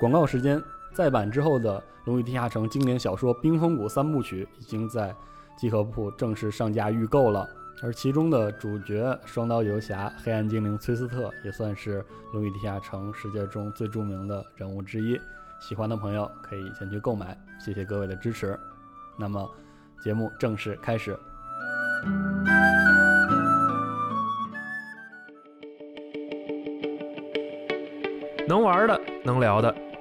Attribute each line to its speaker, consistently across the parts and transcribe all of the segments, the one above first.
Speaker 1: 广告时间，再版之后的《龙与地下城》经典小说《冰风谷三部曲》已经在集合铺正式上架预购了，而其中的主角双刀游侠、黑暗精灵崔斯特也算是《龙与地下城》世界中最著名的人物之一。喜欢的朋友可以前去购买，谢谢各位的支持。那么，节目正式开始。
Speaker 2: 能玩的、能聊的，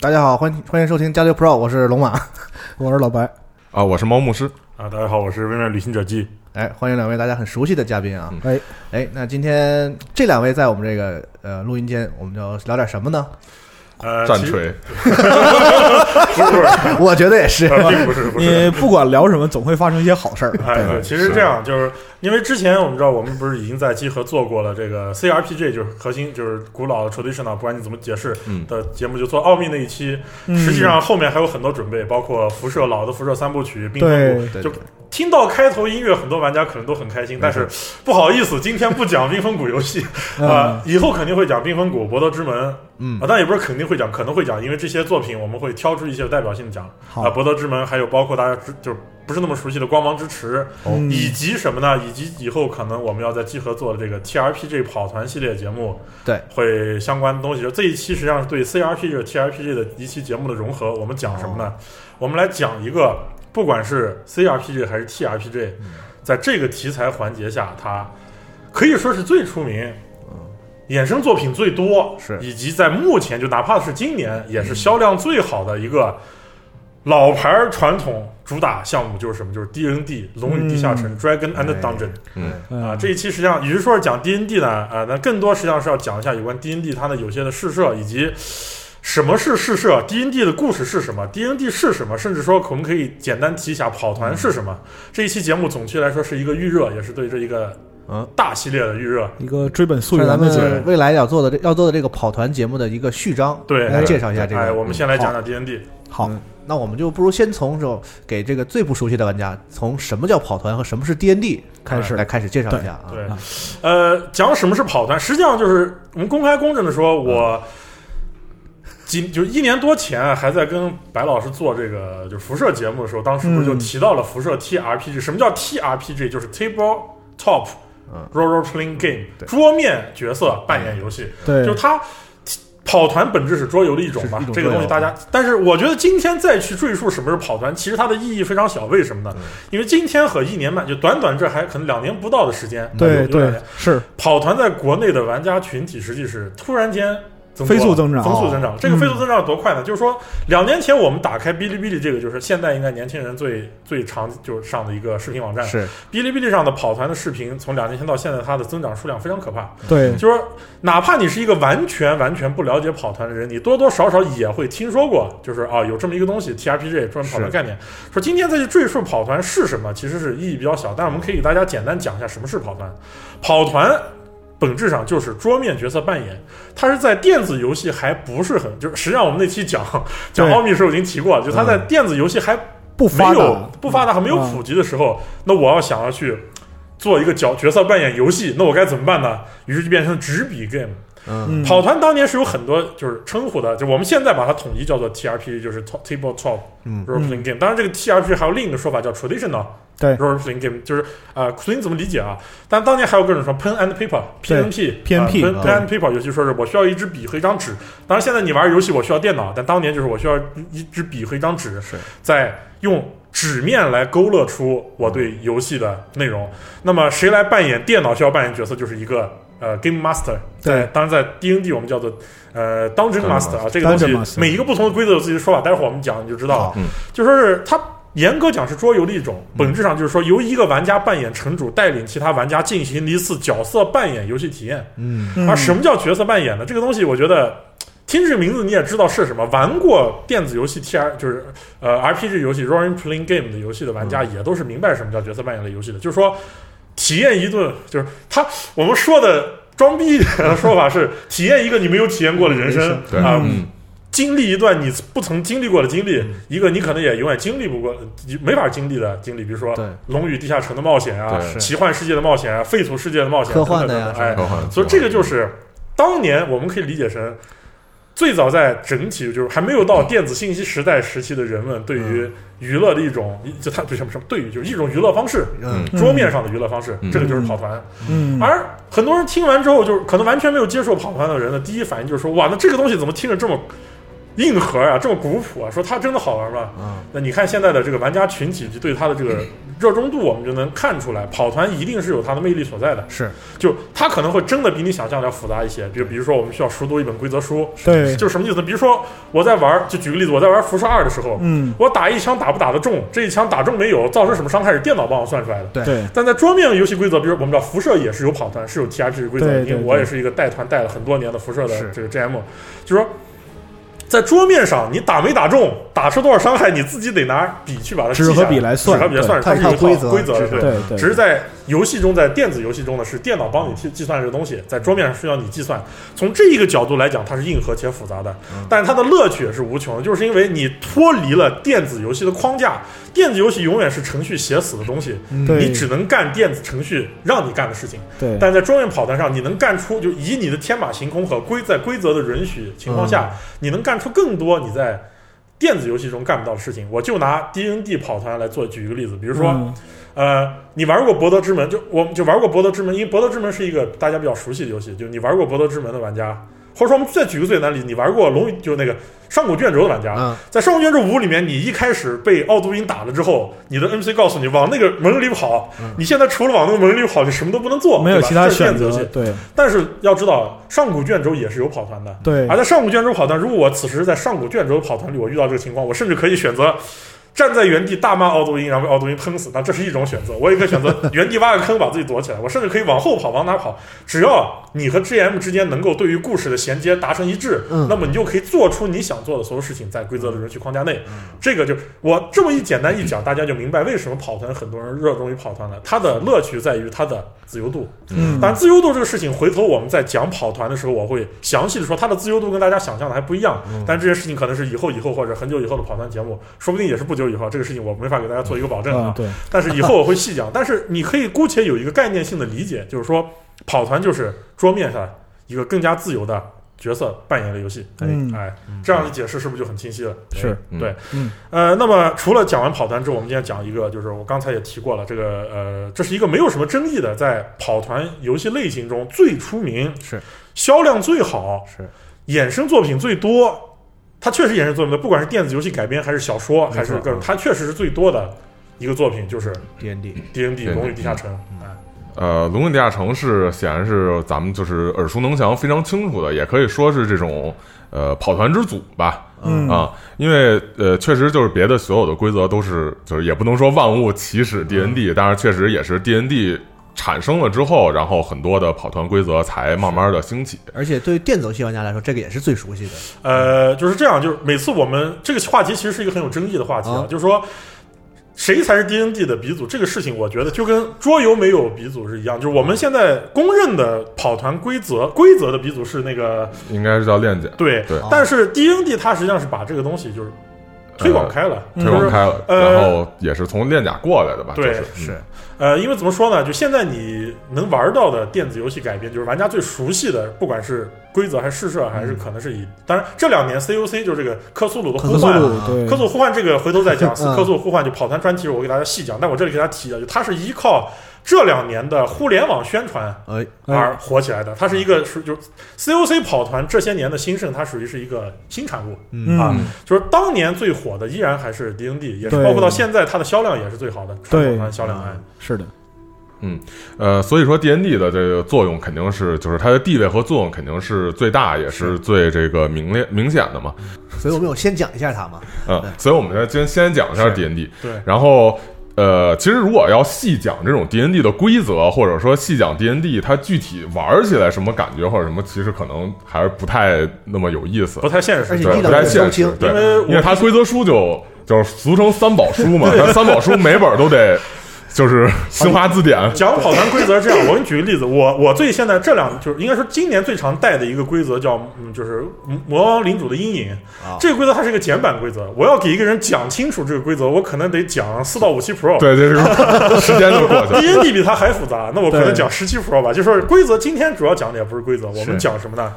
Speaker 3: 大家好，欢欢迎收听加六 Pro，我是龙马，
Speaker 4: 我是老白。
Speaker 5: 啊，我是猫牧师，
Speaker 6: 啊，大家好，我是微面旅行者季。
Speaker 3: 哎，欢迎两位大家很熟悉的嘉宾啊，
Speaker 4: 哎，
Speaker 3: 哎，那今天这两位在我们这个呃录音间，我们就聊点什么呢？
Speaker 6: 呃，
Speaker 5: 战
Speaker 6: 其实
Speaker 5: 锤，
Speaker 6: 不是不是，
Speaker 3: 我觉得也是，
Speaker 6: 啊并不 是不是。
Speaker 4: 你不管聊什么，总会发生一些好事儿。
Speaker 6: 哎，对，其实
Speaker 5: 是
Speaker 6: 这样，就是因为之前我们知道，我们不是已经在集合做过了这个 CRPG，就是核心就是古老 traditional，不管你怎么解释
Speaker 5: 嗯
Speaker 6: 的节目，就做奥秘那一期。
Speaker 4: 嗯
Speaker 6: 实际上后面还有很多准备，包括辐射老的辐射三部曲、冰风谷。
Speaker 4: 对，
Speaker 3: 对
Speaker 6: 就听到开头音乐，很多玩家可能都很开心，
Speaker 5: 嗯
Speaker 6: 但是不好意思，今天不讲冰 风谷游戏
Speaker 4: 嗯
Speaker 6: 啊、以后肯定会讲冰风谷、博德之门，
Speaker 3: 嗯
Speaker 6: 啊，但也不是肯定会讲，可能会讲，因为这些作品我们会挑出一些有代表性讲。
Speaker 4: 好
Speaker 6: 啊，博德之门，还有包括大家知就是不是那么熟悉的光芒之池，
Speaker 4: 嗯
Speaker 6: 以及什么呢？以及以后可能我们要在集合做的这个 TRPG 跑团系列节目，
Speaker 3: 对，
Speaker 6: 会相关的东西。就这一期实际上是对 CRPG 和 TRPG 的一期节目的融合。我们讲什么呢？我们来讲一个，不管是 CRPG 还是 TRPG，、在
Speaker 3: 嗯
Speaker 6: 这个题材环节下，它可以说是最出名。衍生作品最多，
Speaker 3: 嗯是嗯
Speaker 6: 以及在目前就哪怕是今年，也是销量最好的一个老牌儿传统主打项目，就是什么？就是 D N D《龙与地下城》（Dragon and
Speaker 3: 哎
Speaker 6: Dungeon）。
Speaker 5: 嗯，
Speaker 6: 啊，
Speaker 4: 嗯
Speaker 6: 这一期实际上，与其说是讲 D N D 呢，啊，那更多实际上是要讲一下有关 D N D 它的有些的试射，以及什么是试射，D N D 的故事是什么，D N D 是什么，甚至说我们可以简单提一下跑
Speaker 3: 嗯
Speaker 6: 团是什么。这一期节目总体来说是一个预热，也是对这一个
Speaker 3: 嗯
Speaker 6: 大系列的预热。
Speaker 4: 一个追本溯
Speaker 3: 是
Speaker 4: 源
Speaker 3: 咱
Speaker 4: 的节目。
Speaker 3: 们未来要做的这要做的这个跑团节目的一个序章，
Speaker 6: 对
Speaker 3: 来介绍一下这
Speaker 6: 哎，
Speaker 3: 个。
Speaker 6: 我们先来讲讲 D N D。
Speaker 4: 好，
Speaker 3: 嗯那我们就不如先从这种给这个最不熟悉的玩家，从什么叫跑团和什么是 D N D
Speaker 4: 开始
Speaker 3: 来开始介绍一下啊。
Speaker 6: 对
Speaker 4: 啊，
Speaker 6: 呃，讲什么是跑团，实际上就是我们公开公正的说，
Speaker 3: 嗯
Speaker 6: 我几就一年多前还在跟白老师做这个就辐射节目的时候，当时不是就
Speaker 4: 嗯
Speaker 6: 提到了辐射 TRPG，、什么叫 TRPG？就是 Table Top
Speaker 3: 嗯
Speaker 6: Role Playing Game，、
Speaker 3: 对嗯
Speaker 6: 桌面角色扮演游戏，
Speaker 4: 对
Speaker 6: 就，它。跑团本质是桌游的一种嘛
Speaker 3: 是一，种
Speaker 6: 这个
Speaker 3: 桌游嗯
Speaker 6: 东西大家，但是我觉得今天再去赘述什么是跑团，其实它的意义非常小。为什
Speaker 3: 嗯
Speaker 6: 么呢？因为今天和一年半，就短短这还可能两年不到的时间，
Speaker 4: 对
Speaker 6: 有有两年
Speaker 4: 对是，
Speaker 6: 跑团在国内的玩家群体实际是突然间增多了
Speaker 4: 飞速增长嗯
Speaker 6: 增速增长。这个飞速增长有多快呢？就是说，两年前我们打开哔哩哔哩，这个就是现在应该年轻人最最常就是上的一个视频网站。
Speaker 3: 是
Speaker 6: 哔哩哔哩上的跑团的视频，从两年前到现在，它的增长数量非常可怕。
Speaker 4: 对
Speaker 6: 就是说，哪怕你是一个完全完全不了解跑团的人，你多多少少也会听说过，就是啊，有这么一个东西 TRPG 专门跑团概念。说今天再去赘述跑团是什么，其实是意义比较小，但是我们可以给大家简单讲一下什么是跑团。跑团本质上就是桌面角色扮演，它是在电子游戏还不是很，就是实际上我们那期讲讲
Speaker 4: 对嗯
Speaker 6: 奥秘的时候已经提过了，就它在电子游戏还
Speaker 4: 不
Speaker 6: 没
Speaker 4: 发
Speaker 6: 有
Speaker 4: 达，
Speaker 6: 不发达还没有
Speaker 4: 嗯
Speaker 6: 普及的时候，那我要想要去做一个角角色扮演游戏，那我该怎么办呢？于是就变成纸笔 game。
Speaker 3: 嗯
Speaker 4: 嗯
Speaker 6: 跑团当年是有很多就是称呼的，就我们现在把它统一叫做 TRPG，就是 to- Table Top
Speaker 3: 嗯
Speaker 6: Role Playing Game。当然，这个 TRPG 还有另一个说法叫 Traditional
Speaker 4: 对
Speaker 6: Role Playing Game，就是呃，所以你怎么理解啊？但当年还有各种什么 Pen and Paper、
Speaker 4: 对
Speaker 6: PNP、
Speaker 4: PNP
Speaker 6: 呃 Pen
Speaker 3: 啊
Speaker 6: Pen and Paper，尤其说是我需要一支笔和一张纸。当然，现在你玩游戏我需要电脑，但当年就是我需要一支笔和一张纸
Speaker 3: 是，
Speaker 6: 在用。纸面来勾勒出我对游戏的内容。那么谁来扮演电脑需要扮演角色，就是一个呃 game master，在
Speaker 4: 对
Speaker 6: 当然在 D N D 我们叫做呃 dungeon
Speaker 5: Dungeon
Speaker 6: master 啊，这个东
Speaker 4: Dungeon
Speaker 6: 西
Speaker 4: Master
Speaker 6: 每一个不同的规则有自己的说法，待会儿我们讲你就知道了
Speaker 5: 嗯。
Speaker 6: 就说是它严格讲是桌游的一种，本质上就是说由一个玩家扮演城主，带领其他玩家进行一次角色扮演游戏体验。
Speaker 3: 嗯
Speaker 6: 而什么叫角色扮演呢？这个东西我觉得。听这个名字你也知道是什么，玩过电子游戏 T R 就是呃 R P G 游戏 Role Playing Game 的游戏的玩家
Speaker 3: 嗯
Speaker 6: 也都是明白什么叫角色扮演类游戏的，就是说体验一顿就是他我们说的装逼的说法是体验一个你没有体验过的人生
Speaker 4: 人
Speaker 5: 对，
Speaker 6: 啊、
Speaker 5: 嗯，
Speaker 6: 经历一段你不曾经历过的经历，
Speaker 3: 嗯
Speaker 6: 一个你可能也永远经历不过、没法经历的经历，比如说
Speaker 3: 对
Speaker 6: 《龙与地下城》的冒险啊，
Speaker 5: 对
Speaker 6: 奇幻世界的冒险啊，废土世界的冒险啊，
Speaker 3: 科幻的
Speaker 6: 等
Speaker 3: 呀
Speaker 6: 等
Speaker 3: 是吧
Speaker 6: 等哎，
Speaker 5: 科幻
Speaker 6: 所以这个就是当年我们可以理解成，最早在整体就是还没有到电子信息时代时期的人们对于娱乐的一种，就他对什么什么对于就是一种娱乐方式，
Speaker 3: 嗯
Speaker 4: 嗯
Speaker 6: 桌面上的娱乐方式，
Speaker 5: 嗯
Speaker 6: 这个就是跑团。
Speaker 4: 嗯
Speaker 6: 而很多人听完之后，就是可能完全没有接受跑团的人的第一反应就是说，哇，那这个东西怎么听着这么硬核啊，这么古朴啊？说它真的好玩吗？
Speaker 3: 嗯
Speaker 6: 那你看现在的这个玩家群体就对它的这个热衷度，我们就能看出来，跑团一定是有它的魅力所在的。
Speaker 3: 是，
Speaker 6: 就它可能会真的比你想象的要复杂一些。比如，比如说我们需要熟读一本规则书，
Speaker 4: 对，
Speaker 6: 就是什么意思呢？比如说我在玩，就举个例子，我在玩辐射二的时候，
Speaker 4: 嗯
Speaker 6: 我打一枪打不打得中，这一枪打中没有，造成什么伤害是电脑帮我算出来的。
Speaker 4: 对，
Speaker 6: 但在桌面游戏规则，比如我们知道辐射也是有跑团，是有 TRG 规则的，
Speaker 4: 对对
Speaker 6: 因为
Speaker 4: 对
Speaker 6: 我也是一个带团带了很多年的辐射的
Speaker 3: 是
Speaker 6: 这个 GM，就是说。在桌面上，你打没打中，打出多少伤害，你自己得拿笔去把它记
Speaker 4: 纸和
Speaker 6: 下来
Speaker 4: 笔来算
Speaker 6: 纸和笔来算，
Speaker 3: 对它
Speaker 6: 是有
Speaker 3: 有
Speaker 6: 一
Speaker 3: 一
Speaker 6: 套
Speaker 3: 套
Speaker 6: 规
Speaker 3: 规则
Speaker 6: 则的，
Speaker 3: 是的
Speaker 6: 对。
Speaker 4: 对对，
Speaker 6: 只是在游戏中，在电子游戏中呢，是电脑帮你计计算这个东西，在桌面上是要你计算。从这一个角度来讲，它是硬核且复杂的，
Speaker 4: 嗯
Speaker 6: 但是它的乐趣也是无穷的，就是因为你脱离了电子游戏的框架。电子游戏永远是程序写死的东西，
Speaker 4: 对
Speaker 6: 你只能干电子程序让你干的事情。
Speaker 4: 对
Speaker 6: 但在桌面跑团上，你能干出就以你的天马行空和规在规则的允许情况
Speaker 4: 嗯
Speaker 6: 下，你能干出更多你在电子游戏中干不到的事情。我就拿 D N D 跑团来做举一个例子，比如说，
Speaker 4: 嗯
Speaker 6: 呃，你玩过《博德之门》就我就玩过《博德之门》，因为《博德之门》是一个大家比较熟悉的游戏，就你玩过《博德之门》的玩家，或者说我们再举个最难的例子，你玩过《龙与》就那个《上古卷轴》的玩家，
Speaker 3: 嗯
Speaker 6: 在《上古卷轴五》里面，你一开始被奥都因打了之后，你的 MC 告诉你往那个门里跑，你现在除了往那个门里跑，你什么都不能做，
Speaker 4: 嗯没有
Speaker 6: 对吧
Speaker 4: 其他
Speaker 6: 这是
Speaker 4: 选
Speaker 6: 电子游
Speaker 4: 择
Speaker 6: 戏，。
Speaker 4: 对
Speaker 6: 但是要知道，上古卷轴也是有跑团的，
Speaker 4: 对
Speaker 6: 而在上古卷轴跑团，如果我此时在上古卷轴跑团里，我遇到这个情况，我甚至可以选择站在原地大骂奥多因，然后被奥多因喷死，那这是一种选择。我也可以选择原地挖个坑把自己躲起来，我甚至可以往后跑，往哪跑？只要你和 GM 之间能够对于故事的衔接达成一致，
Speaker 3: 嗯
Speaker 6: 那么你就可以做出你想做的所有事情，在规则的允许框架内。这个就我这么一简单一讲，大家就明白为什么跑团很多人热衷于跑团了。它的乐趣在于它的自由度。
Speaker 4: 嗯
Speaker 6: 但自由度这个事情，回头我们在讲跑团的时候，我会详细的说它的自由度跟大家想象的还不一样。
Speaker 4: 嗯
Speaker 6: 但这件事情可能是以后以后或者很久以后的跑团节目，说不定也是不久以后。这个事情我没法给大家做一个保证
Speaker 4: 啊
Speaker 6: 啊。
Speaker 4: 对
Speaker 6: 但是以后我会细讲。但是你可以姑且有一个概念性的理解，就是说跑团就是桌面上一个更加自由的角色扮演的游戏。
Speaker 4: 嗯
Speaker 6: 哎，这样的解释是不是就很清晰了？
Speaker 4: 是
Speaker 5: 嗯
Speaker 6: 对，
Speaker 4: 嗯，
Speaker 6: 呃，那么除了讲完跑团之后，我们今天讲一个，就是我刚才也提过了，这个呃，这是一个没有什么争议的，在跑团游戏类型中最出名，
Speaker 3: 是
Speaker 6: 销量最好，
Speaker 3: 是
Speaker 6: 衍生作品最多。它确实衍生作品的，不管是电子游戏改编，还是小说，
Speaker 3: 没错
Speaker 6: 还是各种
Speaker 3: 嗯，
Speaker 6: 它确实是最多的一个作品，就是
Speaker 3: D N D，
Speaker 6: D N D
Speaker 5: 对
Speaker 6: 龙与地下城。
Speaker 3: 嗯
Speaker 6: 哎
Speaker 5: 呃，《龙与地下城》是显然是咱们就是耳熟能详、非常清楚的，也可以说是这种呃跑团之祖吧。
Speaker 4: 嗯
Speaker 5: 啊，因为呃，确实就是别的所有的规则都是，就是也不能说万物起
Speaker 6: 嗯
Speaker 5: 始 D N D，但是确实也是 D N D 产生了之后，然后很多的跑团规则才慢慢的兴起。
Speaker 3: 而且对于电子游戏玩家来说，这个也是最熟悉的。
Speaker 6: 呃，就是这样，就是每次我们这个话题其实是一个很有争议的话题啊，
Speaker 3: 啊
Speaker 6: 就是说谁才是 D N D 的鼻祖这个事情，我觉得就跟桌游没有鼻祖是一样，就是我们现在公认的跑团规则规则的鼻祖是那个
Speaker 5: 应该是叫链姐，
Speaker 6: 对，
Speaker 5: 对
Speaker 3: 啊
Speaker 6: 但是 D N D 它实际上是把这个东西就是。推广开了，
Speaker 5: 嗯推广开了，
Speaker 6: 呃
Speaker 5: 然后也是从链甲过来的吧？
Speaker 6: 对
Speaker 5: 就是嗯
Speaker 3: 是
Speaker 6: 呃，因为怎么说呢？就现在你能玩到的电子游戏改编，就是玩家最熟悉的，不管是规则还是试射，还是可能是以……当然，这两年 COC 就是这个克苏鲁的
Speaker 4: 克
Speaker 6: 呼
Speaker 4: 苏
Speaker 6: 唤，
Speaker 4: 鲁对
Speaker 6: 克苏鲁呼唤这个回头再讲，
Speaker 4: 嗯
Speaker 6: 克苏鲁呼唤就跑团专题我给大家细讲，但我这里给大家提一下，就它是依靠这两年的互联网宣传
Speaker 3: 哎
Speaker 6: 而火起来的，它是一个是就是 COC 跑团这些年的兴盛，它属于是一个新产物，
Speaker 3: 嗯
Speaker 6: 啊
Speaker 4: 嗯
Speaker 6: 就是当年最火的依然还是 D N D，也是
Speaker 4: 对
Speaker 6: 包括到现在它的销量也是最好的，传统
Speaker 4: 对
Speaker 6: 团销量哎。
Speaker 4: 是的，
Speaker 5: 呃，所以说 D N D 的这个作用肯定是，就是它的地位和作用肯定是最大，也是最这个明烈明显的嘛。
Speaker 3: 所以我们有先讲一下它嘛，
Speaker 5: 嗯
Speaker 3: 对，
Speaker 5: 所以我们先先先讲一下
Speaker 3: 是
Speaker 5: D N D，
Speaker 6: 对
Speaker 5: 然后。呃，其实如果要细讲这种 D N D 的规则，或者说细讲 D N D 它具体玩起来什么感觉或者什么，其实可能还是不太那么有意思
Speaker 6: 不。太现
Speaker 3: 而
Speaker 6: 实
Speaker 3: 且，
Speaker 5: 对，
Speaker 3: 力
Speaker 5: 不
Speaker 3: 量也
Speaker 5: 太现
Speaker 3: 不
Speaker 5: 实
Speaker 3: 轻，
Speaker 5: 对，
Speaker 6: 因为我
Speaker 5: 因为它规则书就就是俗称三宝书嘛，它三宝书每本都得就是新华字典，
Speaker 6: 讲跑团规则是这样，我给你举个例子，我我最现在这两就是应该说今年最常带的一个规则叫嗯，就是魔王领主的阴影。
Speaker 3: 啊
Speaker 6: 这个规则它是一个简版规则，我要给一个人讲清楚这个规则，我可能得讲四到五期 Pro。
Speaker 5: 对，这是时间就过去了。
Speaker 6: D N D 比它还复杂，那我可能
Speaker 4: 对
Speaker 6: 讲十期 Pro 吧。就说规则，今天主要讲的也不是规则，我
Speaker 3: 是
Speaker 6: 们讲什么呢？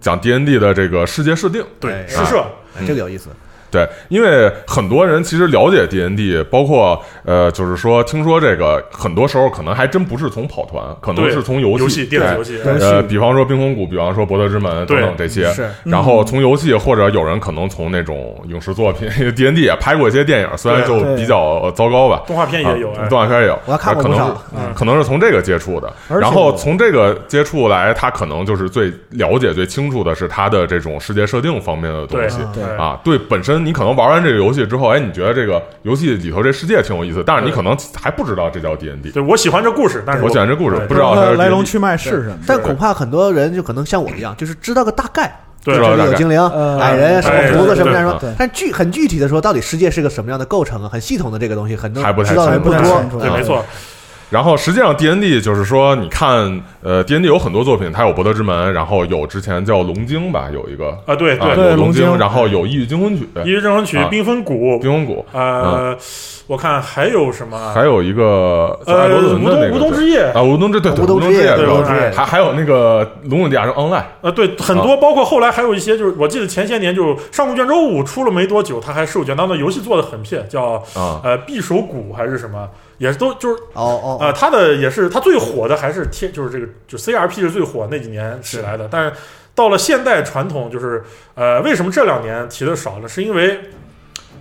Speaker 5: 讲 D N D 的这个世界设定，
Speaker 3: 对
Speaker 6: 试射。
Speaker 3: 哎这个有意思，
Speaker 5: 对，因为很多人其实了解 D N D，包括呃，就是说听说这个，很多时候可能还真不是从跑团，可能
Speaker 6: 对
Speaker 5: 是从
Speaker 6: 游
Speaker 5: 戏，
Speaker 6: 戏，电子游戏，
Speaker 4: 对
Speaker 5: 呃，
Speaker 4: 是
Speaker 5: 比方说冰红谷，比方说博德之门等
Speaker 6: 对嗯
Speaker 5: 等这些，
Speaker 3: 是
Speaker 5: 然后从游戏或者有人可能从那种影视作品， 因为 D N D 也拍过一些电影，虽然就
Speaker 6: 对
Speaker 4: 对
Speaker 5: 比较糟糕吧，
Speaker 6: 动画片也有，
Speaker 5: 啊
Speaker 6: 哎嗯
Speaker 5: 动画片也有，
Speaker 3: 我还看过
Speaker 5: 可
Speaker 3: 不
Speaker 5: 能
Speaker 3: 少
Speaker 5: 是可能是从这个接触的，
Speaker 4: 而且
Speaker 5: 然后从这个接触来，他可能就是最了解、最清楚的是他的这种世界设定方面的东
Speaker 6: 对
Speaker 5: 西。
Speaker 4: 对
Speaker 6: 哎
Speaker 5: 啊，对，本身你可能玩完这个游戏之后，哎，你觉得这个游戏里头这世界挺有意思，但是你
Speaker 6: 对
Speaker 5: 可能还不知道这叫 D N D。
Speaker 6: 对我喜欢这故事，但是
Speaker 5: 我喜欢哦这故事
Speaker 6: 对
Speaker 5: 不知道它
Speaker 4: 它
Speaker 5: 是
Speaker 4: 的来龙
Speaker 5: DND
Speaker 4: 去脉是什么。
Speaker 3: 但恐怕很多人就可能像我一样，就是知道个大概，
Speaker 6: 对
Speaker 5: 知
Speaker 3: 就
Speaker 5: 道
Speaker 3: 是
Speaker 5: 大概
Speaker 3: 有精灵、
Speaker 4: 呃
Speaker 3: 矮人、什么胡子什么样
Speaker 5: 对
Speaker 3: 说
Speaker 5: 对
Speaker 4: 对，
Speaker 3: 但具很具体的说，到底世界是个什么样的构成啊？很系统的这个东西，很多
Speaker 5: 还不太
Speaker 3: 知道的人
Speaker 5: 清
Speaker 3: 不
Speaker 5: 楚
Speaker 4: 不太清
Speaker 3: 多，
Speaker 4: 楚
Speaker 6: 对，
Speaker 3: 啊
Speaker 6: 没错，
Speaker 5: 然后实际上 D N D 就是说，你看，呃，D N D 有很多作品，它有《博德之门》，然后有之前叫《龙晶》吧，有一个
Speaker 6: 啊，对
Speaker 5: 啊，
Speaker 6: 对，
Speaker 5: 有
Speaker 4: 对
Speaker 5: 《
Speaker 4: 龙
Speaker 5: 晶》，
Speaker 4: 晶
Speaker 5: 然后有《异域惊魂曲》、
Speaker 6: 《一日正魂曲》
Speaker 5: 啊
Speaker 6: 《冰封谷》
Speaker 5: 冰红谷，
Speaker 6: 呃，我看还有什么啊？
Speaker 5: 还有一个在爱
Speaker 6: 呃
Speaker 5: 罗顿，
Speaker 6: 无
Speaker 5: 的那
Speaker 6: 冬
Speaker 5: 个
Speaker 6: 无冬
Speaker 5: 对
Speaker 6: 之夜，
Speaker 5: 啊，吴东之对对，
Speaker 3: 吴东
Speaker 5: 之
Speaker 3: 之夜
Speaker 5: 对
Speaker 6: 对
Speaker 5: 吧
Speaker 6: 吴东之夜
Speaker 5: 还还有那个《龙与地下城 Online》，
Speaker 6: 呃，对，很
Speaker 5: 啊
Speaker 6: 多，包括后来还有一些，就是我记得前些年就《上古卷轴五》出了没多久，他还授权，当那游戏做的很撇，叫
Speaker 5: 啊，
Speaker 6: 呃匕首谷还是什么，也是都就是
Speaker 3: 哦哦，
Speaker 6: 呃，他的也是他最火的还是天，就是这个就 CRP 是最火那几年起来的，但是到了现代传统，就是呃，为什么这两年提的少了？是因为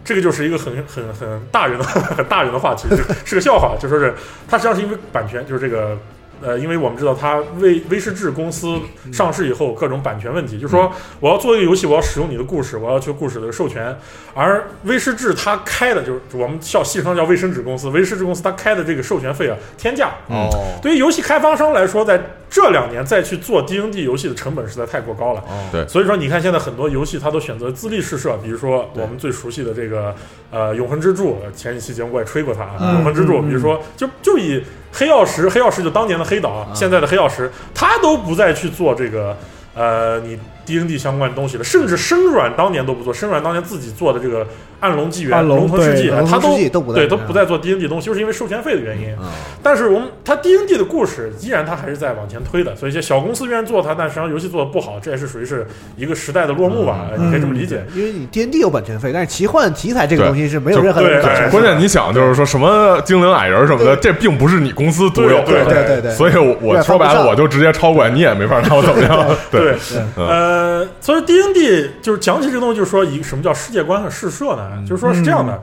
Speaker 6: 这个就是一个很很很大人的 很大人的话题，就是是个笑话，就说是它实际上是因为版权，就是这个。呃，因为我们知道它威威士忌公司上市以后各种版权问题，就
Speaker 3: 嗯
Speaker 6: 是说我要做一个游戏，我要使用你的故事，我要求故事的授权，而威士忌它开的就是我们叫戏称叫卫生纸公司，威士忌公司它开的这个授权费啊天价。
Speaker 5: 嗯
Speaker 3: 哦
Speaker 6: 对于游戏开发商来说，在这两年再去做 D N D 游戏的成本实在太过高了。
Speaker 3: 哦，
Speaker 5: 对
Speaker 6: 所以说，你看现在很多游戏它都选择自立试射，比如说我们最熟悉的这个呃《永恒之柱》，前几期节目我也吹过它，
Speaker 3: 嗯
Speaker 6: 永恒之柱》
Speaker 4: 嗯嗯
Speaker 6: 比如说就就以黑曜石，黑曜石就当年的黑岛，
Speaker 4: 啊
Speaker 6: 现在的黑曜石，它都不再去做这个呃你 D N D 相关的东西了，甚至深软当年都不做，深软当年自己做的这个《暗龙纪元》
Speaker 4: 暗
Speaker 6: 《
Speaker 4: 龙嗯
Speaker 6: 龙腾世纪
Speaker 4: 对》，
Speaker 6: 它
Speaker 3: 龙腾
Speaker 6: 都
Speaker 3: 世纪都不再
Speaker 6: 对
Speaker 3: 这
Speaker 6: 都
Speaker 3: 样
Speaker 6: 不再做 D N D 东西，就是因为授权费的原因。
Speaker 3: 嗯
Speaker 6: 但是我们它 D N D 的故事依然它还是在往前推的，所以一些小公司愿意做它，但实际上游戏做的不好，这也是属于是一个时代的落幕吧，
Speaker 4: 嗯
Speaker 6: 你可以这么理解。
Speaker 3: 因为你 D N D 有版权费，但是奇幻题材这个东西是没有任何
Speaker 6: 对
Speaker 3: 的
Speaker 6: 对
Speaker 3: 版权费。
Speaker 6: 对
Speaker 5: 关键你想就是说什么精灵、矮人什么的，这并不是你公司独有
Speaker 6: 对
Speaker 5: 的，
Speaker 3: 对对对，
Speaker 5: 所以我我
Speaker 3: 对
Speaker 5: 说白
Speaker 3: 犯不
Speaker 5: 了，
Speaker 3: 上
Speaker 5: 我就直接超过来，你也没法拿我怎么样。对，
Speaker 6: 呃，所以 D N D 就是讲起这个东西，就是说一个什么叫世界观和试射呢？就是说是这样的，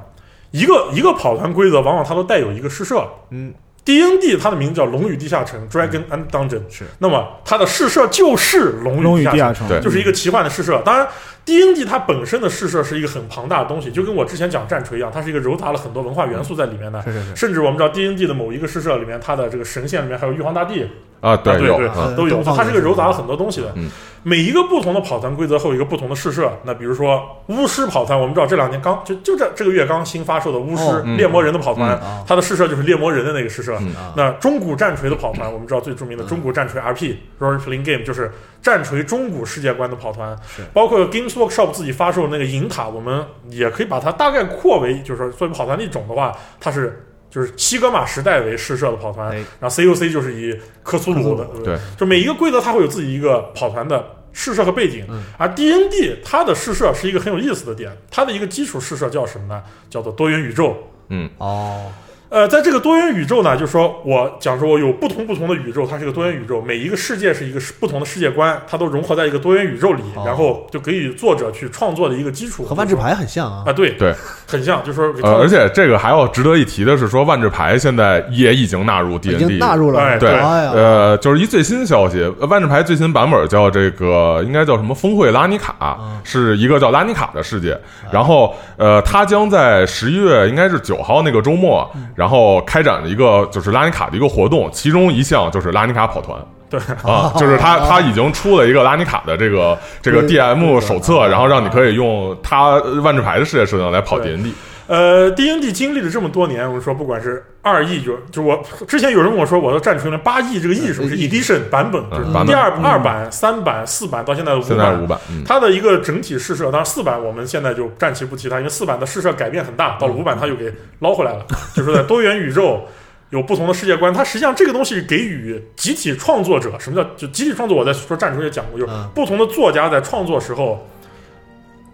Speaker 6: 一个一个跑团规则往往它都带有一个试射，
Speaker 3: 嗯。
Speaker 6: D N D 它的名字叫《龙与地下城》（Dragon and Dungeon），
Speaker 3: 是。
Speaker 6: 那么它的试射就是《龙
Speaker 4: 龙
Speaker 6: 与
Speaker 4: 与
Speaker 6: 地
Speaker 4: 地
Speaker 6: 下
Speaker 4: 下
Speaker 6: 城
Speaker 4: 城，
Speaker 5: 对
Speaker 6: 就是一个奇幻的试射。当然，D N D 它本身的试射是一个很庞大的东西，就跟我之前讲战锤一样，它是一个糅杂了很多文化元素在里面的。
Speaker 3: 是是是，
Speaker 6: 甚至我们知道 D N D 的某一个试射里面，它的这个神仙里面还有玉皇大帝
Speaker 5: 啊，
Speaker 6: 啊对
Speaker 5: 有
Speaker 6: 对
Speaker 5: 啊
Speaker 3: 嗯
Speaker 6: 都有，
Speaker 3: 东方
Speaker 6: 它是一个
Speaker 3: 元素
Speaker 6: 糅杂了很多东西的
Speaker 5: 嗯。
Speaker 6: 每一个不同的跑团规则后有一个不同的试射。那比如说巫师跑团，我们知道这两年刚就就这这个月刚新发售的巫
Speaker 3: 哦
Speaker 6: 师
Speaker 5: 嗯
Speaker 6: 猎魔人的跑团
Speaker 5: 嗯
Speaker 3: 啊，
Speaker 6: 它的试射就是猎魔人的那个试射
Speaker 5: 嗯。
Speaker 3: 啊
Speaker 6: 那中古战锤的跑团，我们知道最著名的中古战锤 RP（Role Playing Game） 就是战锤中古世界观的跑团，包括 Games Workshop 自己发售的那个银塔，我们也可以把它大概扩为，就是说作为跑团的一种的话，它是。就是西格玛时代为试射的跑团，
Speaker 3: 哎
Speaker 6: 然后 COC 就是以科苏鲁的，
Speaker 5: 对，
Speaker 6: 就每一个规则它会有自己一个跑团的试射和背景，而 D N D 它的试射是一个很有意思的点，它的一个基础试射叫什么呢？叫做多元宇宙。
Speaker 5: 嗯，
Speaker 3: 哦，
Speaker 6: 呃，在这个多元宇宙呢，就是说我讲说我有不同不同的宇宙，它是一个多元宇宙，每一个世界是一个不同的世界观，它都融合在一个多元宇宙里，
Speaker 3: 哦
Speaker 6: 然后就给予作者去创作的一个基础。
Speaker 3: 和万智牌很像啊
Speaker 6: 啊，，对
Speaker 5: 对，
Speaker 6: 很像，就是说给
Speaker 5: 呃，
Speaker 6: 创
Speaker 5: 而且这个还要值得一提的是，说万智牌现在也已经纳入 D
Speaker 3: 已
Speaker 5: N
Speaker 3: 经
Speaker 5: D，
Speaker 3: 纳入了，
Speaker 6: 哎
Speaker 5: 对，
Speaker 3: 哎呀，
Speaker 5: 呃，就是一最新消息，呃万智牌最新版本叫这个，应该叫什么？峰会拉尼卡，
Speaker 6: 嗯
Speaker 5: 是一个叫拉尼卡的世界。
Speaker 6: 哎
Speaker 5: 然后，呃，它将在十一月，应该是九号那个周末，
Speaker 6: 嗯
Speaker 5: 然后开展了一个就是拉尼卡的一个活动，其中一项就是拉尼卡跑团。
Speaker 6: 对
Speaker 5: 啊，就是它它已经出了一个拉尼卡的这个这个 DM 手册，然后让你可以用它万智牌的世界设定来跑 D
Speaker 6: 啊对
Speaker 5: N D。
Speaker 6: 呃，D N D 经历了这么多年，我们说不管是二亿，就就我之前有人问我说，我的战锤呢八亿这个亿是不是
Speaker 3: 嗯
Speaker 6: edition 版本？
Speaker 5: 嗯
Speaker 6: 就是
Speaker 5: 版本
Speaker 6: 第二二版、三版、四版到现在的
Speaker 5: 现
Speaker 6: 五
Speaker 5: 在
Speaker 6: 版
Speaker 5: 五。版，嗯，
Speaker 6: 它的一个整体试射，当然四版我们现在就暂且不提它，因为四版的试射改变很大，到了五版它又给捞回来了， 就是在多元宇宙有不同的世界观，它实际上这个东西给予集体创作者，什么叫就集体创作？我在说战锤也讲过，就是
Speaker 3: 嗯
Speaker 6: 不同的作家在创作时候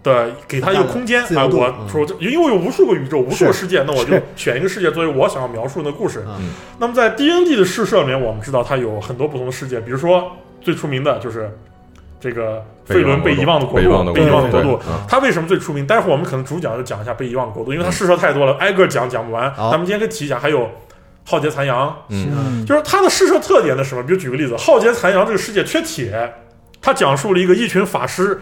Speaker 6: 的给他一个空间啊
Speaker 3: 自、由度
Speaker 6: 我
Speaker 3: 嗯
Speaker 6: 说因为我有无数个宇宙、无数个
Speaker 3: 是
Speaker 6: 世界，那我就是选一个世界作为我想要描述的故事。
Speaker 3: 嗯
Speaker 6: 那么在 D N D 的试射里面，我们知道它有很多不同的世界，比如说最出名的就是这个费伦被遗忘的国
Speaker 5: 被遗忘的国
Speaker 6: 度，被
Speaker 5: 度
Speaker 6: 遗忘的国度
Speaker 5: 对嗯。
Speaker 6: 它为什么最出名？待会儿我们可能主讲就讲一下被遗忘的国度，因为它试射太多了，挨个讲讲不完。
Speaker 3: 好
Speaker 6: 咱们今天可以提一下，还有浩劫残阳，
Speaker 4: 嗯
Speaker 6: 就是它的试射特点呢是什么？比如举个例子，浩劫残阳这个世界缺铁，它讲述了一个一群法师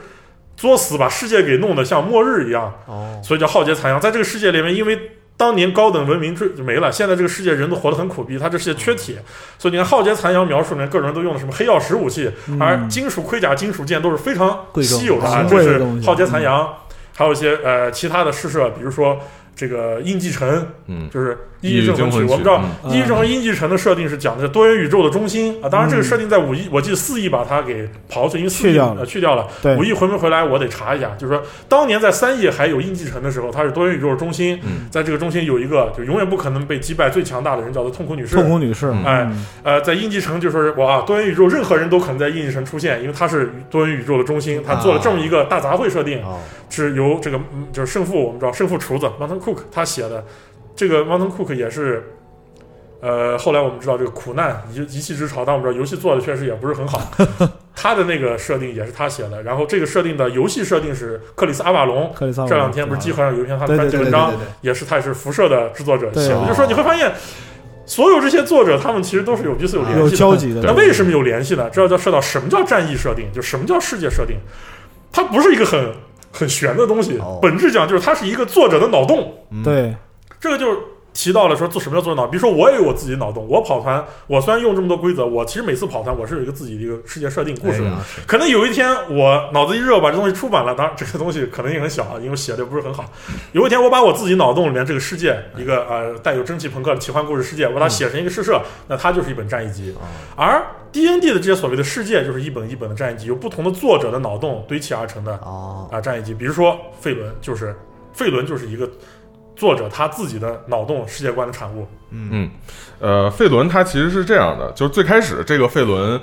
Speaker 6: 作死，把世界给弄得像末日一样，
Speaker 3: 哦，
Speaker 6: 所以叫浩劫残阳。在这个世界里面，因为当年高等文明坠没了，现在这个世界人都活得很苦逼，它这世界缺铁，所以你看浩劫残阳描述里面各种人都用的什么黑曜石武器，
Speaker 4: 嗯
Speaker 6: 而金属盔甲、金属剑都是非常
Speaker 3: 贵重
Speaker 6: 稀有的啊，
Speaker 4: 昂
Speaker 6: 这
Speaker 4: 贵的
Speaker 6: 是
Speaker 4: 东西嗯
Speaker 6: 浩劫残阳，还有一些呃其他的试射，比如说这个印记城，
Speaker 5: 嗯
Speaker 6: 就是
Speaker 5: 异
Speaker 6: 异
Speaker 5: 域
Speaker 6: 域镇魂
Speaker 5: 惊魂
Speaker 6: 曲。
Speaker 5: 曲
Speaker 6: 我们知道
Speaker 4: 嗯
Speaker 6: 异域镇和阴际城的设定是讲的是多元宇宙的中心啊，当然这个设定在五一，我记得四亿把它给刨去，因为四
Speaker 4: 嗯去
Speaker 6: 亿
Speaker 4: 掉了
Speaker 6: 呃去掉了，
Speaker 4: 对
Speaker 6: 五亿回没回来我得查一下。就是说当年在三亿还有印记城的时候，它是多元宇宙的中心，
Speaker 5: 嗯
Speaker 6: 在这个中心有一个就永远不可能被击败最强大的人，叫做痛苦女士。
Speaker 4: 痛苦女士，
Speaker 5: 嗯
Speaker 6: 哎
Speaker 4: 嗯
Speaker 6: 呃，在印记城就是哇，多元宇宙任何人都可能在印记城出现，因为它是多元宇宙的中心，
Speaker 4: 啊
Speaker 6: 它做了这么一个大杂烩设定，
Speaker 3: 哦，
Speaker 6: 是由这个嗯就是胜负，我们知道胜负厨子 Mountain Cook 他写的，这个 Mountain Cook 也是，呃，后来我们知道这个苦难一一气之潮，但我们知道游戏做的确实也不是 很好，他的那个设定也是他写的，然后这个设定的游戏设定是克里斯阿瓦隆，
Speaker 4: 克里斯啊奥
Speaker 6: 这两天不是集合上有一篇他的专题
Speaker 4: 对
Speaker 6: 文
Speaker 4: 对
Speaker 6: 章
Speaker 3: 对对，
Speaker 6: 也是他也是辐射的制作者
Speaker 4: 对
Speaker 6: 写的，
Speaker 4: 哦
Speaker 6: 就是说你会发现，所有这些作者他们其实都是有彼此有联系
Speaker 4: 有
Speaker 6: 的，
Speaker 4: 交集的，
Speaker 6: 那为什么有联系呢？这要涉到什么叫战役设定，就什么叫世界设定，它不是一个很很玄的东西
Speaker 3: 哦，
Speaker 6: 本质讲就是它是一个作者的脑洞。
Speaker 4: 嗯
Speaker 5: 嗯
Speaker 4: 对
Speaker 6: 这个就是提到了说做什么叫做脑，比如说我也有我自己脑洞，我跑团，我虽然用这么多规则，我其实每次跑团我是有一个自己的一个世界设定故事的。
Speaker 3: 哎呀
Speaker 6: 可能有一天我脑子一热把这东西出版了，当然这个东西可能也很小，啊，因为我写的不是很好。有一天我把我自己脑洞里面这个世界一个呃带有蒸汽朋克的奇幻故事世界，我把它写成一个试射，那它就是一本战役集。而 D N D 的这些所谓的世界就是一本一本的战役集，由不同的作者的脑洞堆砌而成的。
Speaker 3: 哦，
Speaker 6: 啊战役集，比如说费伦就是费伦就是一个作者他自己的脑洞世界观的产物。
Speaker 5: 嗯，呃，费伦他其实是这样的，就是最开始这个费伦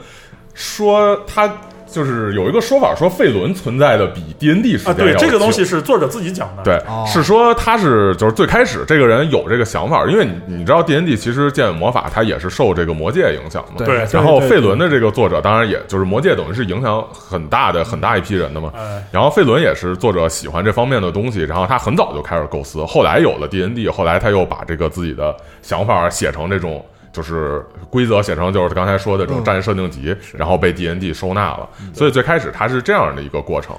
Speaker 5: 说他就是有一个说法，说费伦存在的比 D N D 时
Speaker 6: 啊，
Speaker 5: 间
Speaker 6: 对，
Speaker 5: 要
Speaker 6: 这个东西
Speaker 5: 久。
Speaker 6: 是作者自己讲的。
Speaker 5: 对，
Speaker 3: 哦
Speaker 5: 是说他是就是最开始这个人有这个想法，因为你你知道 D N D 其实剑与魔法它也是受这个魔界影响嘛，
Speaker 3: 对
Speaker 6: 对，啊
Speaker 5: 然后
Speaker 4: 对对
Speaker 5: 费伦的这个作者当然也就是魔界等于是影响很大的很大一批人的嘛，
Speaker 6: 哎，
Speaker 5: 然后费伦也是作者喜欢这方面的东西，然后他很早就开始构思，后来有了 D N D，后来他又把这个自己的想法写成这种。就是规则写成就是刚才说的这种战役设定集，然后被 D N D 收纳了，所以最开始它是这样的一个过程。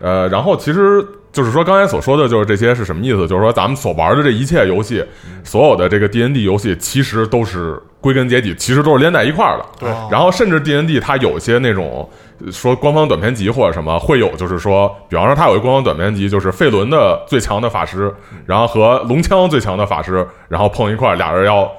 Speaker 5: 呃，然后其实就是说刚才所说的就是这些是什么意思？就是说咱们所玩的这一切游戏，所有的这个 D N D 游戏，其实都是归根结底，其实都是连在一块儿的。
Speaker 6: 对
Speaker 5: 然后甚至 D N D 它有一些那种呃说官方短篇集或者什么，会有就是说，比方说它有一个官方短篇集，就是费伦的最强的法师，然后和龙枪最强的法师，然后碰一块儿，俩人要。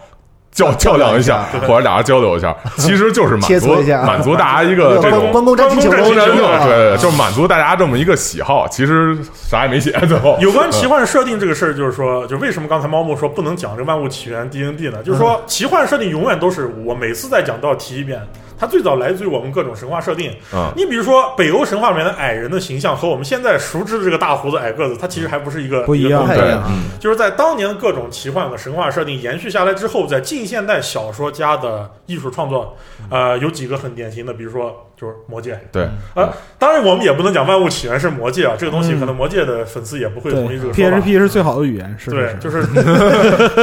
Speaker 5: 较较量一下，或者俩人交流一下，其实就是满
Speaker 3: 切
Speaker 5: 足
Speaker 3: 磋一下
Speaker 5: 满足大家一 个呃这
Speaker 3: 关
Speaker 5: 种
Speaker 3: 关公战秦
Speaker 6: 关
Speaker 5: 对
Speaker 6: 公
Speaker 3: 琼，
Speaker 5: 对
Speaker 6: 战秦
Speaker 5: 对
Speaker 6: 琼
Speaker 3: 啊
Speaker 5: 对，就是满足大家这么一个喜好。其实啥也没写，最后嗯
Speaker 6: 有关奇幻设定这个事儿，就是说，就为什么刚才猫木说不能讲这《万物起源》D N D
Speaker 5: 嗯
Speaker 6: 呢？就是说，奇幻设定永远都是我每次在讲都要提一遍，它最早来自于我们各种神话设定。
Speaker 5: 嗯
Speaker 6: 你比如说北欧神话里面的矮人的形象和我们现在熟知的这个大胡子矮个子，它其实还不是一个
Speaker 4: 不一
Speaker 6: 个
Speaker 4: 样
Speaker 6: 东西
Speaker 3: 太
Speaker 5: 对
Speaker 3: 亮了，
Speaker 6: 就是在当年各种奇幻和神话设定延续下来之后，在近现代小说家的艺术创作，呃，有几个很典型的，比如说就是《魔戒》。
Speaker 5: 对，
Speaker 6: 呃，当然我们也不能讲《万物起源》是《魔戒》啊，这个东西可能《魔戒》的粉丝也不会
Speaker 4: 嗯对
Speaker 6: 同意这个说法。
Speaker 4: ，PHP 是最好的语言，是是
Speaker 6: 对，
Speaker 4: 是
Speaker 6: 就是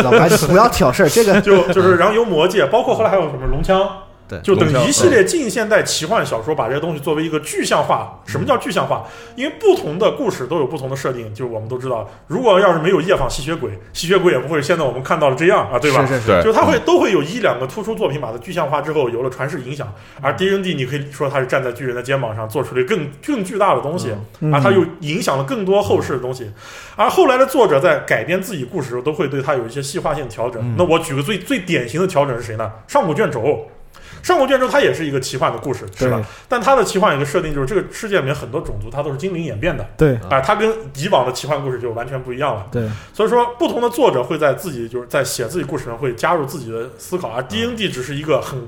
Speaker 3: 老白啊哎不要挑事儿，这个
Speaker 6: 就 就是，然后有魔戒，包括后来还有什么龙枪，
Speaker 3: 对
Speaker 6: 就等
Speaker 5: 龙枪
Speaker 6: 一系列近现代奇幻小说，把这些东西作为一个具象化。什么叫具象化？因为不同的故事都有不同的设定，就是我们都知道，如果要是没有夜访吸血鬼，吸血鬼也不会现在我们看到的这样啊，对吧？
Speaker 3: 是是是，
Speaker 5: 对，
Speaker 6: 就它会
Speaker 4: 嗯
Speaker 6: 都会有一两个突出作品把它具象化之后，有了传世影响。
Speaker 4: 嗯
Speaker 6: 而 D N D 你可以说它是站在巨人的肩膀上做出了更更巨大的东西，
Speaker 4: 嗯
Speaker 6: 而它又影响了更多后世的东西。而后来的作者在改编自己故事时候，都会对它有一些细化性调整。
Speaker 4: 嗯
Speaker 6: 那我举个最最典型的调整是谁呢？上古卷轴。上古卷轴它也是一个奇幻的故事，是吧
Speaker 4: 对？
Speaker 6: 但它的奇幻有一个设定就是这个世界里面很多种族它都是精灵演变的，
Speaker 4: 对
Speaker 6: 啊、它跟以往的奇幻故事就完全不一样了。
Speaker 4: 对，
Speaker 6: 所以说，不同的作者会在自己就是在写自己故事上会加入自己的思考，而 D N D 只是一个很，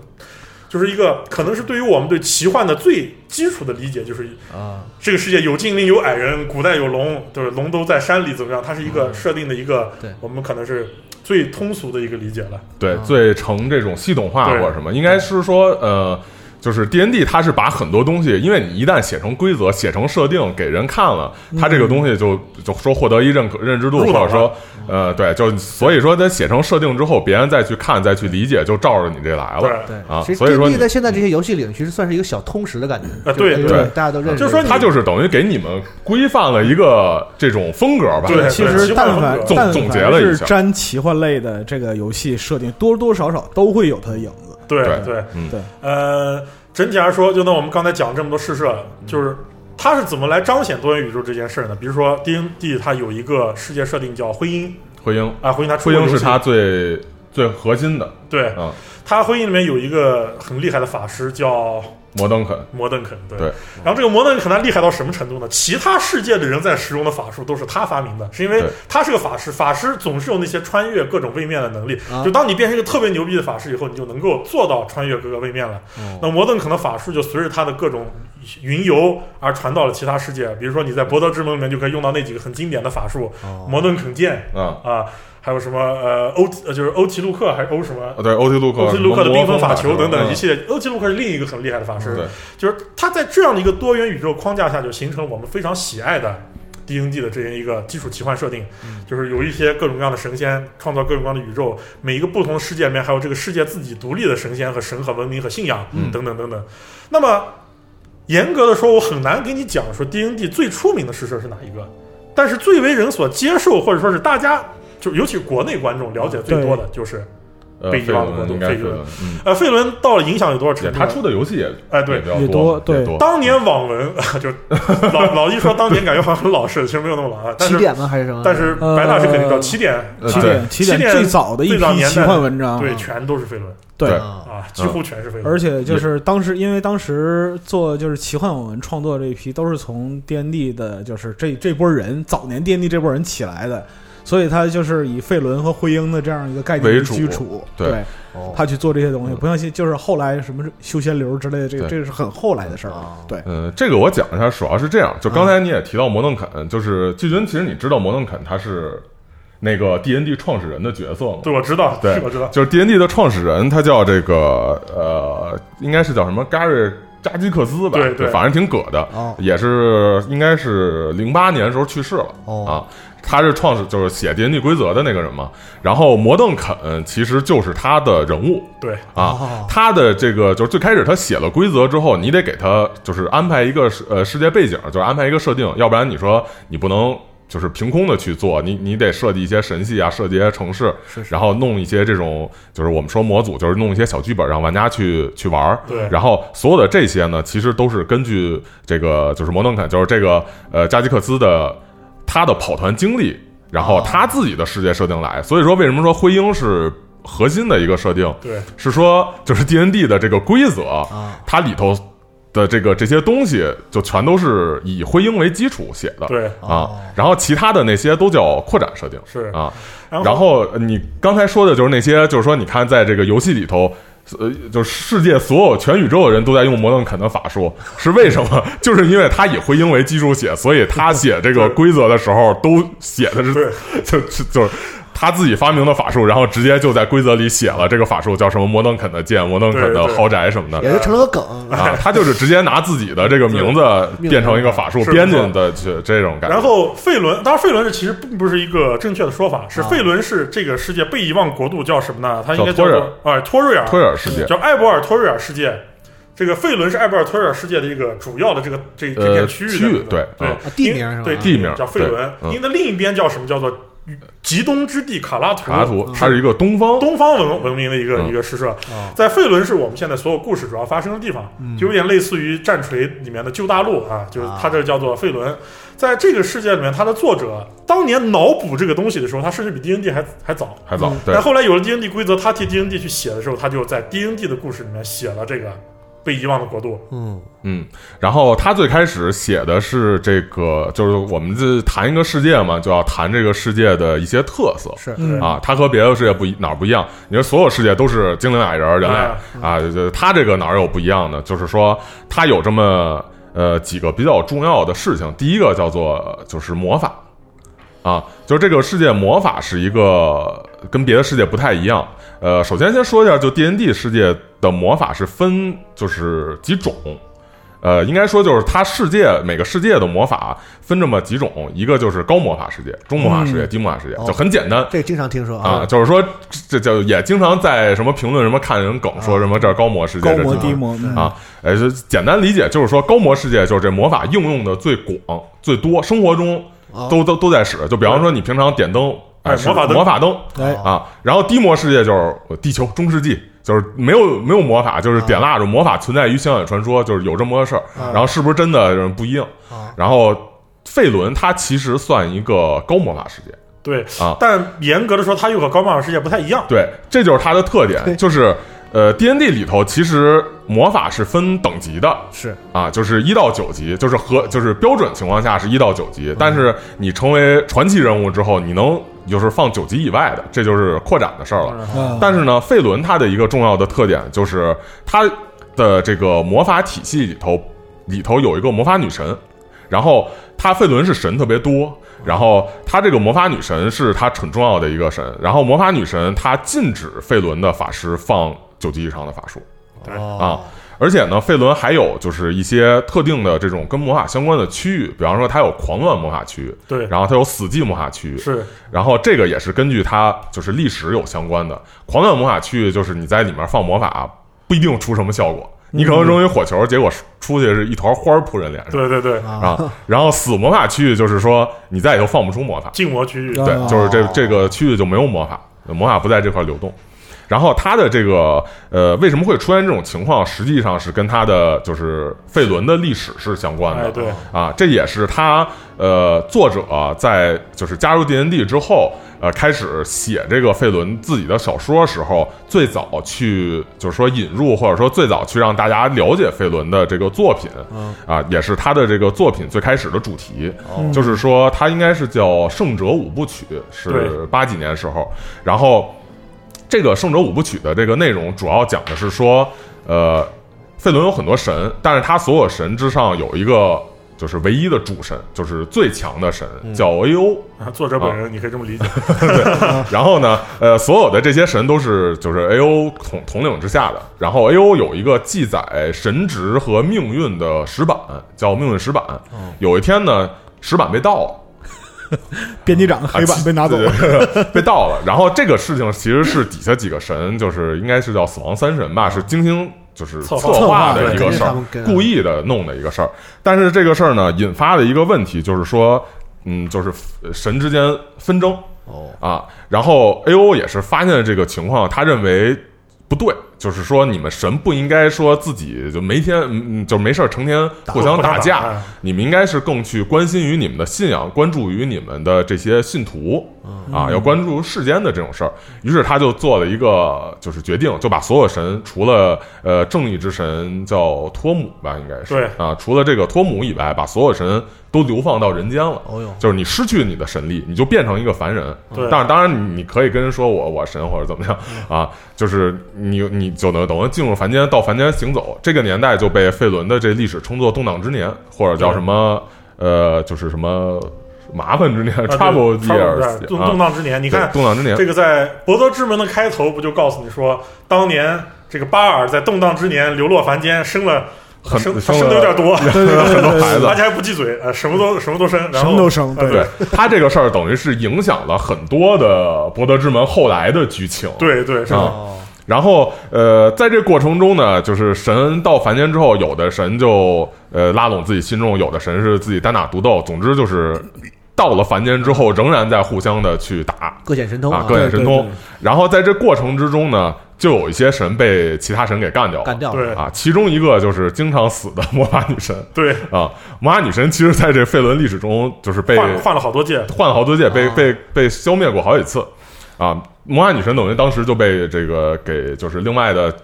Speaker 6: 就是一个可能是对于我们对奇幻的最基础的理解，就是
Speaker 3: 啊，
Speaker 6: 这个世界有精灵有矮人，古代有龙，就是龙都在山里怎么样？它是一个设定的一个，
Speaker 3: 对
Speaker 6: 我们可能是最通俗的一个理解了。
Speaker 5: 对，
Speaker 3: 嗯
Speaker 5: 最成这种系统化
Speaker 6: 对
Speaker 5: 或者什么，应该是说呃。就是 D N D，它是把很多东西，因为你一旦写成规则、写成设定给人看了，它这个东西就就说获得一认可认知度，
Speaker 6: 入
Speaker 5: 或
Speaker 6: 脑
Speaker 5: 者说
Speaker 6: 了
Speaker 5: 呃，对，就所以说它写成设定之后，别人再去看、再去理解，就照着你这来了
Speaker 6: 对，
Speaker 5: 啊。
Speaker 3: 其实
Speaker 5: 所以说
Speaker 3: D 在现在这些游戏领域，其实算是一个小通识的感觉，
Speaker 6: 啊对
Speaker 3: 就是
Speaker 5: 对
Speaker 3: 大家都认识，
Speaker 6: 就是说你
Speaker 5: 它就是等于给你们规范了一个这种风格吧。
Speaker 6: 对
Speaker 4: 其
Speaker 6: 对
Speaker 4: 实
Speaker 6: 奇幻
Speaker 4: 但
Speaker 6: 风
Speaker 4: 凡
Speaker 6: 格
Speaker 5: 总
Speaker 4: 但
Speaker 5: 总结
Speaker 4: 凡
Speaker 5: 了一
Speaker 4: 是
Speaker 5: 下
Speaker 4: 沾奇幻类的这个游戏设定，多多少少都会有它的影子。
Speaker 6: 对
Speaker 5: 对
Speaker 6: 对，
Speaker 5: 嗯
Speaker 4: 对，
Speaker 6: 呃，整体来说，就那我们刚才讲这么多试射，就是它是怎么来彰显多元宇宙这件事儿呢？比如说 D N D 它有一个世界设定叫婚姻
Speaker 5: 灰鹰，
Speaker 6: 啊，婚姻它出
Speaker 5: 灰
Speaker 6: 过
Speaker 5: 鹰
Speaker 6: 游
Speaker 5: 是
Speaker 6: 戏
Speaker 5: 它最最核心的
Speaker 6: 对，
Speaker 5: 嗯
Speaker 6: 他婚姻里面有一个很厉害的法师叫
Speaker 5: 摩登肯。
Speaker 6: 摩登肯，对。
Speaker 5: 对
Speaker 6: 然后这个摩登肯他厉害到什么程度呢？其他世界的人在使用的法术都是他发明的，是因为
Speaker 5: 对
Speaker 6: 他是个法师，法师总是有那些穿越各种位面的能力。
Speaker 3: 啊
Speaker 6: 就当你变成一个特别牛逼的法师以后，你就能够做到穿越各个位面了。
Speaker 3: 哦
Speaker 6: 那摩登肯的法术就随着他的各种云游而传到了其他世界，比如说你在博德之门里面就可以用到那几个很经典的法术，
Speaker 3: 哦
Speaker 6: 摩登肯剑
Speaker 5: 嗯，
Speaker 6: 啊。还有什么呃欧呃就是欧提卢克还是欧什么
Speaker 5: 啊对，欧提卢克，
Speaker 6: 欧
Speaker 5: 什
Speaker 6: 几
Speaker 5: 么
Speaker 6: 卢克的
Speaker 5: 魔
Speaker 6: 冰封
Speaker 5: 法
Speaker 6: 法球等等
Speaker 5: 嗯
Speaker 6: 一系列，欧几卢克是另一个很厉害的法师，
Speaker 5: 对
Speaker 6: 就是他在这样的一个多元宇宙框架下，就形成了我们非常喜爱的 D N D 的这样一个基础奇幻设定，
Speaker 5: 嗯
Speaker 6: 就是有一些各种各样的神仙创造各种各样的宇宙，每一个不同的世界里面还有这个世界自己独立的神仙和神和文明和信仰
Speaker 5: 嗯
Speaker 6: 等等等等。那么严格的说，我很难给你讲说 D N D 最出名的施设是哪一个，但是最为人所接受或者说是大家就尤其国内观众了解最多的就是。
Speaker 5: 呃
Speaker 6: 被遗忘的
Speaker 5: 绯
Speaker 6: 国
Speaker 5: 闻
Speaker 6: 度
Speaker 5: 应该
Speaker 6: 绯
Speaker 5: 是
Speaker 6: 闻
Speaker 5: 的，嗯，
Speaker 6: 呃，费伦到了影响有多少
Speaker 5: 也
Speaker 6: 程度
Speaker 5: 他
Speaker 6: 呢？
Speaker 5: 出的游戏也
Speaker 6: 哎，对
Speaker 5: 也，比较
Speaker 4: 也
Speaker 5: 多嘛，
Speaker 4: 多
Speaker 5: 也
Speaker 4: 对
Speaker 5: 多
Speaker 6: 当年网文 就是老老一说当年感觉好像很老式，其实没有那么老啊。但
Speaker 3: 起
Speaker 6: 是
Speaker 3: 点吗还是什么？
Speaker 6: 但是白大是肯定到
Speaker 4: 呃
Speaker 6: 起点，
Speaker 5: 呃
Speaker 4: 起
Speaker 5: 对
Speaker 4: 点起
Speaker 6: 起
Speaker 4: 点
Speaker 6: 点
Speaker 4: 最早的一
Speaker 6: 最早
Speaker 4: 批
Speaker 6: 年
Speaker 4: 奇
Speaker 6: 代
Speaker 4: 幻文章，
Speaker 6: 对，全都是飞轮
Speaker 5: 对
Speaker 4: 对。
Speaker 3: 嗯
Speaker 6: 啊，几乎全是飞轮。
Speaker 4: 而且就是当时，因为当时做就是奇幻网文创作这一批，都是从 D N D 的，就是这这波人早年 D N D 这波人起来的，所以他就是以费伦和灰鹰的这样一个概念
Speaker 5: 为
Speaker 4: 为
Speaker 5: 主
Speaker 4: 基础，
Speaker 5: 对
Speaker 4: 对
Speaker 3: 哦
Speaker 4: 他去做这些东西，
Speaker 5: 嗯
Speaker 4: 不像现就是后来什么修仙流之类的，这个
Speaker 5: 对
Speaker 4: 这个是很后来的事儿
Speaker 3: 哦
Speaker 4: 了，对，
Speaker 5: 嗯，这个我讲一下，主要是这样，就刚才你也提到摩登肯，就是季军，其实你知道摩登肯他是那个 D N D 创始人的角色吗？
Speaker 6: 对，我知道，
Speaker 5: 对
Speaker 6: 我知道，
Speaker 5: 就是 D N D 的创始人，他叫这个呃，应该是叫什么 Gary 扎基克斯吧，
Speaker 6: 对对
Speaker 5: 反正挺葛的，
Speaker 3: 哦
Speaker 5: 也是应该是零八年的时候去世了、
Speaker 3: 哦
Speaker 5: 啊。他是创始就是写 D N D 规则的那个人嘛，然后摩登肯其实就是他的人物，
Speaker 6: 对，
Speaker 3: 哦
Speaker 5: 啊，他的这个就是最开始他写了规则之后，你得给他就是安排一个世呃世界背景，就是安排一个设定，要不然你说你不能。就是凭空的去做，你你得设计一些神系啊，设计一些城市，然后弄一些这种，就是我们说模组，就是弄一些小剧本让玩家去去玩儿。
Speaker 6: 对
Speaker 5: 然后所有的这些呢，其实都是根据这个就是摩登肯，就是这个呃加基克斯的他的跑团经历，然后他自己的世界设定来。所以说，为什么说灰鹰是核心的一个设定，
Speaker 6: 对，
Speaker 5: 是说就是 D N D 的这个规则，
Speaker 3: 啊，
Speaker 5: 它里头的这个这些东西就全都是以徽英为基础写的，
Speaker 6: 对
Speaker 5: 啊
Speaker 3: 哦，
Speaker 5: 然后其他的那些都叫扩展设定
Speaker 6: 是
Speaker 5: 啊。
Speaker 6: 然
Speaker 5: 然后呃你刚才说的就是那些，就是说你看在这个游戏里头。呃，就是世界所有全宇宙的人都在用摩登肯的法术，是为什 么？就是因为他以回英为基础写，所以他写这个规则的时候都写的是
Speaker 6: 对，
Speaker 5: 就就就是他自己发明的法术，然后直接就在规则里写了这个法术叫什么摩登肯的剑、摩登肯的
Speaker 6: 对对哎
Speaker 5: 豪宅什么
Speaker 3: 也
Speaker 5: 的
Speaker 3: 就成了个梗。
Speaker 5: 啊，他就是直接拿自己的这个名字变成一个法术
Speaker 6: 是
Speaker 5: 编进的这这种感觉。
Speaker 6: 然后费伦，当然费伦这其实并不是一个正确的说法，是
Speaker 3: 啊
Speaker 6: 费伦是这个世界被遗忘国度叫什么呢？它应该
Speaker 5: 叫托
Speaker 6: 叫
Speaker 5: 瑞
Speaker 6: 做啊托瑞尔，
Speaker 5: 推尔世界，
Speaker 6: 叫艾伯尔托瑞尔世界。这个费伦是艾伯尔托瑞尔世界的一个主要的这个这这
Speaker 5: 呃，
Speaker 6: 片区域
Speaker 5: 区
Speaker 6: 的
Speaker 5: 域
Speaker 6: 对
Speaker 5: 对嗯
Speaker 6: 对
Speaker 3: 啊地名是吧
Speaker 6: 对
Speaker 5: 地名
Speaker 6: 叫费伦，
Speaker 5: 对嗯
Speaker 6: 因为另一边叫什么叫做极东之地卡拉图，
Speaker 5: 卡拉图，啊它是一个东方
Speaker 6: 东方文文明的一个、
Speaker 5: 嗯
Speaker 6: 一个诗社
Speaker 3: 哦，嗯
Speaker 6: 在费伦是我们现在所有故事主要发生的地方，就有点类似于《战锤》里面的旧大陆啊，就是它这叫做费伦。在这个世界里面，它的作者当年脑补这个东西的时候，他甚至比 D N D 还还早。
Speaker 5: 还早对
Speaker 6: 但后来有了 D N D 规则，他替 D N D 去写的时候，他就在 D N D 的故事里面写了这个被遗忘的国度。
Speaker 3: 嗯，
Speaker 5: 嗯，然后他最开始写的是这个，就是我们这谈一个世界嘛，就要谈这个世界的一些特色。
Speaker 3: 是
Speaker 4: 嗯
Speaker 5: 啊，它和别的世界不一哪儿不一样？你说所有世界都是精灵、矮人、人类
Speaker 6: 哎
Speaker 5: 啊，就它这个哪儿有不一样呢？就是说它有这么呃几个比较重要的事情，第一个叫做呃就是魔法啊，就是这个世界魔法是一个跟别的世界不太一样。呃，首先先说一下，就 D N D 世界的魔法是分就是几种。呃，应该说就是它世界每个世界的魔法分这么几种，一个就是高魔法世界、中魔法世界、低魔法世界，
Speaker 3: 哦
Speaker 5: 就很简单，
Speaker 3: 这个经常听说
Speaker 5: 啊，，就是说这就也经常在什么评论什么看人梗说什么这儿高模世界
Speaker 4: 高
Speaker 5: 这
Speaker 4: 模
Speaker 5: 儿
Speaker 4: 低模嗯
Speaker 5: 啊，呃，就简单理解就是说高模世界就是这魔法应用的最广最多，生活中
Speaker 3: 哦
Speaker 5: 都都都在使。就比方说你平常点灯，
Speaker 6: 哎
Speaker 5: 是
Speaker 6: 魔法灯
Speaker 5: 魔法灯
Speaker 4: 哎
Speaker 5: 啊，然后低模世界就是地球中世纪。就是没有没有魔法，就是点蜡烛。魔法存在于乡野传说，就是有这么个事儿。然后是不是真的呃不一定？
Speaker 3: 啊
Speaker 5: 然后费伦他其实算一个高魔法世界，
Speaker 6: 对，
Speaker 5: 啊
Speaker 6: 但严格的说，它又和高漫世界不太一样。
Speaker 5: 对，这就是它的特
Speaker 3: 对
Speaker 5: 点，就是呃，D N D 里头其实魔法是分等级的
Speaker 3: 是
Speaker 5: 啊，就是一到九级，就是和就是标准情况下是一到九级，但是你成为传奇人物之后，你能就是放九级以外的，这就是扩展的事儿了。
Speaker 4: 嗯
Speaker 3: 哦
Speaker 5: 但是呢，费伦它的一个重要的特点就是它的这个魔法体系里头里头有一个魔法女神，然后她费伦是神特别多，然后她这个魔法女神是她很重要的一个神，然后魔法女神她禁止费伦的法师放九级以上的法术，啊
Speaker 3: 哦，
Speaker 5: 而且呢，费伦还有就是一些特定的这种跟魔法相关的区域，比方说它有狂乱魔法区域，
Speaker 6: 对，
Speaker 5: 然后它有死寂魔法区域，
Speaker 6: 是
Speaker 5: 然后这个也是根据它就是历史有相关的。狂乱魔法区域就是你在里面放魔法不一定出什么效果，你可能扔一火球，结果出去是一团花儿扑人脸上
Speaker 6: 对对对，
Speaker 5: 啊。然后死魔法区域就是说你在里头放不出魔法，
Speaker 6: 禁魔区域。
Speaker 4: 啊
Speaker 5: 对，就是这这个区域就没有魔法，魔法不在这块流动。然后它的这个呃，为什么会出现这种情况？实际上是跟它的就是费伦的历史是相关的。
Speaker 6: 哎，对，
Speaker 5: 啊，这也是他呃作者在就是加入 D N D 之后，呃开始写这个费伦自己的小说时候，最早去就是说引入或者说最早去让大家了解费伦的这个作品，啊，也是他的这个作品最开始的主题，就是说他应该是叫《圣者五部曲》，是
Speaker 6: 对
Speaker 5: 八几年时候，然后。这个《圣者五部曲》的这个内容主要讲的是说，呃，费伦有很多神，但是他所有神之上有一个就是唯一的主神，就是最强的神，叫 A O。
Speaker 6: 啊作者本人你可以这么理解。
Speaker 5: 然后呢，呃，所有的这些神都是就是 A O 统统领之下的。然后 A O 有一个记载神职和命运的石板，叫命运石板。
Speaker 4: 哦
Speaker 5: 有一天呢，石板被盗了。啊
Speaker 4: 编辑长的黑板被拿走了，
Speaker 5: 了，被盗了。然后这个事情其实是底下几个神，就是应该是叫死亡三神吧，是精心就是
Speaker 6: 策
Speaker 5: 策
Speaker 6: 划
Speaker 5: 划
Speaker 3: 策划
Speaker 5: 的
Speaker 3: 对
Speaker 5: 一个
Speaker 3: 肯定是
Speaker 5: 事
Speaker 3: 他
Speaker 5: 儿
Speaker 3: 们跟，
Speaker 5: 故意的弄的一个事儿。但是这个事儿呢，引发了一个问题，就是说，嗯，就是神之间纷争
Speaker 3: 哦
Speaker 5: 啊。然后 A O 也是发现了这个情况，他认为不对，就是说你们神不应该说自己就没天，嗯，就没事儿成天互相打嗯架，
Speaker 6: 哎
Speaker 5: 你们应该是更去关心于你们的信仰，关注于你们的这些信徒啊，要关注世间的这种事儿。于是他就做了一个就是决定，就把所有神除了呃正义之神叫托姆吧，应该是
Speaker 6: 对
Speaker 5: 啊，除了这个托姆以外，把所有神都流放到人间了。
Speaker 3: 哦哟，
Speaker 5: 就是你失去你的神力，你就变成一个凡人。
Speaker 6: 对
Speaker 5: 但是当然你你可以跟人说我我神或者怎么样啊，就是你你就能等于进入凡间，到凡间行走。这个年代就被费伦的这历史称作动荡之年，或者叫什么呃，就是什么麻烦之年
Speaker 6: 啊对
Speaker 5: ，trouble
Speaker 6: Trouble
Speaker 5: years，
Speaker 6: 动
Speaker 5: 啊
Speaker 6: 动荡之年，你
Speaker 5: 对
Speaker 6: 看
Speaker 5: 动荡之年
Speaker 6: 这。个在《博德之门》的开头不就告诉你说，当年这个巴尔在动荡之年流落凡间，生了
Speaker 5: 很
Speaker 6: 生
Speaker 5: 生
Speaker 6: 他生
Speaker 5: 了
Speaker 6: 的有点多，
Speaker 5: 很多孩子
Speaker 6: 而，且还不忌嘴，呃，什么都什么都生，然
Speaker 4: 什
Speaker 6: 后
Speaker 4: 么都生，
Speaker 6: 呃
Speaker 5: 对他这个事儿，等于是影响了很多的《博德之门》后来的剧情。
Speaker 6: 对对是
Speaker 5: 啊
Speaker 6: 的，
Speaker 3: 哦，
Speaker 5: 然后，呃，在这过程中呢，就是神到凡间之后，有的神就呃拉拢自己信众，有的神是自己单打独斗。总之就是，到了凡间之后，仍然在互相的去打
Speaker 3: 各显神通
Speaker 5: 啊，各显神
Speaker 4: 对
Speaker 5: 通
Speaker 4: 对对。
Speaker 5: 然后在这过程之中呢，就有一些神被其他神给干掉
Speaker 3: 干
Speaker 5: 了。
Speaker 3: 掉了，
Speaker 6: 对
Speaker 5: 啊，其中一个就是经常死的 魔法女神
Speaker 6: 对
Speaker 5: 啊，魔法女神其实在这费伦历史中就是被
Speaker 6: 换换了好多届，
Speaker 5: 换了好多届，被
Speaker 3: 啊
Speaker 5: 被被消灭过好几次，啊，魔法女神等于当时就被这个给就是另外的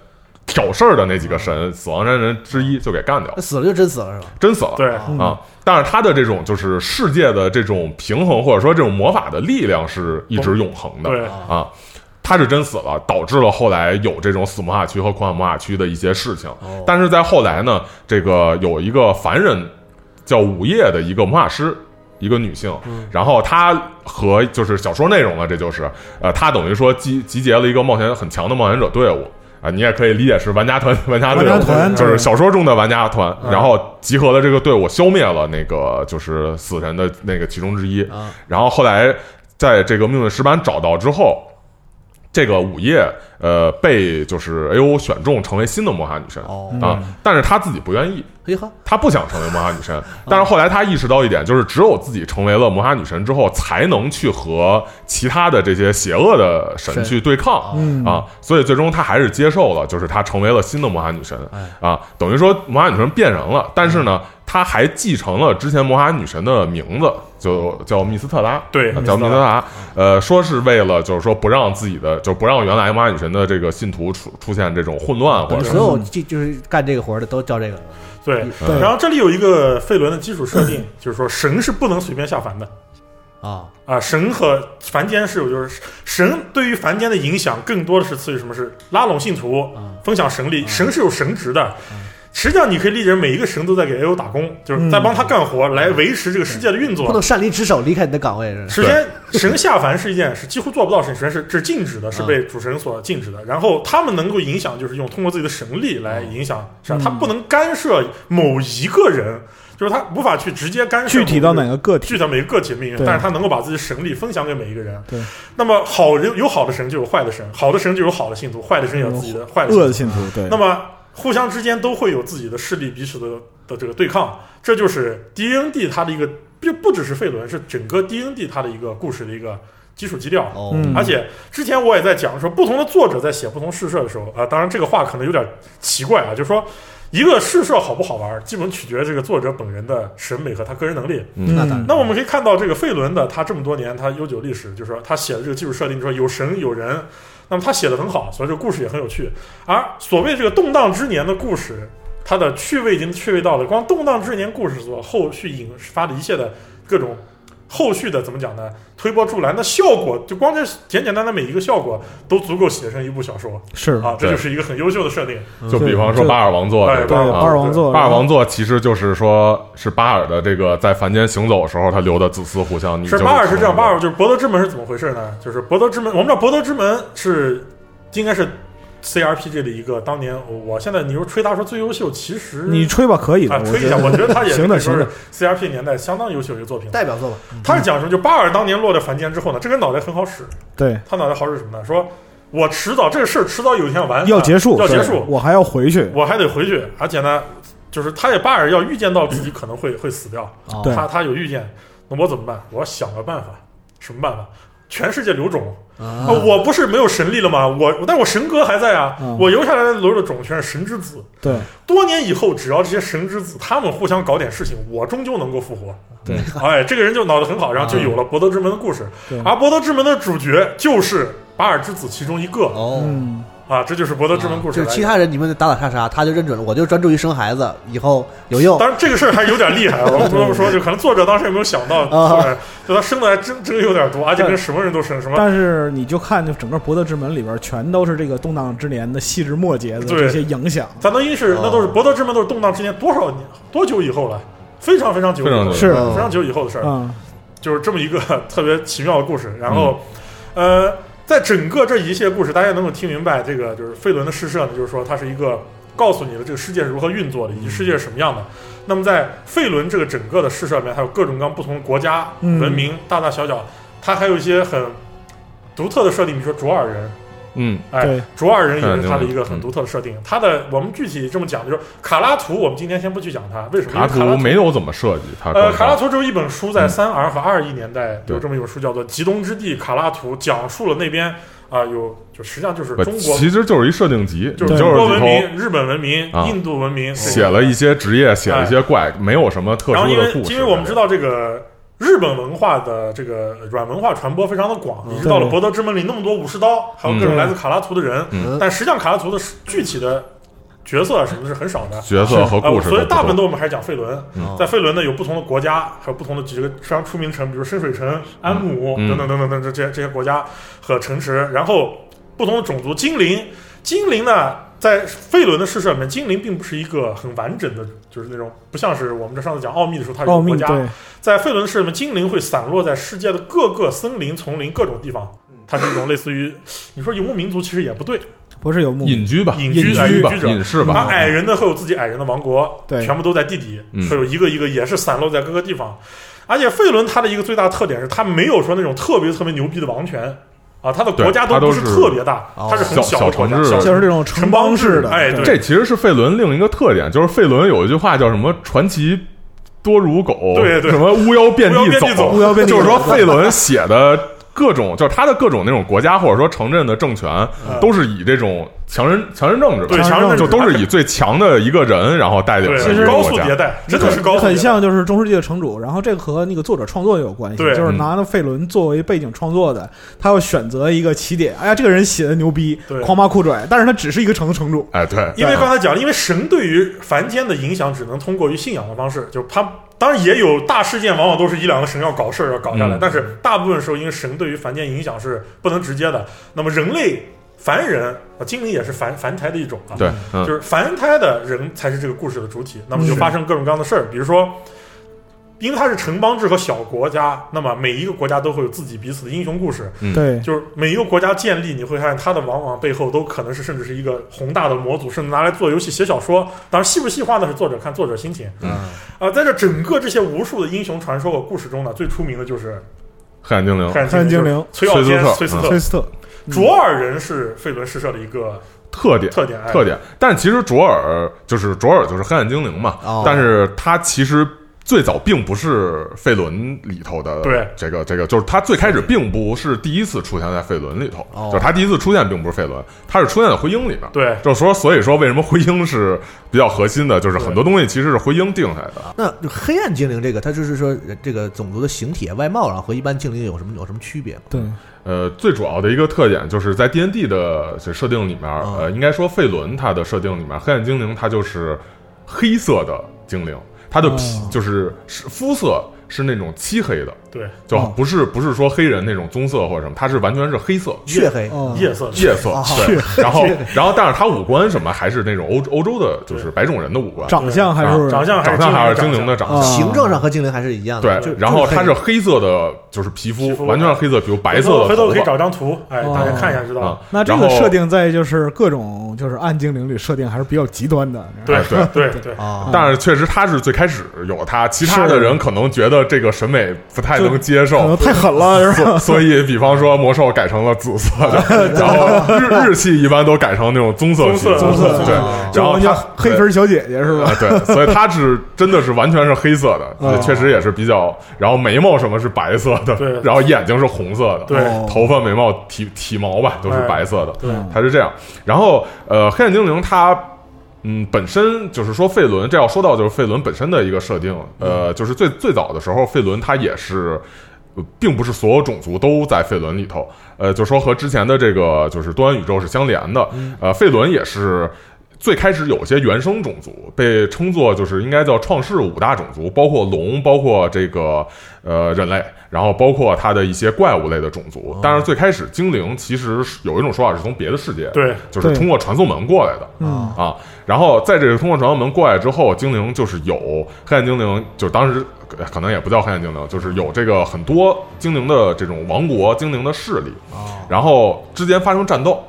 Speaker 5: 挑事儿的那几个
Speaker 6: 啊
Speaker 5: 神，死亡山人之一就给干掉了
Speaker 3: 那，死了就真死了是吧？
Speaker 5: 真死了。
Speaker 6: 呃对
Speaker 3: 嗯
Speaker 5: 啊，但是他的这种就是世界的这种平衡，或者说这种魔法的力量是一直永恒的。
Speaker 6: 对
Speaker 5: 啊，他是真死了，导致了后来有这种死魔法区和狂犬魔法区的一些事情。
Speaker 3: 哦
Speaker 5: 但是在后来呢，这个有一个凡人叫午夜的一个魔法师。一个女性，
Speaker 4: 嗯
Speaker 5: 然后她和就是小说内容了，这就是，呃，她等于说集集结了一个冒险很强的冒险者队伍啊、你也可以理解是玩家团，玩家队伍，
Speaker 4: 玩家团嗯
Speaker 5: 就是
Speaker 4: 对
Speaker 5: 小说中的玩家团，然后集合了这个队伍，消灭了那个就是死神的那个其中之一，
Speaker 4: 嗯
Speaker 3: 啊，
Speaker 5: 然后后来在这个命运石板找到之后，这个午夜呃被就是 A O 选中成为新的魔法女神、
Speaker 3: 哦，
Speaker 4: 嗯
Speaker 6: 嗯
Speaker 5: 啊，但是她自己不愿意，
Speaker 3: 嘿呵，
Speaker 5: 她不想成为魔法女
Speaker 6: 嗯
Speaker 5: 神。但是后来她意识到一点，就是只有自己成为了魔法女神之后，才能去和其他的这些邪恶的神
Speaker 3: 神
Speaker 5: 去对抗。
Speaker 4: 嗯
Speaker 5: 啊，所以最终她还是接受了，就是她成为了新的魔法女神
Speaker 6: 嗯
Speaker 3: 哎
Speaker 5: 啊，等于说魔法女神变人了，但是呢，她还继承了之前魔法女神的名字，就叫密斯特拉，
Speaker 6: 对
Speaker 5: 啊叫密
Speaker 6: 密斯特拉嗯
Speaker 5: 斯特拉，呃，说是为了就是说不让自己的，就不让原来魔法女神的这个信徒出出现这种混乱或
Speaker 3: 等于
Speaker 5: 者
Speaker 3: 所有这就是干这个活的都叫这个，
Speaker 6: 对
Speaker 5: 嗯
Speaker 4: 对。
Speaker 6: 然后这里有一个费伦的基础设定，就是说神是不能随便下凡的。
Speaker 3: 啊，
Speaker 6: 啊，神和凡间是有，就是神对于凡间的影响更多的是次于什么是拉拢信徒
Speaker 3: 嗯，
Speaker 6: 分享神力，神是有神职的。实际上，你可以理解，每一个神都在给 A O 打工，就是
Speaker 4: 嗯
Speaker 6: 在帮他干活，来维持这个世界的运
Speaker 3: 不
Speaker 6: 作
Speaker 3: 能。擅离职守，离开你的岗位是
Speaker 6: 首先，神下凡是一件是几乎做不到的事情，首先是这是禁止
Speaker 3: 嗯
Speaker 6: 的，是被主神所禁止的。然后他们能够影响，就是用通过自己的神力来
Speaker 3: 嗯
Speaker 6: 影响，是吧？他
Speaker 4: 嗯
Speaker 6: 不能干涉某一个人，就是他无法去直接干涉
Speaker 4: 具体
Speaker 6: 某
Speaker 4: 到
Speaker 6: 一个
Speaker 4: 哪个个体？
Speaker 6: 具体到每个个体的命运，
Speaker 4: 对
Speaker 6: 但是他能够把自己的神力分享给每一个人。
Speaker 4: 对，
Speaker 6: 那么好人有好的神，就有坏的神；好的神就有好的信徒，坏的神也有自己的坏的
Speaker 4: 恶
Speaker 6: 信
Speaker 4: 的
Speaker 6: 徒。
Speaker 4: 信徒，对
Speaker 6: 那，么互相之间都会有自己的势力，彼此的的这个对抗，这就是 D N D 它的一个就不只是费伦，是整个 D N D 它的一个故事的一个基础基调。
Speaker 3: 哦，
Speaker 4: 嗯
Speaker 6: 而且之前我也在讲说，不同的作者在写不同试射的时候啊、当然这个话可能有点奇怪啊，就是说一个试射好不好玩，基本取决于这个作者本人的审美和他个人能力。
Speaker 3: 那当然
Speaker 4: 嗯
Speaker 6: 那我嗯们可以看到，这个费伦的他这么多年他悠久历史，就是说他写的这个技术设定，就是说有神有人，那么他写的很好，所以这个故事也很有趣。而所谓这个动荡之年的故事，它的趣味已经趣味到了，光动荡之年故事所后续引发的一切的各种后续的怎么讲呢？推波助澜的效果，就光这简简单单每一个效果都足够写成一部小说
Speaker 4: 是
Speaker 6: 啊！这
Speaker 5: 对
Speaker 6: 就是一个很优秀的设定。哎
Speaker 5: 就比方说巴尔王座
Speaker 6: 对
Speaker 5: 这
Speaker 4: 对
Speaker 5: 种
Speaker 6: 巴
Speaker 5: 啊
Speaker 4: 巴尔王座，
Speaker 5: 巴尔王
Speaker 6: 嗯
Speaker 5: 座其实就是说，是巴尔的这个在凡间行走的时候，他留的子嗣互相。你
Speaker 6: 是
Speaker 5: 就
Speaker 6: 巴尔是这样，
Speaker 5: 成为
Speaker 6: 巴尔就是博德之门是怎么回事呢？就是博德之门，我们知道博德之门是应该是 CRPG 的一个当年，我现在你说吹他说最优秀，其实
Speaker 4: 你吹吧，可以的
Speaker 6: 啊，
Speaker 4: 我
Speaker 6: 吹
Speaker 4: 觉
Speaker 6: 一下，
Speaker 4: 得
Speaker 6: 我觉 得他也
Speaker 4: 行的
Speaker 6: 可以说
Speaker 4: 行
Speaker 6: 是
Speaker 4: 的
Speaker 6: CRP 年代相当优秀的一个作品。
Speaker 3: 代表作吧，
Speaker 6: 他是讲什么？就巴尔当年落在凡间之后呢，这个脑袋很好使，
Speaker 4: 对，
Speaker 6: 他脑袋好使什么呢？说我迟早这个事儿迟早有一天要完，啊
Speaker 4: 要结束，
Speaker 6: 要结
Speaker 4: 对
Speaker 6: 束，
Speaker 4: 我还要回去，
Speaker 6: 我还得回去，而且呢，就是他也巴尔要预见到自己可能会会死掉，
Speaker 3: 哦
Speaker 4: 对
Speaker 6: 他他有预见，那我怎么办？我想个办法，什么办法？全世界留种。
Speaker 3: 啊
Speaker 6: 啊我不是没有神力了吗？我但我神格还在啊，
Speaker 4: 嗯
Speaker 6: 我留下来的留的种全是神之子。
Speaker 4: 对
Speaker 6: 多年以后，只要这些神之子他们互相搞点事情，我终究能够复活。
Speaker 4: 对，
Speaker 6: 哎，这个人就脑子很好，然后就有了博德之门的故事。
Speaker 4: 对
Speaker 6: 而博德之门的主角就是巴尔之子其中一个
Speaker 3: 哦，
Speaker 4: 嗯，
Speaker 6: 啊，这就是博德之门故事
Speaker 3: 就
Speaker 6: 的
Speaker 3: 是
Speaker 6: 来源。
Speaker 3: 其他人你们打打杀杀，他就认准了，我就专注于生孩子，以后有用。
Speaker 6: 当然，这个事儿还有点 厉害啊！我不得不说，就可能作者当时也没有想到，
Speaker 3: 啊
Speaker 6: 对就他生的还真真有点多，而且跟什么人都生，什么
Speaker 4: 哎但是你就看，就整个《博德之门》里边儿全都是这个动荡之年的细枝末节的
Speaker 6: 对
Speaker 4: 这些影响，啊
Speaker 6: 咱能一是
Speaker 3: 哦
Speaker 6: 那都是博德之门都是动荡之年多少年多久以后了，非常非常久以
Speaker 5: 非
Speaker 6: 后，
Speaker 5: 常久
Speaker 4: 是
Speaker 3: 哦
Speaker 6: 非常久以后的事儿，
Speaker 4: 嗯，
Speaker 6: 就是这么一个 特别奇妙的故事。然后，呃，在整个这一系列故事，大家能够听明白，这个就是费伦的试射呢，就是说它是一个告诉你的这个世界是如何运作的，以及世界是什么样的。那么在费伦这个整个的试射里面，还有各种各样不同的国家、
Speaker 4: 嗯
Speaker 6: 文明，大大小小，它还有一些很独特的设定，比如说卓尔人，
Speaker 5: 嗯，
Speaker 6: 哎，
Speaker 4: 对
Speaker 6: 卓尔人也是它的一个很独特的设定。它的我们具体这么讲，就是卡拉图，我们今天先不去讲它，为什么？因
Speaker 5: 卡
Speaker 6: 为
Speaker 5: 图
Speaker 6: 图
Speaker 5: 没有怎么设计，他
Speaker 6: 呃，卡拉
Speaker 5: 图
Speaker 6: 图只有一本书，在三 R 和二一 E 年代
Speaker 5: 嗯对
Speaker 6: 有这么一本书，叫做《极东之地卡拉图》，讲述了那边啊、有就实际上就是中国，
Speaker 5: 其实就是一设定集，
Speaker 6: 就是
Speaker 5: 你
Speaker 6: 中国
Speaker 5: 就
Speaker 6: 文
Speaker 5: 里头
Speaker 6: 明、日本文明、
Speaker 5: 啊
Speaker 6: 印度文明，
Speaker 5: 写了一些职业，写了一些怪，没有什么特
Speaker 6: 哎然后
Speaker 5: 殊
Speaker 6: 因为
Speaker 5: 的故事。
Speaker 6: 因为我们知道这个日本文化的这个软文化传播非常的广，
Speaker 3: 嗯
Speaker 6: 以致到了《博德之门》里那么多武士刀，还有各种来自卡拉图的人，
Speaker 5: 嗯
Speaker 6: 但实际上卡拉图的具体的角色啊什么的是很少的。
Speaker 5: 角色和故事都
Speaker 6: 呃，
Speaker 5: 不多，
Speaker 6: 所以大部分都我们还是讲费伦，
Speaker 5: 嗯
Speaker 6: 在费伦呢有不同的国家，还有不同的几个非常出名的城，比如深水城、安姆、
Speaker 5: 嗯
Speaker 6: 等等等等等这这些这些国家和城池，然后不同的种族精灵，精灵呢在费伦的世设里面，精灵并不是一个很完整的，就是那种不像是我们这上次讲奥秘的时候，它有
Speaker 4: 奥
Speaker 6: 一个
Speaker 4: 秘
Speaker 6: 国家，
Speaker 4: 对，
Speaker 6: 在费伦市里面，精灵会散落在世界的各个森林、丛林各种地方。它是一种类似于，你说游牧民族其实也不对，
Speaker 4: 不是有墓，
Speaker 5: 隐居吧，
Speaker 6: 隐
Speaker 5: 居
Speaker 6: 居哎
Speaker 5: 吧，
Speaker 6: 隐居者
Speaker 5: 隐士
Speaker 6: 啊，
Speaker 5: 吧，
Speaker 6: 矮人呢会有自己矮人的王国，
Speaker 4: 对
Speaker 6: 全部都在地底，
Speaker 5: 嗯
Speaker 6: 会有一个一个也是散落在各个地方。而且费伦它的一个最大特点是，它没有说那种特别特别牛逼的王权啊，它的国家
Speaker 5: 对它
Speaker 6: 都不
Speaker 5: 都
Speaker 6: 是
Speaker 5: 是
Speaker 6: 特别大，
Speaker 3: 哦
Speaker 6: 它是很
Speaker 5: 小
Speaker 6: 的国家，
Speaker 5: 小城市
Speaker 6: 小
Speaker 4: 就是这种城邦式的，
Speaker 6: 城邦制哎
Speaker 4: 对
Speaker 5: 这其实是费伦另一个特点，就是费伦有一句话叫什么“传奇多如狗”，
Speaker 6: 对对
Speaker 5: 什么“巫妖遍
Speaker 6: 巫妖遍地
Speaker 5: 地
Speaker 6: 走
Speaker 4: 巫妖遍地
Speaker 5: 就是说
Speaker 4: 走
Speaker 5: 费伦写的各种，就是他的各种那种国家或者说城镇的政权，都是以这种强人强人政治吧，
Speaker 6: 嗯对
Speaker 4: 强人政
Speaker 5: 就
Speaker 4: 治
Speaker 5: 都是以最强的一个人然后带领
Speaker 6: 对，
Speaker 5: 的一
Speaker 4: 其
Speaker 5: 个
Speaker 4: 实
Speaker 6: 高
Speaker 5: 国
Speaker 6: 速迭
Speaker 5: 家。
Speaker 6: 代，真的是高速迭代，
Speaker 4: 很像就是中世纪的城主，然后这个和那个作者创作也有关系，
Speaker 6: 对
Speaker 4: 就是
Speaker 5: 嗯
Speaker 4: 拿了费伦作为背景创作的，他要选择一个起点，哎呀，这个人写的牛逼
Speaker 6: 对，
Speaker 4: 狂八酷拽，但是他只是一个城城主，
Speaker 5: 哎，对，
Speaker 6: 因为刚才讲了，因为神对于凡间的影响只能通过于信仰的方式，就是他当然也有大事件，往往都是一两个神要搞事儿要搞下来，
Speaker 5: 嗯
Speaker 6: 但是大部分时候，因为神对于凡间影响是不能直接的。那么人类凡人啊，精灵也是凡凡胎的一种啊，
Speaker 5: 对，嗯
Speaker 6: 就，是凡胎的人才是这个故事的主体。那么就发生各种各样的事儿，比如说。因为它是城邦制和小国家，那么每一个国家都会有自己彼此的英雄故事。
Speaker 5: 嗯
Speaker 4: 对，
Speaker 6: 就是每一个国家建立，你会发现它的往往背后都可能是甚至是一个宏大的模组，甚至拿来做游戏、写小说。当然，细不细化呢是作者看作者心情。
Speaker 5: 嗯
Speaker 6: 啊，在这整个这些无数的英雄传说和故事中呢，最出名的就是
Speaker 5: 黑暗精灵
Speaker 6: 黑
Speaker 4: 黑
Speaker 6: 暗精
Speaker 4: 暗精
Speaker 6: 灵
Speaker 4: 灵、
Speaker 6: 崔耀坚、
Speaker 5: 崔斯
Speaker 6: 崔斯
Speaker 5: 特
Speaker 6: 特
Speaker 4: 崔。斯特，嗯
Speaker 6: 卓尔人是费伦诗社的一个
Speaker 5: 特点。
Speaker 6: 特点，哎
Speaker 5: 特点，但其实卓尔就是卓尔就是黑暗精灵嘛，
Speaker 3: 哦
Speaker 5: 但是他其实最早并不是费伦里头的，
Speaker 6: 对
Speaker 5: 这个这个就是他最开始并不是第一次出现在费伦里头，
Speaker 3: 哦
Speaker 5: 就是他第一次出现并不是费伦，他是出现在灰鹰里边。
Speaker 6: 对
Speaker 5: 就是说，所以说为什么灰鹰是比较核心的，就是很多东西其实是灰鹰定下来的。
Speaker 3: 那就黑暗精灵这个，它就是说呃这个种族的形体、啊外貌，然后和一般精灵有什么有什么区别吗？
Speaker 4: 对，
Speaker 5: 呃，最主要的一个特点就是在 D N D 的这设定里面，
Speaker 3: 嗯
Speaker 5: 呃，应该说费伦它的设定里面，黑暗精灵它就是黑色的精灵，它的皮、
Speaker 4: 哦
Speaker 5: 就是是肤色是那种漆黑的，
Speaker 6: 对，
Speaker 5: 就
Speaker 4: 哦
Speaker 5: 不是、不是说黑人那种棕色或者什么，它是完全是黑色。
Speaker 3: 血黑
Speaker 4: 哦，
Speaker 6: 嗯夜色
Speaker 5: 嗯夜色
Speaker 3: 哦，
Speaker 5: 对，然后，然后，但是它五官什么还是那种欧欧洲的，就是白种人的五官，
Speaker 4: 长相还是
Speaker 6: 啊长相还
Speaker 5: 长
Speaker 6: 是
Speaker 5: 相还是精灵
Speaker 6: 灵
Speaker 5: 的
Speaker 6: 长
Speaker 5: 长
Speaker 4: 啊
Speaker 5: 相，
Speaker 3: 形状上和精灵还是一样的。
Speaker 5: 对
Speaker 6: 就。
Speaker 5: 然后
Speaker 3: 就是
Speaker 5: 它
Speaker 3: 黑
Speaker 5: 是黑色的，就是皮肤
Speaker 6: 皮，肤
Speaker 5: 完全是黑色，比如白
Speaker 6: 白
Speaker 5: 色的
Speaker 6: 回头
Speaker 5: 头
Speaker 6: 可以
Speaker 5: 发
Speaker 6: 找张图，哎，
Speaker 4: 哦
Speaker 6: 大家看一下知道
Speaker 5: 啊
Speaker 6: 了。。
Speaker 4: 那这
Speaker 5: 然
Speaker 4: 个
Speaker 5: 后
Speaker 4: 设定在就是各种就是暗精灵里设定还是比较极端的，
Speaker 6: 对
Speaker 5: 哎对
Speaker 6: 对对，
Speaker 4: 嗯
Speaker 3: 啊，
Speaker 5: 但是确实他是最开始有他，其他的人可能觉得的这个审美不太能接
Speaker 4: 可
Speaker 5: 受。
Speaker 4: 能太狠了，是吧？
Speaker 5: 所所以，比方说魔兽改成了紫色 的，然后日日系一般都改成那种棕色系，
Speaker 6: 棕色棕色
Speaker 5: 对
Speaker 3: 啊，
Speaker 5: 然后
Speaker 4: 就
Speaker 5: 它
Speaker 4: 黑皮儿小姐姐是吧？
Speaker 5: 啊，对，所以它是真的是完全是黑色的，
Speaker 4: 嗯
Speaker 5: 也确实也是比较，然后眉毛什么是白色的，
Speaker 6: 对
Speaker 5: 然后眼睛是红色的，
Speaker 6: 对
Speaker 5: 头发、眉毛、体体毛吧都是白色的，
Speaker 6: 对
Speaker 5: 它是这样。然后呃，黑暗精灵它。嗯，本身就是说费伦，这要说到就是费伦本身的一个设定，呃，就是最最早的时候，费伦它也是，呃并不是所有种族都在费伦里头，呃，就说和之前的这个就是多元宇宙是相连的，呃，费伦也是最开始有些原生种族被称作就是应该叫创世五大种族，包括龙，包括这个呃人类，然后包括它的一些怪物类的种族。但是最开始精灵其实是有一种说法是从别的世界，
Speaker 6: 对，
Speaker 5: 就是通过传送门过来的。
Speaker 4: 嗯
Speaker 5: 啊，然后在这个通过传送门过来之后，精灵就是有黑暗精灵，就是当时呃可能也不叫黑暗精灵，就是有这个很多精灵的这种王国精灵的势力，然后之间发生战斗。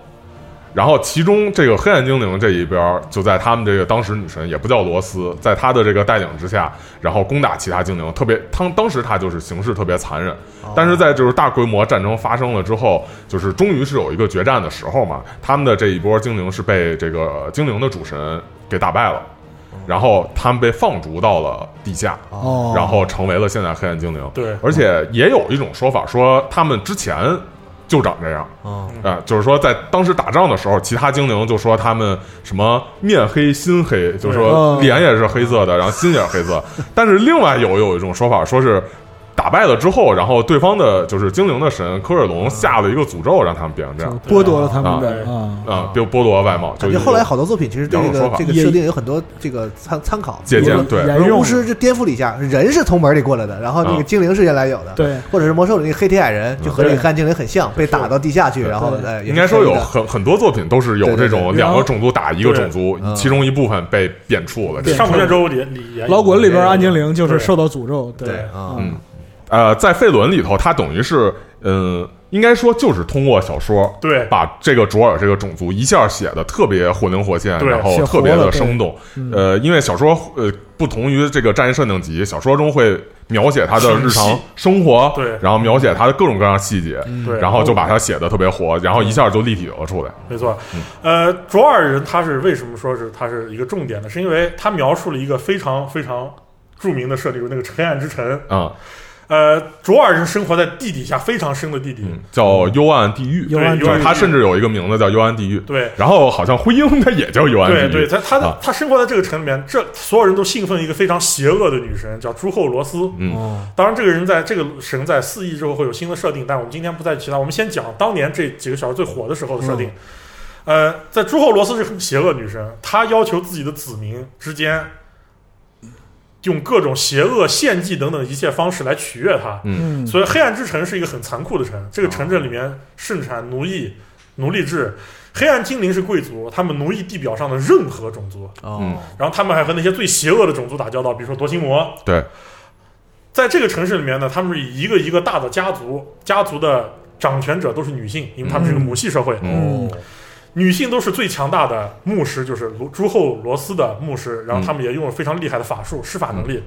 Speaker 5: 然后，其中这个黑暗精灵这一边儿，就在他们这个当时女神也不叫罗斯，在她的这个带领之下，然后攻打其他精灵，特别当当时她就是形势特别残忍，但是在就是大规模战争发生了之后，就是终于是有一个决战的时候嘛，他们的这一波精灵是被这个精灵的主神给打败了，然后他们被放逐到了地下，
Speaker 4: 哦，
Speaker 5: 然后成为了现在黑暗精灵。
Speaker 6: 对
Speaker 5: 而且也有一种说法说他们之前就长这样。
Speaker 3: 啊
Speaker 5: 啊、就是说在当时打仗的时候，其他精灵就说他们什么面黑心黑，就是说
Speaker 4: 嗯
Speaker 3: 啊
Speaker 5: 脸也是黑色的，然后心也是黑色。但是另外有有一种说法，说是打败了之后，然后对方的就是精灵的神科尔龙下了一个诅咒，让他们变成这样
Speaker 4: 剥夺了他们的
Speaker 6: 啊
Speaker 4: 啊，
Speaker 5: 啊，就剥夺外貌。就
Speaker 3: 嗯感觉后来好多作品其实对这
Speaker 5: 两种说
Speaker 3: 个
Speaker 5: 法
Speaker 3: 这个设定有很多这个参参考
Speaker 5: 借鉴
Speaker 3: 比如
Speaker 5: 对
Speaker 3: 比
Speaker 4: 沿
Speaker 3: 如说
Speaker 4: 用
Speaker 3: 巫师就颠覆了一下，人是从门里过来的，然后那个
Speaker 5: 嗯
Speaker 3: 精灵是原来有的，
Speaker 4: 对，
Speaker 3: 或者是魔兽里那个黑铁矮人就和那个
Speaker 4: 对
Speaker 3: 汉精灵很像，被打到地下去，
Speaker 5: 对
Speaker 3: 然后
Speaker 4: 对
Speaker 3: 哎，也是
Speaker 5: 应该说有
Speaker 3: 黑的
Speaker 5: 很很多作品都是有
Speaker 3: 对
Speaker 5: 这
Speaker 3: 对
Speaker 5: 种
Speaker 4: 对
Speaker 5: 两个
Speaker 4: 然后
Speaker 5: 种族打一个种族
Speaker 3: 对，嗯
Speaker 5: 其中一部分被贬黜了。这
Speaker 6: 上古卷轴里里也有
Speaker 4: 老滚里边暗精灵就是
Speaker 6: 对
Speaker 4: 受到诅咒，
Speaker 3: 对啊
Speaker 5: 嗯呃，在费伦里头，它等于是嗯、应该说就是通过小说
Speaker 6: 对
Speaker 5: 把这个卓尔这个种族一下写的特别活灵活现，
Speaker 6: 对
Speaker 5: 然后
Speaker 4: 写
Speaker 5: 特
Speaker 4: 活
Speaker 5: 别的
Speaker 4: 了
Speaker 5: 生动。
Speaker 4: 嗯
Speaker 5: 呃，因为小说呃不同于这个战役设定集，小说中会描写他的日
Speaker 6: 详
Speaker 5: 常
Speaker 6: 细
Speaker 5: 生活，
Speaker 6: 对
Speaker 5: 然后描写他的各种各样的细节，嗯
Speaker 6: 对，
Speaker 5: 然后就把它写的特别活，然后一下就立体了出来。
Speaker 6: 没错，呃，卓尔人他是为什么说是他是一个重点呢？是因为他描述了一个非常非常著名的设定，就是那个黑暗之城。
Speaker 5: 啊、
Speaker 6: 呃，卓尔人生活在地底下非常深的地底，
Speaker 5: 嗯，叫幽暗地狱，
Speaker 4: 幽暗地狱
Speaker 5: 对它甚至有一个名字叫幽暗地狱。
Speaker 6: 对
Speaker 5: 然后好像灰鹰它也叫幽暗地
Speaker 6: 对
Speaker 5: 狱，
Speaker 6: 对，他他
Speaker 5: 啊
Speaker 6: 的他生活在这个城里面，这所有人都信奉一个非常邪恶的女神，叫朱后罗斯。
Speaker 4: 哦，
Speaker 6: 当然，这个人在这个神在四亿之后会有新的设定，但我们今天不再提它。我们先讲当年这几个小说最火的时候的设定。呃，在朱后罗斯是个邪恶女神，她要求自己的子民之间用各种邪恶、献祭等等一切方式来取悦她。
Speaker 4: 嗯，
Speaker 6: 所以黑暗之城是一个很残酷的城，这个城镇里面盛产奴役、奴隶制。黑暗精灵是贵族，他们奴役地表上的任何种族，
Speaker 5: 嗯
Speaker 3: 哦，
Speaker 6: 然后他们还和那些最邪恶的种族打交道，比如说多心魔。
Speaker 5: 对，
Speaker 6: 在这个城市里面呢，他们是以一个一个大的家族，家族的掌权者都是女性，因为他们是个母系社会，
Speaker 4: 嗯
Speaker 6: 女性都是最强大的牧师，就是罗诸侯罗斯的牧师，然后他们也拥有非常厉害的法术、施法能力。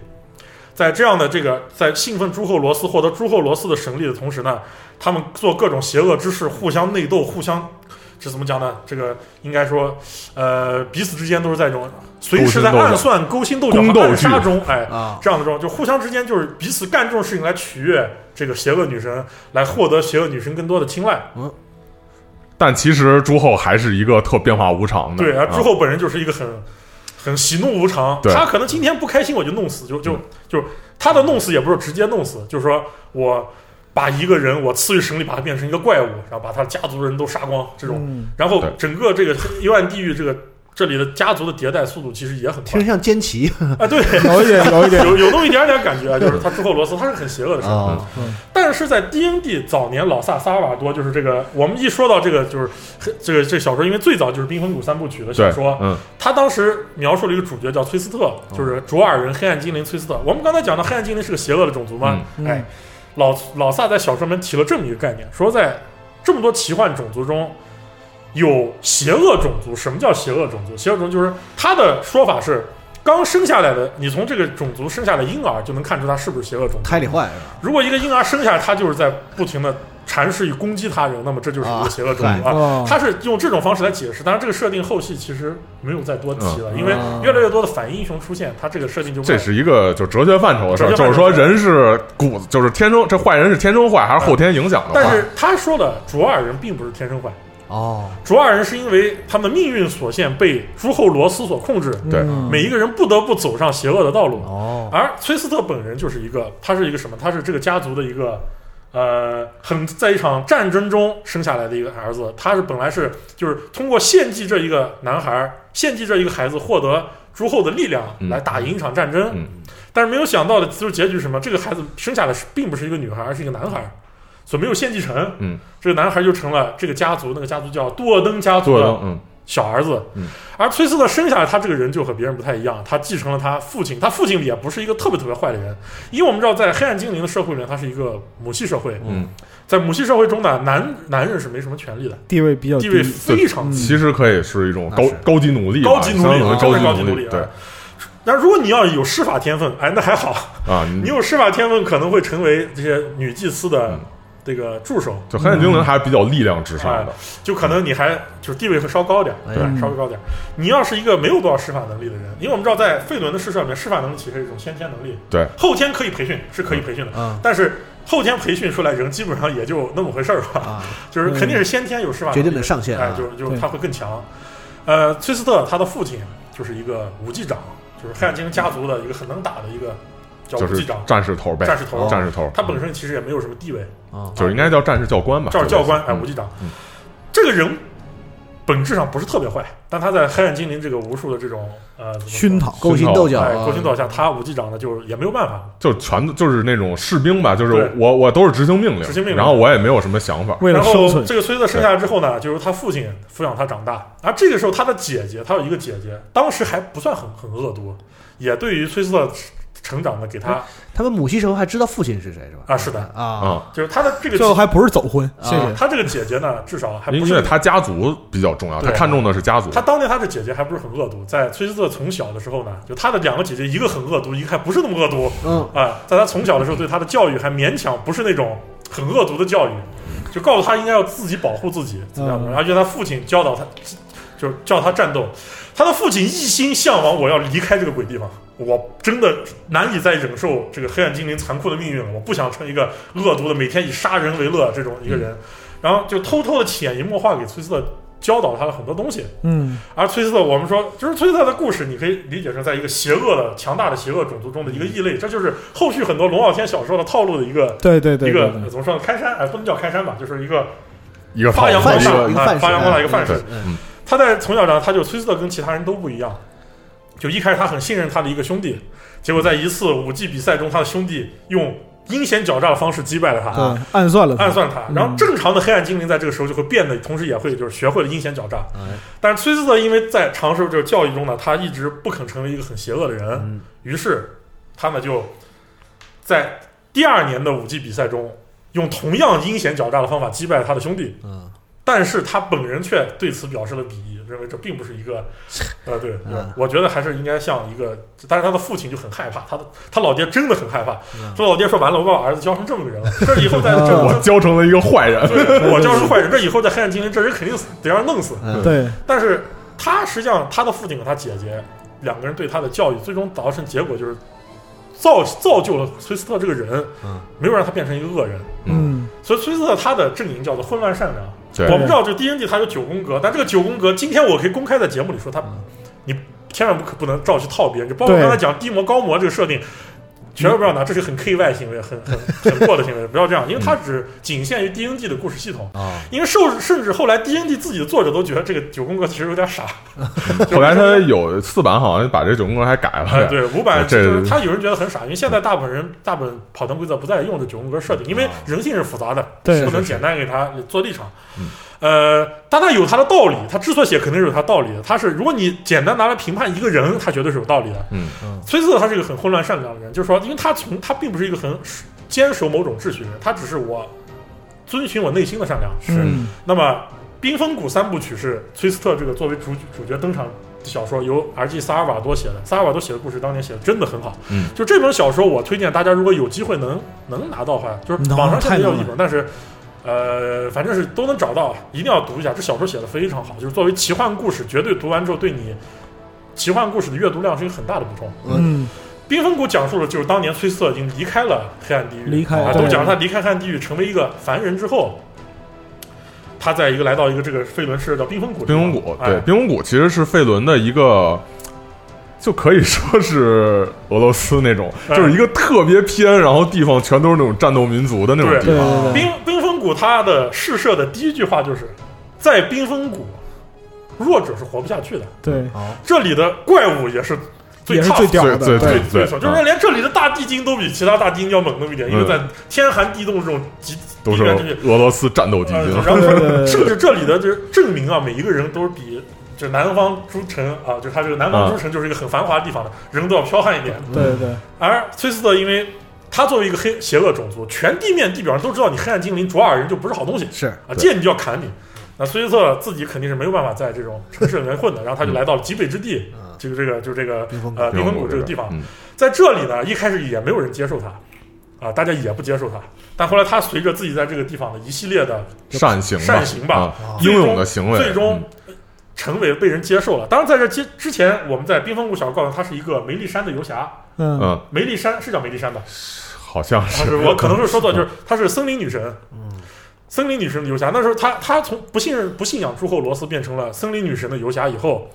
Speaker 6: 在这样的这个在信奉诸侯罗斯、获得诸侯罗斯的神力的同时呢，他们做各种邪恶之事，互相内斗，互相这怎么讲呢？这个应该说，呃，彼此之间都是在这种随时在
Speaker 5: 勾心斗角
Speaker 6: 暗算、勾心斗角
Speaker 5: 宫斗
Speaker 6: 和暗杀
Speaker 5: 剧
Speaker 6: 中，哎，
Speaker 3: 啊
Speaker 6: 这样的状况，就互相之间就是彼此干这种事情来取悦这个邪恶女神，来获得邪恶女神更多的青睐。
Speaker 5: 但其实朱厚还是一个特变化无常的，
Speaker 6: 对，然
Speaker 5: 啊
Speaker 6: 后之后本人就是一个很很喜怒无常，
Speaker 5: 对嗯
Speaker 6: 他可能今天不开心我就弄死，就就就他的弄死也不是直接弄死，就是说我把一个人我赐予神力把他变成一个怪物，然后把他的家族人都杀光这种，
Speaker 4: 嗯
Speaker 6: 然后
Speaker 5: 对
Speaker 6: 整个这个幽暗地狱这个这里的家族的迭代速度其实也很
Speaker 3: 听
Speaker 6: 快
Speaker 3: 着像奸奇
Speaker 6: 啊，对。
Speaker 4: 有一点，有一点，
Speaker 6: 有有那么一点点感觉啊，就是他之后罗斯他是很邪
Speaker 5: 嗯
Speaker 6: 恶的神，
Speaker 3: 啊，
Speaker 6: 但是在 D N D 早年，老萨萨瓦多就是这个，我们一说到这个就是这个这小说，因为最早就是《冰封谷三部曲》的小
Speaker 5: 对，
Speaker 6: 说，
Speaker 5: 嗯，
Speaker 6: 他当时描述了一个主角叫崔斯特，就是卓尔人黑暗精灵崔斯特。我们刚才讲到黑暗精灵是个邪恶的种族嘛，
Speaker 4: 嗯
Speaker 6: 哎，老老萨在小说里面提了这么一个概念，说在这么多奇幻种族中。有邪恶种族，什么叫邪恶种族？邪恶种族就是他的说法是，刚生下来的，你从这个种族生下来婴儿就能看出他是不是邪恶种族。
Speaker 3: 胎里坏是吧？
Speaker 6: 如果一个婴儿生下来，他就是在不停的阐释与攻击他人，那么这就是一个邪恶种族啊。
Speaker 4: 哦
Speaker 6: 他是用这种方式来解释，当然这个设定后期其实没有再多提了，
Speaker 4: 嗯
Speaker 6: 因为越来越多的反英雄出现，他这个设定就
Speaker 5: 这是一个就是哲学范畴的事儿，
Speaker 6: 哲学
Speaker 5: 就
Speaker 6: 范
Speaker 5: 是
Speaker 6: 畴
Speaker 5: 说人是骨，就是天生这坏人是天生坏还是后天影响的话，
Speaker 6: 但是他说的卓尔人并不是天生坏，
Speaker 3: 哦，
Speaker 6: 卓尔人是因为他们命运所限被诸侯罗斯所控制，
Speaker 5: 对
Speaker 4: 嗯
Speaker 6: 每一个人不得不走上邪恶的道路。
Speaker 3: 哦，
Speaker 6: 而崔斯特本人就是一个，他是一个什么？他是这个家族的一个，呃，很在一场战争中生下来的一个儿子。他是本来是就是通过献祭这一个男孩，献祭这一个孩子，获得诸侯的力量
Speaker 5: 嗯
Speaker 6: 来打赢一场战争。
Speaker 5: 嗯
Speaker 6: 但是没有想到的就是结局是什么？这个孩子生下来是并不是一个女孩，而是一个男孩，所以没有献祭成。
Speaker 5: 嗯，
Speaker 6: 这个男孩就成了这个家族，那个家族叫杜尔登家族
Speaker 5: 做
Speaker 6: 的
Speaker 5: 的嗯
Speaker 6: 小儿子，
Speaker 5: 嗯
Speaker 6: 而崔斯特生下来，他这个人就和别人不太一样，他继承了他父亲，他父亲也不是一个特别特别坏的人，因为我们知道在黑暗精灵的社会里面，他是一个母系社会，
Speaker 5: 嗯，
Speaker 6: 在母系社会中呢，男男人是没什么权利的，
Speaker 4: 地位比较低
Speaker 6: 地位非常低，
Speaker 5: 其实可以是一种高
Speaker 3: 那是
Speaker 5: 高级奴隶吧，
Speaker 6: 嗯高级奴
Speaker 5: 相
Speaker 6: 隶，
Speaker 5: 当于
Speaker 6: 真的是
Speaker 5: 高
Speaker 6: 高
Speaker 5: 级
Speaker 6: 级
Speaker 5: 奴
Speaker 6: 奴
Speaker 5: 隶
Speaker 6: 隶，
Speaker 5: 对
Speaker 6: 啊。但如果你要有施法天分，哎，那还好，
Speaker 5: 啊，
Speaker 6: 你
Speaker 5: 你
Speaker 6: 有施法天分，可能会成为这些女祭司的
Speaker 5: 嗯
Speaker 6: 这个助手，
Speaker 5: 就黑暗精
Speaker 6: 嗯
Speaker 5: 灵还是比较力量至上的，
Speaker 6: 就可能你还就是地位会稍高点儿，
Speaker 3: 哎
Speaker 6: 对吧
Speaker 4: 嗯
Speaker 6: 稍微高点儿。你要是一个没有多少施法能力的人，因为我们知道在费伦的试射里面，施法能力其实是一种先天能力，
Speaker 5: 对，
Speaker 6: 后天可以培训是可以培训的，
Speaker 3: 嗯
Speaker 6: 但是后天培训出来人基本上也就那么回事儿吧，
Speaker 3: 啊，
Speaker 6: 就是肯定是先天有施法能力
Speaker 3: 决定的上限
Speaker 6: 哎
Speaker 3: 啊，，
Speaker 6: 就是就是
Speaker 4: 对
Speaker 6: 他会更强。呃，崔斯特他的父亲就是一个武技长，就是黑暗精灵家族的一个很能打的一个叫武
Speaker 5: 就
Speaker 6: 技
Speaker 5: 是
Speaker 6: 长，
Speaker 5: 战士头呗，
Speaker 6: 战士头
Speaker 3: 哦
Speaker 5: 战士头，嗯
Speaker 6: 他本身其实也没有什么地位，
Speaker 3: 啊
Speaker 5: 就是应该叫战士教官吧，
Speaker 6: 赵教官，哎，
Speaker 5: 嗯
Speaker 6: 武机长
Speaker 5: 嗯，
Speaker 6: 这个人本质上不是特别坏，但他在黑暗精灵这个无数的这种呃怎么说
Speaker 4: 熏陶，
Speaker 3: 勾心斗角
Speaker 6: 哎
Speaker 3: 啊，
Speaker 6: 勾心斗角，他武机长呢就是也没有办法，
Speaker 5: 就是全都就是那种士兵吧，就是
Speaker 6: 对
Speaker 5: 我我都是执行命令，
Speaker 6: 执行命令
Speaker 5: 然后我也没有什么想法，
Speaker 4: 为了
Speaker 6: 然
Speaker 4: 生
Speaker 6: 后
Speaker 4: 存，
Speaker 6: 这个崔子生下来之后呢，就是他父亲抚养他长
Speaker 4: 嗯
Speaker 6: 大，而这个时候他的姐姐，他有一个姐姐，当时还不算很很恶毒，也对于崔斯特成长呢给
Speaker 4: 嗯
Speaker 6: 他
Speaker 3: 他们母系社会还知道父亲是谁是吧？
Speaker 6: 啊是的
Speaker 3: 啊，
Speaker 5: 啊，
Speaker 6: 就是他的这个
Speaker 4: 最后还不是走婚，
Speaker 3: 啊
Speaker 4: 谢谢。
Speaker 6: 他这个姐姐呢，至少还不
Speaker 5: 因
Speaker 6: 是
Speaker 5: 为他家族比较重要，他
Speaker 6: 对
Speaker 5: 看重的是家族，
Speaker 6: 他当年他的姐姐还不是很恶毒，在崔斯特从小的时候呢，就他的两个姐姐，一个很恶毒，一个还不是那么恶毒
Speaker 3: 嗯，
Speaker 6: 啊、在他从小的时候，对他的教育还勉强不是那种很恶毒的教育，就告诉他应该要自己保护自己，怎么样的。
Speaker 4: 嗯
Speaker 6: 然后就他父亲教导他，就是教他战斗。他的父亲一心向往我要离开这个鬼地方，我真的难以再忍受这个黑暗精灵残酷的命运了，我不想成一个恶毒的，每天以杀人为乐这种一个人。然后就偷偷的潜移默化给崔斯特教导他了很多东西。
Speaker 4: 嗯，
Speaker 6: 而崔斯特，我们说就是崔斯特的故事，你可以理解成在一个邪恶的、强大的邪恶种族中的一个异类，这就是后续很多龙傲天小说的套路的一个
Speaker 4: 对对对，
Speaker 6: 一
Speaker 4: 对
Speaker 6: 个
Speaker 4: 对
Speaker 6: 呃怎么说呢？开山哎，不能叫开山吧，就是一个
Speaker 5: 一个
Speaker 6: 发扬
Speaker 5: 好
Speaker 6: 光
Speaker 3: 范式
Speaker 5: 一
Speaker 6: 大
Speaker 5: 个
Speaker 3: 一个
Speaker 6: 啊
Speaker 3: 范式
Speaker 6: 发扬光大一个范式
Speaker 5: 对。
Speaker 3: 嗯
Speaker 6: 他在从小长大，他就崔斯特跟其他人都不一样。就一开始他很信任他的一个兄弟，结果在一次武技比赛中，他的兄弟用阴险狡诈的方式击败了他。
Speaker 4: 对暗算了他，
Speaker 6: 啊暗算他，
Speaker 4: 嗯
Speaker 6: 然后正常的黑暗精灵在这个时候就会变得，同时也会就是学会了阴险狡诈
Speaker 3: 哎。
Speaker 6: 但是崔斯特因为在长寿这个教育中呢，他一直不肯成为一个很邪恶的人，
Speaker 3: 嗯
Speaker 6: 于是他们就在第二年的五 G 比赛中，用同样阴险狡诈的方法击败了他的兄弟。
Speaker 3: 嗯
Speaker 6: 但是他本人却对此表示了鄙夷，认为这并不是一个，呃，对，对
Speaker 3: 嗯
Speaker 6: 我觉得还是应该像一个，但是他的父亲就很害怕，他的他老爹真的很害怕，
Speaker 3: 嗯
Speaker 6: 说老爹说完了，我把我儿子教成这么个人了，这以后在这
Speaker 4: 嗯
Speaker 5: 我教成了一个坏人，
Speaker 6: 对，我就是坏人，这以后在黑暗精灵，这人肯定死得让人弄死。
Speaker 3: 嗯，
Speaker 4: 对，
Speaker 6: 但是他实际上他的父亲和他姐姐两个人对他的教育，最终导致结果就是造造就了崔斯特这个人，
Speaker 3: 嗯
Speaker 6: 没有让他变成一个恶人。
Speaker 4: 嗯，
Speaker 6: 所以崔斯特他的阵营叫做混乱善良。
Speaker 5: 对
Speaker 6: 我们知道这 D N D 它有九宫格，但这个九宫格今天我可以公开在节目里说他，你千万不可不能照去套别人，就包括
Speaker 4: 对
Speaker 6: 刚才讲低魔高魔这个设定。绝对不要拿，这是很 K Y 行为，很很很过的行为，不要这样，因为它只仅限于 D N D 的故事系统，
Speaker 3: 啊，
Speaker 6: 因为受甚至后来 D N D 自己的作者都觉得这个九宫格其实有点傻。
Speaker 5: 后来他有四版好像把这九宫格还改
Speaker 6: 哎，
Speaker 5: 了，
Speaker 6: 对五版
Speaker 5: 这
Speaker 6: 就是他有人觉得很傻，因为现在大部分人大部分跑团规则不再用这九宫格设定，
Speaker 5: 啊
Speaker 6: 因为人性是复杂的，
Speaker 4: 对
Speaker 6: 不能简单给他做立场。
Speaker 5: 嗯
Speaker 6: 呃，但他有他的道理，他之所以写肯定是有他道理的。他是如果你简单拿来评判一个人，他绝对是有道理的。
Speaker 5: 嗯
Speaker 3: 嗯
Speaker 6: 崔斯特他是一个很混乱善良的人，就是说，因为他从他并不是一个很坚守某种秩序的人，他只是我遵循我内心的善良。
Speaker 4: 嗯
Speaker 6: 那么，《冰封谷三部曲》是崔斯特这个作为主主角登场小说由 R.G. 萨尔瓦多写的，萨尔瓦多写的故事当年写的真的很好。
Speaker 5: 嗯，
Speaker 6: 就这本小说，我推荐大家如果有机会能能拿到的话，就是
Speaker 4: 能
Speaker 6: 网上现在
Speaker 4: 太
Speaker 6: 也有
Speaker 4: 能
Speaker 6: 一
Speaker 4: 了
Speaker 6: 本，但是。呃，反正是都能找到，啊一定要读一下。这小说写的非常好，就是作为奇幻故事，绝对读完之后对你奇幻故事的阅读量是一个很大的补充。
Speaker 4: 嗯，
Speaker 6: 冰封谷讲述的就是当年崔斯特已经离开了黑暗地狱，
Speaker 4: 离开
Speaker 6: 啊，
Speaker 4: 对
Speaker 6: 都讲他离开黑暗地狱，成为一个凡人之后，他在一个来到一个这个飞轮市叫冰封谷，
Speaker 5: 冰龙谷，
Speaker 6: 哎
Speaker 5: 对，冰龙谷其实是费伦的一个，就可以说是俄罗斯那种，
Speaker 6: 哎
Speaker 5: 就是一个特别偏，然后地方全都是那种战斗民族的那种地
Speaker 4: 对
Speaker 3: 嗯
Speaker 5: 方。
Speaker 4: 对对，
Speaker 6: 冰冰封谷它的试射的第一句话就是，在冰封谷，弱者是活不下去的。
Speaker 4: 对，
Speaker 6: 这里的怪物也是最
Speaker 4: 也是
Speaker 6: 差
Speaker 4: 最屌的，
Speaker 5: 最
Speaker 4: 对
Speaker 5: 最
Speaker 6: 对
Speaker 5: 对
Speaker 6: 手，
Speaker 5: 嗯
Speaker 6: 就是连这里的大地精都比其他大精要猛那么一点，因为
Speaker 5: 嗯
Speaker 6: 在天寒地冻这种极
Speaker 5: 都
Speaker 6: 地
Speaker 5: 是
Speaker 6: 缘之地
Speaker 5: 俄罗斯 战斗地
Speaker 6: 呃，
Speaker 5: 精，
Speaker 6: 然
Speaker 4: 对对
Speaker 6: 后
Speaker 4: 对
Speaker 6: 甚至这里的就是证明啊，每一个人都是比就是南方诸城啊，就是他这个南方诸城就是一个很繁华的地方的，人都要剽悍一点。
Speaker 4: 对对，
Speaker 6: 而崔斯特因为他作为一个黑邪恶种族，全地面地表上都知道你黑暗精灵卓尔人就不是好东西
Speaker 3: 是
Speaker 6: 啊，见你就要砍你。那崔斯特自己肯定是没有办法在这种城市里面混的，然后他就来到了极北之地，这个这个就是这个
Speaker 3: 冰封谷
Speaker 6: 呃嗯冰封
Speaker 5: 谷
Speaker 6: 谷这个地方，
Speaker 5: 嗯
Speaker 6: 在这里呢，一开始也没有人接受他，啊，大家也不接受他。但后来他随着自己在这个地方的一系列的
Speaker 5: 善行
Speaker 6: 善行吧
Speaker 5: 啊
Speaker 3: 啊
Speaker 5: 英勇的行为，
Speaker 6: 最终成为被人接受了。当然，在这之之前，我们在冰封谷小说告诉他是一个梅丽山的游侠，
Speaker 5: 嗯，
Speaker 4: 嗯，
Speaker 5: 嗯
Speaker 6: 梅丽山是叫梅丽山吧？
Speaker 5: 好像
Speaker 6: 啊，是
Speaker 5: 是
Speaker 6: 我可能是嗯说错，就是她是森林女神。森林女神的游侠，那时候她她从不信任不信仰诸侯罗斯变成了森林女神的游侠以后，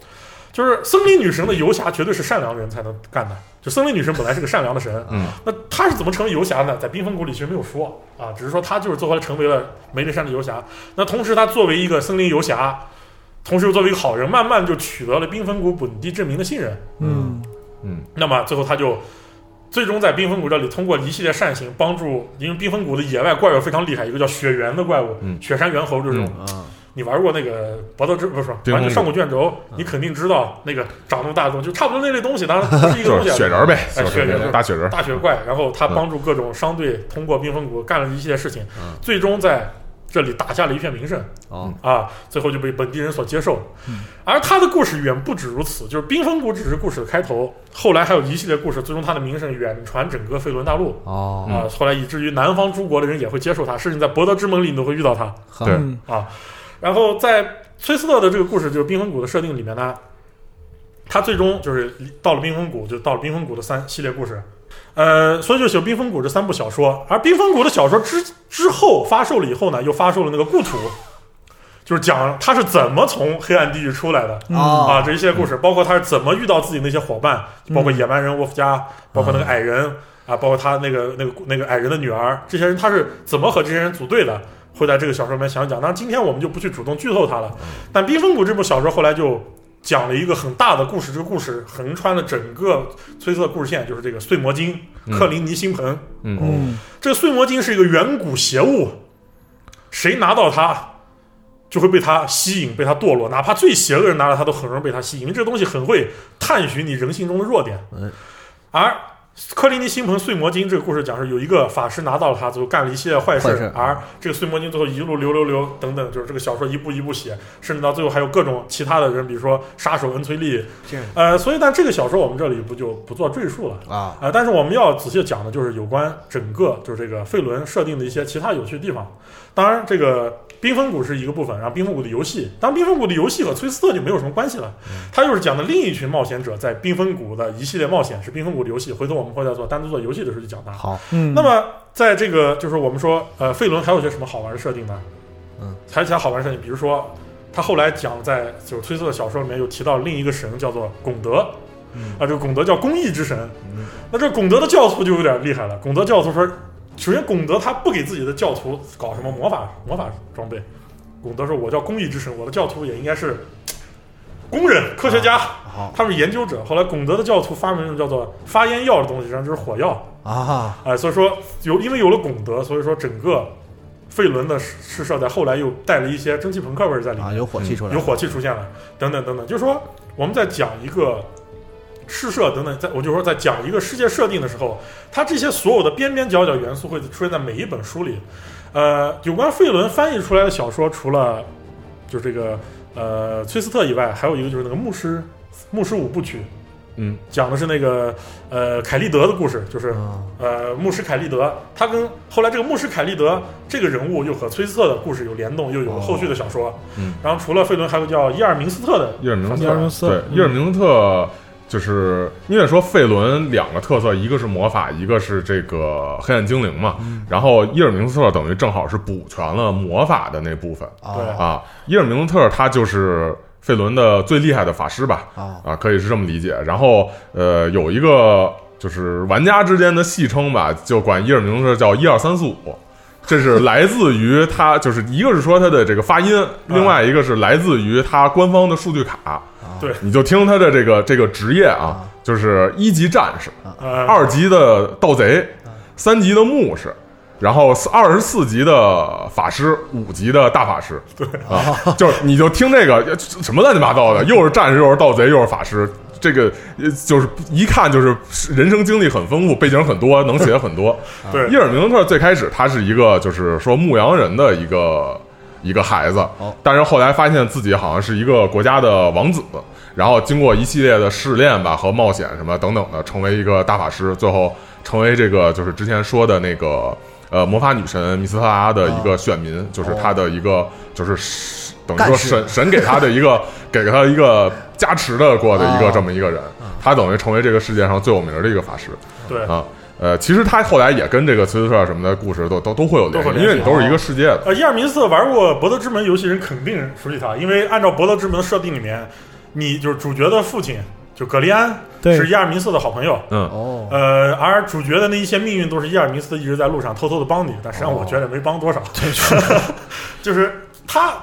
Speaker 6: 就是森林女神的游侠绝对是善良的人才能干的。就森林女神本来是个善良的神，
Speaker 5: 嗯，
Speaker 6: 那她是怎么成为游侠呢？在冰封谷里其实没有说啊，只是说她就是最后来成为了梅丽山的游侠。那同时，她作为一个森林游侠，同时又作为一个好人，慢慢就取得了冰封谷本地镇民的信任。
Speaker 4: 嗯，
Speaker 6: 那么最后他就最终在冰封谷这里通过一系列善行帮助，因为冰封谷的野外怪物非常厉害，一个叫雪原的怪物，
Speaker 5: 嗯
Speaker 6: 雪山猿猴这种。
Speaker 3: 啊，
Speaker 6: 你玩过那个博德之不是
Speaker 5: 冰封谷嗯
Speaker 6: 玩过上古卷轴，你肯定知道那个长那么大的东西，就差不多那类东西，当然不是一个
Speaker 5: 就
Speaker 6: 东西
Speaker 5: 是
Speaker 6: 啊。
Speaker 5: 雪人呗，
Speaker 6: 哎
Speaker 5: 就是
Speaker 6: 雪人
Speaker 5: 大雪人，
Speaker 6: 大雪怪，然后他帮助各种商队通过冰封谷干了一系列事情，最终在这里打下了一片名声。
Speaker 3: 哦
Speaker 6: 啊，最后就被本地人所接受。而他的故事远不止如此，就是冰封谷只是故事的开头，后来还有一系列故事，最终他的名声远传整个费伦大陆
Speaker 3: 哦，
Speaker 6: 啊。后来以至于南方诸国的人也会接受他，甚至在博德之门里你都会遇到他。
Speaker 5: 对
Speaker 4: 嗯
Speaker 6: 啊。然后在崔斯特的这个故事，就是冰封谷的设定里面呢，他最终就是到了冰封谷，就到了冰封谷的三系列故事。呃，所以就是有冰封谷这三部小说，而冰封谷的小说之之后发售了以后呢，又发售了那个故土，就是讲他是怎么从黑暗地狱出来的。
Speaker 3: 哦
Speaker 6: 啊，这一系列故事，包括他是怎么遇到自己那些伙伴，包括野蛮人沃夫加，包括那个矮人啊，包括他那个那个那个矮人的女儿，这些人他是怎么和这些人组队的，会在这个小说里面详细讲。当然，今天我们就不去主动剧透它了。但《冰封谷》这部小说后来就讲了一个很大的故事，这个故事横穿了整个崔斯特故事线，就是这个碎魔晶克林尼星盆。
Speaker 5: 嗯，
Speaker 4: 嗯，
Speaker 6: 这个碎魔晶是一个远古邪物，谁拿到它，就会被它吸引，被它堕落。哪怕最邪恶的人拿到它，都很容易被它吸引，因为这个东西很会探寻你人性中的弱点
Speaker 3: 嗯。
Speaker 6: 而克林尼星盆碎魔晶这个故事讲是有一个法师拿到了它，最后干了一系列坏事，
Speaker 3: 坏事嗯
Speaker 6: 而这个碎魔晶最后一路流流流等等，就是这个小说一步一步写，甚至到最后还有各种其他的人，比如说杀手恩崔利
Speaker 3: 这样，
Speaker 6: 呃，所以但这个小说我们这里不就不做赘述了。
Speaker 3: 啊，
Speaker 6: 啊，但是我们要仔细讲的就是有关整个就是这个费伦设定的一些其他有趣的地方。当然，这个冰封谷是一个部分，然后冰封谷的游戏，当然冰封谷的游戏和崔斯特就没有什么关系了，它又是讲的另一群冒险者在冰封谷的一系列冒险，是冰封谷的游戏。回头我们会再做单独做游戏的时候去讲它。
Speaker 3: 啊好，
Speaker 4: 嗯，
Speaker 6: 那么在这个就是我们说，呃，费伦还有些什么好玩的设定呢？
Speaker 3: 嗯，
Speaker 6: 还有其他好玩的设定，比如说他后来讲在就是推测的小说里面又提到另一个神叫做拱德，啊，这个拱德叫公义之神。那这拱德的教徒就有点厉害了，拱德教徒说，首先拱德他不给自己的教徒搞什么魔法魔法装备，拱德说我叫公义之神，我的教徒也应该是。工人、科学家，
Speaker 3: 好
Speaker 6: 他们是研究者。后来，拱德的教徒发明了叫做发烟药的东西，实际上就是火药。
Speaker 3: 啊，
Speaker 6: 哎，所以说有因为有了拱德，所以说整个费伦的试射在后来又带了一些蒸汽朋克味儿在里面，
Speaker 3: 啊，有火气出来
Speaker 6: 嗯有，火气出现了，等等等等，就是说我们在讲一个。试射等等，在我就说，在讲一个世界设定的时候，它这些所有的边边角角元素会出现在每一本书里。呃，有关费伦翻译出来的小说，除了就是这个呃崔斯特以外，还有一个就是那个牧师牧师五部曲，
Speaker 5: 嗯，
Speaker 6: 讲的是那个呃凯利德的故事，就是
Speaker 3: 啊，
Speaker 6: 呃牧师凯利德，他跟后来这个牧师凯利德这个人物又和崔斯特的故事有联动，又有了后续的小说。
Speaker 5: 嗯，
Speaker 6: 然后除了费伦，还有叫伊尔明斯特的
Speaker 5: 伊尔明
Speaker 4: 伊尔明斯
Speaker 5: 特，
Speaker 4: 特
Speaker 5: 对，
Speaker 4: 嗯
Speaker 5: 伊尔明特就是因为说费伦两个特色，一个是魔法，一个是这个黑暗精灵嘛。
Speaker 4: 嗯
Speaker 5: 然后伊尔明斯特等于正好是补全了魔法的那部分
Speaker 6: 对
Speaker 3: 啊
Speaker 5: 啊。伊尔明特他就是费伦的最厉害的法师吧，
Speaker 3: 啊，
Speaker 5: 啊，可以是这么理解。然后呃，有一个就是玩家之间的戏称吧，就管伊尔明特叫一二三四五。这是来自于他，就是一个是说他的这个发音，另外一个是来自于他官方的数据卡。
Speaker 3: 啊
Speaker 6: 对
Speaker 5: 你就听他的这个这个职业啊，就是一级战士，
Speaker 6: 呃
Speaker 5: 二级的盗贼，三级的牧师，然后二十四级的法师，五级的大法师，对啊，就是你就听这个什么乱七八糟的，又是战士，又是盗贼，又是法师。这个呃就是一看就是人生经历很丰富，背景很多，能写很多。
Speaker 6: 对
Speaker 5: 伊尔明特最开始他是一个就是说牧羊人的一个一个孩子
Speaker 3: 哦，
Speaker 5: 但是后来发现自己好像是一个国家的王子，然后经过一系列的试炼吧和冒险什么等等的，成为一个大法师，最后成为这个就是之前说的那个呃魔法女神米斯特拉的一个选民，就是他的一个就是神等于说
Speaker 3: 干事
Speaker 5: 神神给他的一个 给他一个加持的过的一个
Speaker 3: 哦
Speaker 5: 这么一个人，他等于成为这个世界上最有名的一个法师。
Speaker 6: 对
Speaker 5: 啊，呃，其实他后来也跟这个崔斯特啊什么的故事都都都会有联
Speaker 6: 都会
Speaker 5: 系，
Speaker 6: 联系
Speaker 5: 因为你都是一个世界的。
Speaker 6: 呃，伊尔明斯特玩过《博德之门》游戏人肯定熟悉他，因为按照《博德之门》的设定里面，你就是主角的父亲，就格利安
Speaker 4: 对
Speaker 6: 是伊尔明斯特的好朋友。
Speaker 5: 嗯，
Speaker 3: 哦，
Speaker 6: 呃，而主角的那一些命运都是伊尔明斯特一直在路上偷偷的帮你，但实际上我觉得也没帮多少。 就是他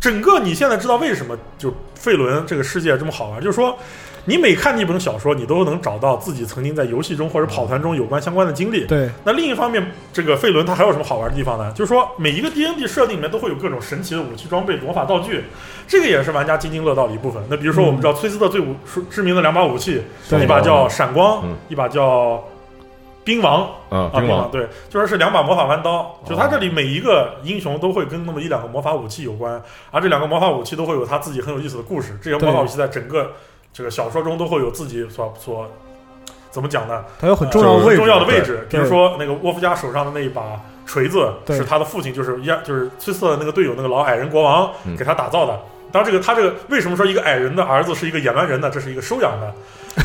Speaker 6: 整个你现在知道为什么就费伦这个世界这么好玩，就是说你每看一本小说，你都能找到自己曾经在游戏中或者跑团中有关相关的经历。
Speaker 4: 对，
Speaker 6: 那另一方面，这个费伦它还有什么好玩的地方呢？就是说，每一个 D N D 设定里面都会有各种神奇的武器装备、魔法道具，这个也是玩家津津乐道的一部分。那比如说，我们知道崔斯特最武知名的两把武器，
Speaker 4: 对
Speaker 6: 一把叫闪光
Speaker 5: 嗯，
Speaker 6: 一把叫冰王
Speaker 5: 啊，
Speaker 6: 啊，
Speaker 5: 冰王，
Speaker 6: 对，就说是两把魔法弯刀。就
Speaker 4: 哦
Speaker 6: 它这里每一个英雄都会跟那么一两个魔法武器有关，而这两个魔法武器都会有它自己很有意思的故事。这些魔法
Speaker 4: 对
Speaker 6: 武器在整个这个小说中都会有自己所所怎么讲呢？呃
Speaker 4: 它有很重要的
Speaker 6: 很
Speaker 4: 位置
Speaker 6: 重，要的位置。比
Speaker 4: 对
Speaker 6: 如说那个沃夫加手上的那一把锤子，
Speaker 4: 对
Speaker 6: 是他的父亲，就是亚，就是崔斯特的那个队友，那个老矮人国王
Speaker 5: 嗯
Speaker 6: 给他打造的。当然，这个他这个为什么说一个矮人的儿子是一个野蛮人呢？这是一个收养的，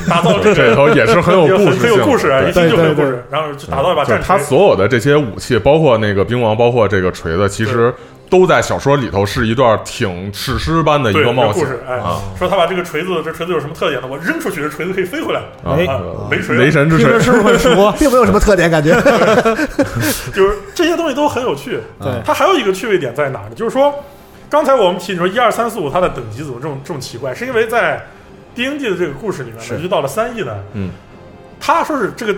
Speaker 6: 打造 了
Speaker 5: 这
Speaker 6: 这个
Speaker 5: 里头也是很有
Speaker 6: 也
Speaker 5: 故
Speaker 6: 很
Speaker 5: 事性的，
Speaker 6: 很有故事啊，
Speaker 5: 对
Speaker 6: 一听就很有
Speaker 4: 对
Speaker 6: 故
Speaker 4: 对
Speaker 6: 事。然后就打造一把
Speaker 5: 就
Speaker 6: 战
Speaker 5: 是他
Speaker 6: 锤，
Speaker 5: 所有的这些武器，包括那个冰王，包括这个锤子，其实都在小说里头是一段挺史诗般的一
Speaker 6: 对，
Speaker 5: 个
Speaker 6: 有
Speaker 5: 冒
Speaker 6: 故
Speaker 5: 险
Speaker 6: 事。哎
Speaker 5: 啊，
Speaker 6: 说他把这个锤子，这锤子有什么特点呢？我扔出去，这锤子可以飞回来。
Speaker 5: 啊
Speaker 4: 哎
Speaker 5: 呃
Speaker 6: 雷锤
Speaker 5: 雷神之
Speaker 4: 听着
Speaker 5: 锤，
Speaker 4: 是不是很熟？啊
Speaker 3: 并没有什么特点，感觉
Speaker 6: 就是这些东西都很有趣。
Speaker 3: 嗯
Speaker 4: 对
Speaker 6: 它还有一个趣味点在哪儿呢？就是说，刚才我们提你说一二三四五它的等级怎么这么这么奇怪，是因为在 D N D 的这个故事里面
Speaker 3: 是
Speaker 6: 呢，就到了三亿呢。
Speaker 5: 嗯，
Speaker 6: 他说是这个，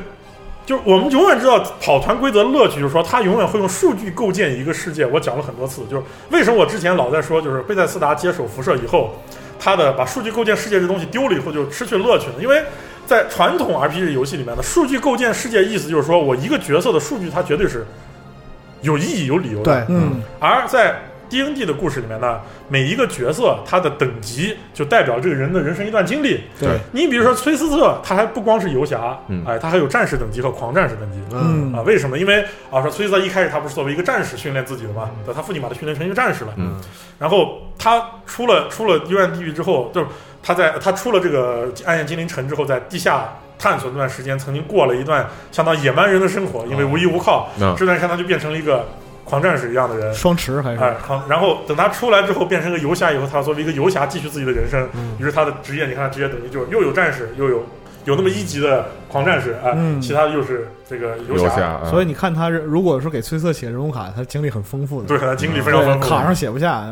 Speaker 6: 就是我们永远知道跑团规则乐趣，就是说他永远会用数据构建一个世界。我讲了很多次，就是为什么我之前老在说，就是贝塞斯达接手辐射以后，他的把数据构建世界这东西丢了以后，就失去乐趣了，因为。在传统 RPG 游戏里面的数据构建世界，意思就是说我一个角色的数据，它绝对是有意义、有理由的。
Speaker 3: 对，
Speaker 4: 嗯，
Speaker 6: 而在 D N D 的故事里面呢，每一个角色他的等级就代表这个人的人生一段经历。
Speaker 5: 对
Speaker 4: 对，
Speaker 6: 你比如说崔斯特，他还不光是游侠，
Speaker 5: 嗯
Speaker 6: 哎，他还有战士等级和狂战士等级。
Speaker 4: 嗯
Speaker 6: 啊，为什么？因为啊，说崔斯特一开始他不是作为一个战士训练自己的嘛，对他父亲把他训练成一个战士了。
Speaker 5: 嗯，
Speaker 6: 然后他出了出了幽暗地狱之后，就是他在他出了这个暗夜精灵城之后，在地下探索那段时间，曾经过了一段相当野蛮人的生活，因为无依无靠，
Speaker 5: 嗯
Speaker 6: 这段相当就变成了一个狂战士一样的人。
Speaker 4: 双持还
Speaker 6: 哎
Speaker 4: 是，
Speaker 6: 好，然后等他出来之后，变成个游侠以后，他作为一个游侠继续自己的人生。
Speaker 4: 嗯
Speaker 6: 于是他的职业，你看他职业等级就是又有战士，又有有那么一级的狂战士啊，
Speaker 4: 嗯
Speaker 6: 其他的就是这个游
Speaker 5: 游侠，啊
Speaker 4: 所以你看他是如果说给崔色写人物卡，他经历很丰富的，
Speaker 6: 对，他经历非常丰
Speaker 4: 嗯对，
Speaker 6: 富。
Speaker 4: 卡上写不下，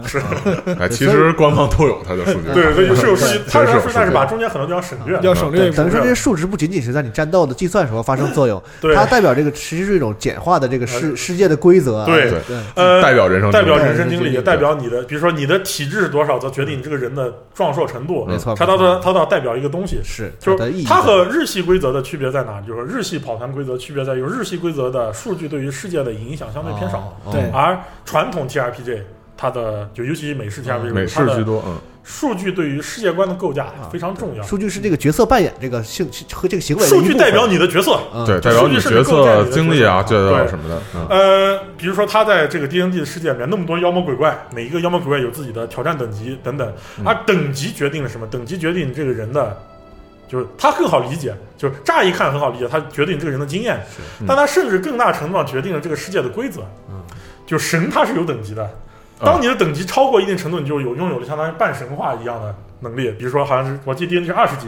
Speaker 5: 哎，其实官方都有他的数据，啊
Speaker 6: 对，所以是有
Speaker 4: 对
Speaker 6: 是他
Speaker 5: 是有
Speaker 6: 是但
Speaker 5: 是
Speaker 6: 是
Speaker 5: 有
Speaker 6: 把中间很多地方省略了。
Speaker 4: 要省略一部
Speaker 3: 等于
Speaker 4: 分。
Speaker 3: 说这些数值不仅仅是在你战斗的计算时候发生作 用，
Speaker 6: 对
Speaker 3: 它代表这个其实是一种简化的这个世世界的规则啊。
Speaker 6: 呃对
Speaker 5: 对
Speaker 3: 对，
Speaker 6: 呃，
Speaker 5: 代表人生经
Speaker 6: 代
Speaker 5: 历，
Speaker 6: 表人生经历，
Speaker 3: 对
Speaker 6: 也代表你的，比如说你的体质是多少，则决定你这个人的壮硕程度。
Speaker 3: 没错
Speaker 6: 它
Speaker 3: 没
Speaker 6: 到
Speaker 3: 错
Speaker 6: 它它到代表一个东西，
Speaker 3: 是
Speaker 6: 就
Speaker 3: 它的意
Speaker 6: 是
Speaker 3: 义
Speaker 6: 它
Speaker 3: 在
Speaker 6: 和日系规则的区别在哪？就是日系跑团规则区别在于日系规则的数据对于世界的影响相对偏少，
Speaker 3: 哦哦
Speaker 4: 对
Speaker 6: 而传统 TRPG 它的就尤其美式 TRPG
Speaker 5: 美
Speaker 6: 它
Speaker 5: 式
Speaker 6: 的
Speaker 5: 居多，嗯，
Speaker 6: 数据对于世界观的构架非常重要。
Speaker 3: 数据是这个角色扮演这个性和这个行啊为的一
Speaker 6: 啊数
Speaker 3: 部
Speaker 6: 据
Speaker 3: 分
Speaker 6: 代表你的角色，
Speaker 3: 嗯
Speaker 5: 对，代表你角色经历啊、
Speaker 3: 这
Speaker 5: 角
Speaker 3: 是
Speaker 5: 色
Speaker 6: 对
Speaker 5: 什么的。嗯，
Speaker 6: 呃，比如说他在这个 D N D 的世界里面那么多妖魔鬼怪，每一个妖魔鬼怪有自己的挑战等级等等，而等级决定了什么？等级决定你这个人的，就是他更好理解，就是乍一看很好理解，他决定这个人的经验，
Speaker 5: 嗯
Speaker 6: 但他甚至更大程度上决定了这个世界的规则。
Speaker 3: 嗯，
Speaker 6: 就神他是有等级的，当你的等级超过一定程度，你就有拥有了相当于半神话一样的能力，比如说好像是我记得 D N D 是二十级，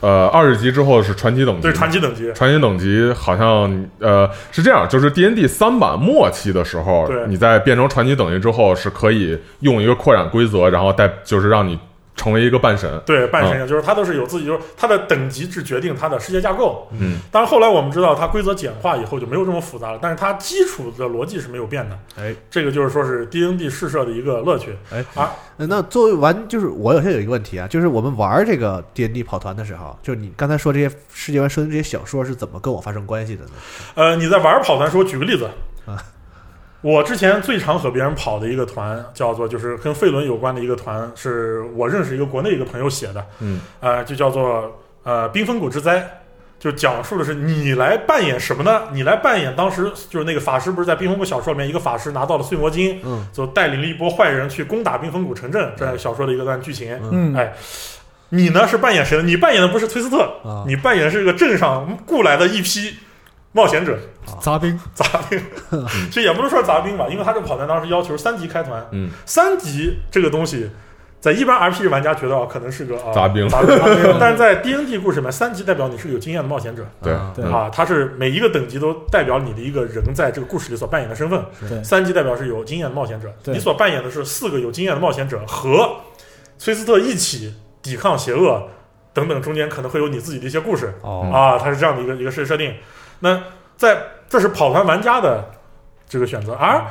Speaker 5: 呃，二十级之后是传奇等级，
Speaker 6: 对传奇等级，
Speaker 5: 传奇等级好像呃是这样，就是 D N D 三版末期的时候
Speaker 6: 对，
Speaker 5: 你在变成传奇等级之后，是可以用一个扩展规则，然后带就是让你成为一个半神。
Speaker 6: 对
Speaker 3: 嗯
Speaker 6: 半神一样，就是它都是有自己，就是它的等级制决定它的世界架构。
Speaker 5: 嗯，
Speaker 6: 但是后来我们知道，它规则简化以后就没有这么复杂了，但是它基础的逻辑是没有变的。
Speaker 3: 哎，
Speaker 6: 这个就是说是 D N D 试射的一个乐趣。
Speaker 3: 呃那作为玩，就是我有些有一个问题啊，就是我们玩这个 D N D 跑团的时候，就是你刚才说这些世界观说的这些小说是怎么跟我发生关系的呢？
Speaker 6: 呃，你在玩跑团时候，举个例子
Speaker 3: 啊。
Speaker 6: 我之前最常和别人跑的一个团，叫做就是跟费伦有关的一个团，是我认识一个国内一个朋友写的，
Speaker 5: 嗯，
Speaker 6: 呃，就叫做呃《冰封谷之灾》，就讲述的是你来扮演什么呢？你来扮演当时就是那个法师，不是在冰封谷小说里面，一个法师拿到了碎魔晶，
Speaker 3: 嗯，
Speaker 6: 就带领了一波坏人去攻打冰封谷城镇，这样一个小说的一个段剧情。
Speaker 4: 嗯
Speaker 6: 哎，你呢是扮演谁呢？你扮演的不是崔斯特，
Speaker 3: 啊，
Speaker 6: 你扮演的是个镇上雇来的一批冒险者，
Speaker 3: 啊
Speaker 4: 杂兵
Speaker 6: 杂兵，其实也不能说是杂兵吧，因为他这个跑团当时要求是三级开团，
Speaker 5: 嗯，
Speaker 6: 三级这个东西。在一般 RPG 玩家觉得啊，可能是个、啊
Speaker 5: 杂兵
Speaker 6: 杂兵，杂兵 但是在 D&D 故事里面，三级代表你是个有经验的冒险者
Speaker 5: 对
Speaker 3: 啊
Speaker 4: 对
Speaker 5: 嗯
Speaker 6: 啊，它是每一个等级都代表你的一个人在这个故事里所扮演的身份。
Speaker 4: 对
Speaker 6: 三级代表是有经验的冒险者，
Speaker 4: 对
Speaker 6: 你所扮演的是四个有经验的冒险者和崔斯特一起抵抗邪恶等等，中间可能会有你自己的一些故事。
Speaker 5: 嗯
Speaker 3: 哦，
Speaker 6: 啊，它是这样的一个一个设设定。那在这是跑团玩家的这个选择，
Speaker 5: 嗯
Speaker 6: 而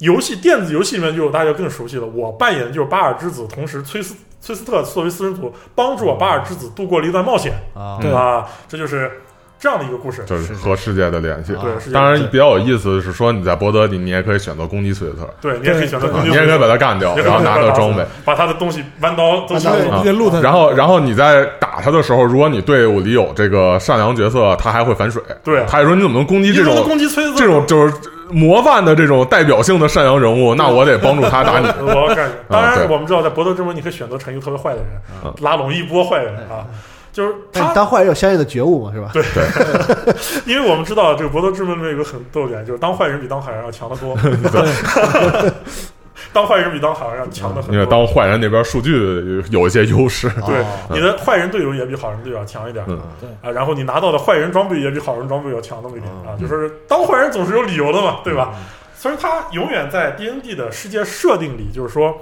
Speaker 6: 游戏电子游戏里面就有大家更熟悉了。我扮演的就是巴尔之子，同时崔斯崔斯特作为私人组帮助我巴尔之子度过了一段冒险
Speaker 3: 啊，
Speaker 5: 嗯
Speaker 4: 对
Speaker 6: 啊，这就是这样的一个故事。
Speaker 5: 就是和世界的联系。
Speaker 3: 啊
Speaker 6: 对，是这样
Speaker 5: 当
Speaker 6: 的
Speaker 5: 然，比较有意思的是说，你在波德里，你也可以选择攻击崔斯特，
Speaker 6: 对你也可以选择
Speaker 4: 对
Speaker 5: 啊
Speaker 6: 攻击
Speaker 5: 你也可以把他干掉，
Speaker 6: 也可以
Speaker 5: 然后拿他的装备。
Speaker 6: 把他的东西弯刀都抢走
Speaker 4: 你得录 他，
Speaker 5: 然后，然后你在打他的时候，如果你队伍里有这个善良角色，他还会反水。
Speaker 6: 对
Speaker 5: 他还说你怎么能攻击
Speaker 6: 你
Speaker 5: 这
Speaker 6: 怎么能
Speaker 5: 种
Speaker 6: 攻击崔斯
Speaker 5: 嗯
Speaker 6: 特？
Speaker 5: 这种就是模范的这种代表性的善良人物？那我得帮助他 打你。
Speaker 6: 我要干。当
Speaker 5: 啊对
Speaker 6: 然，我们知道在搏斗之中，你可以选择成一个特别坏的人
Speaker 5: 嗯，
Speaker 6: 拉拢一波坏人啊。就是
Speaker 3: 但
Speaker 6: 他
Speaker 3: 你当坏人有相应的觉悟嘛，是吧？对，
Speaker 6: 因为我们知道这个《搏斗之门》里面有个很逗点，就是当坏人比当好人要强得多。 当坏人比当好人要强得很
Speaker 5: 因为
Speaker 6: 多。
Speaker 5: 当坏人那边数据有一些优势，
Speaker 6: 对
Speaker 3: 哦，
Speaker 6: 你的坏人队友也比好人队友要强一点。
Speaker 5: 嗯
Speaker 4: 对
Speaker 6: 啊，然后你拿到的坏人装备也比好人装备要强那么一点
Speaker 5: 嗯
Speaker 6: 啊，就是当坏人总是有理由的嘛，对吧？所以他永远在 D N D 的世界设定里，就是说，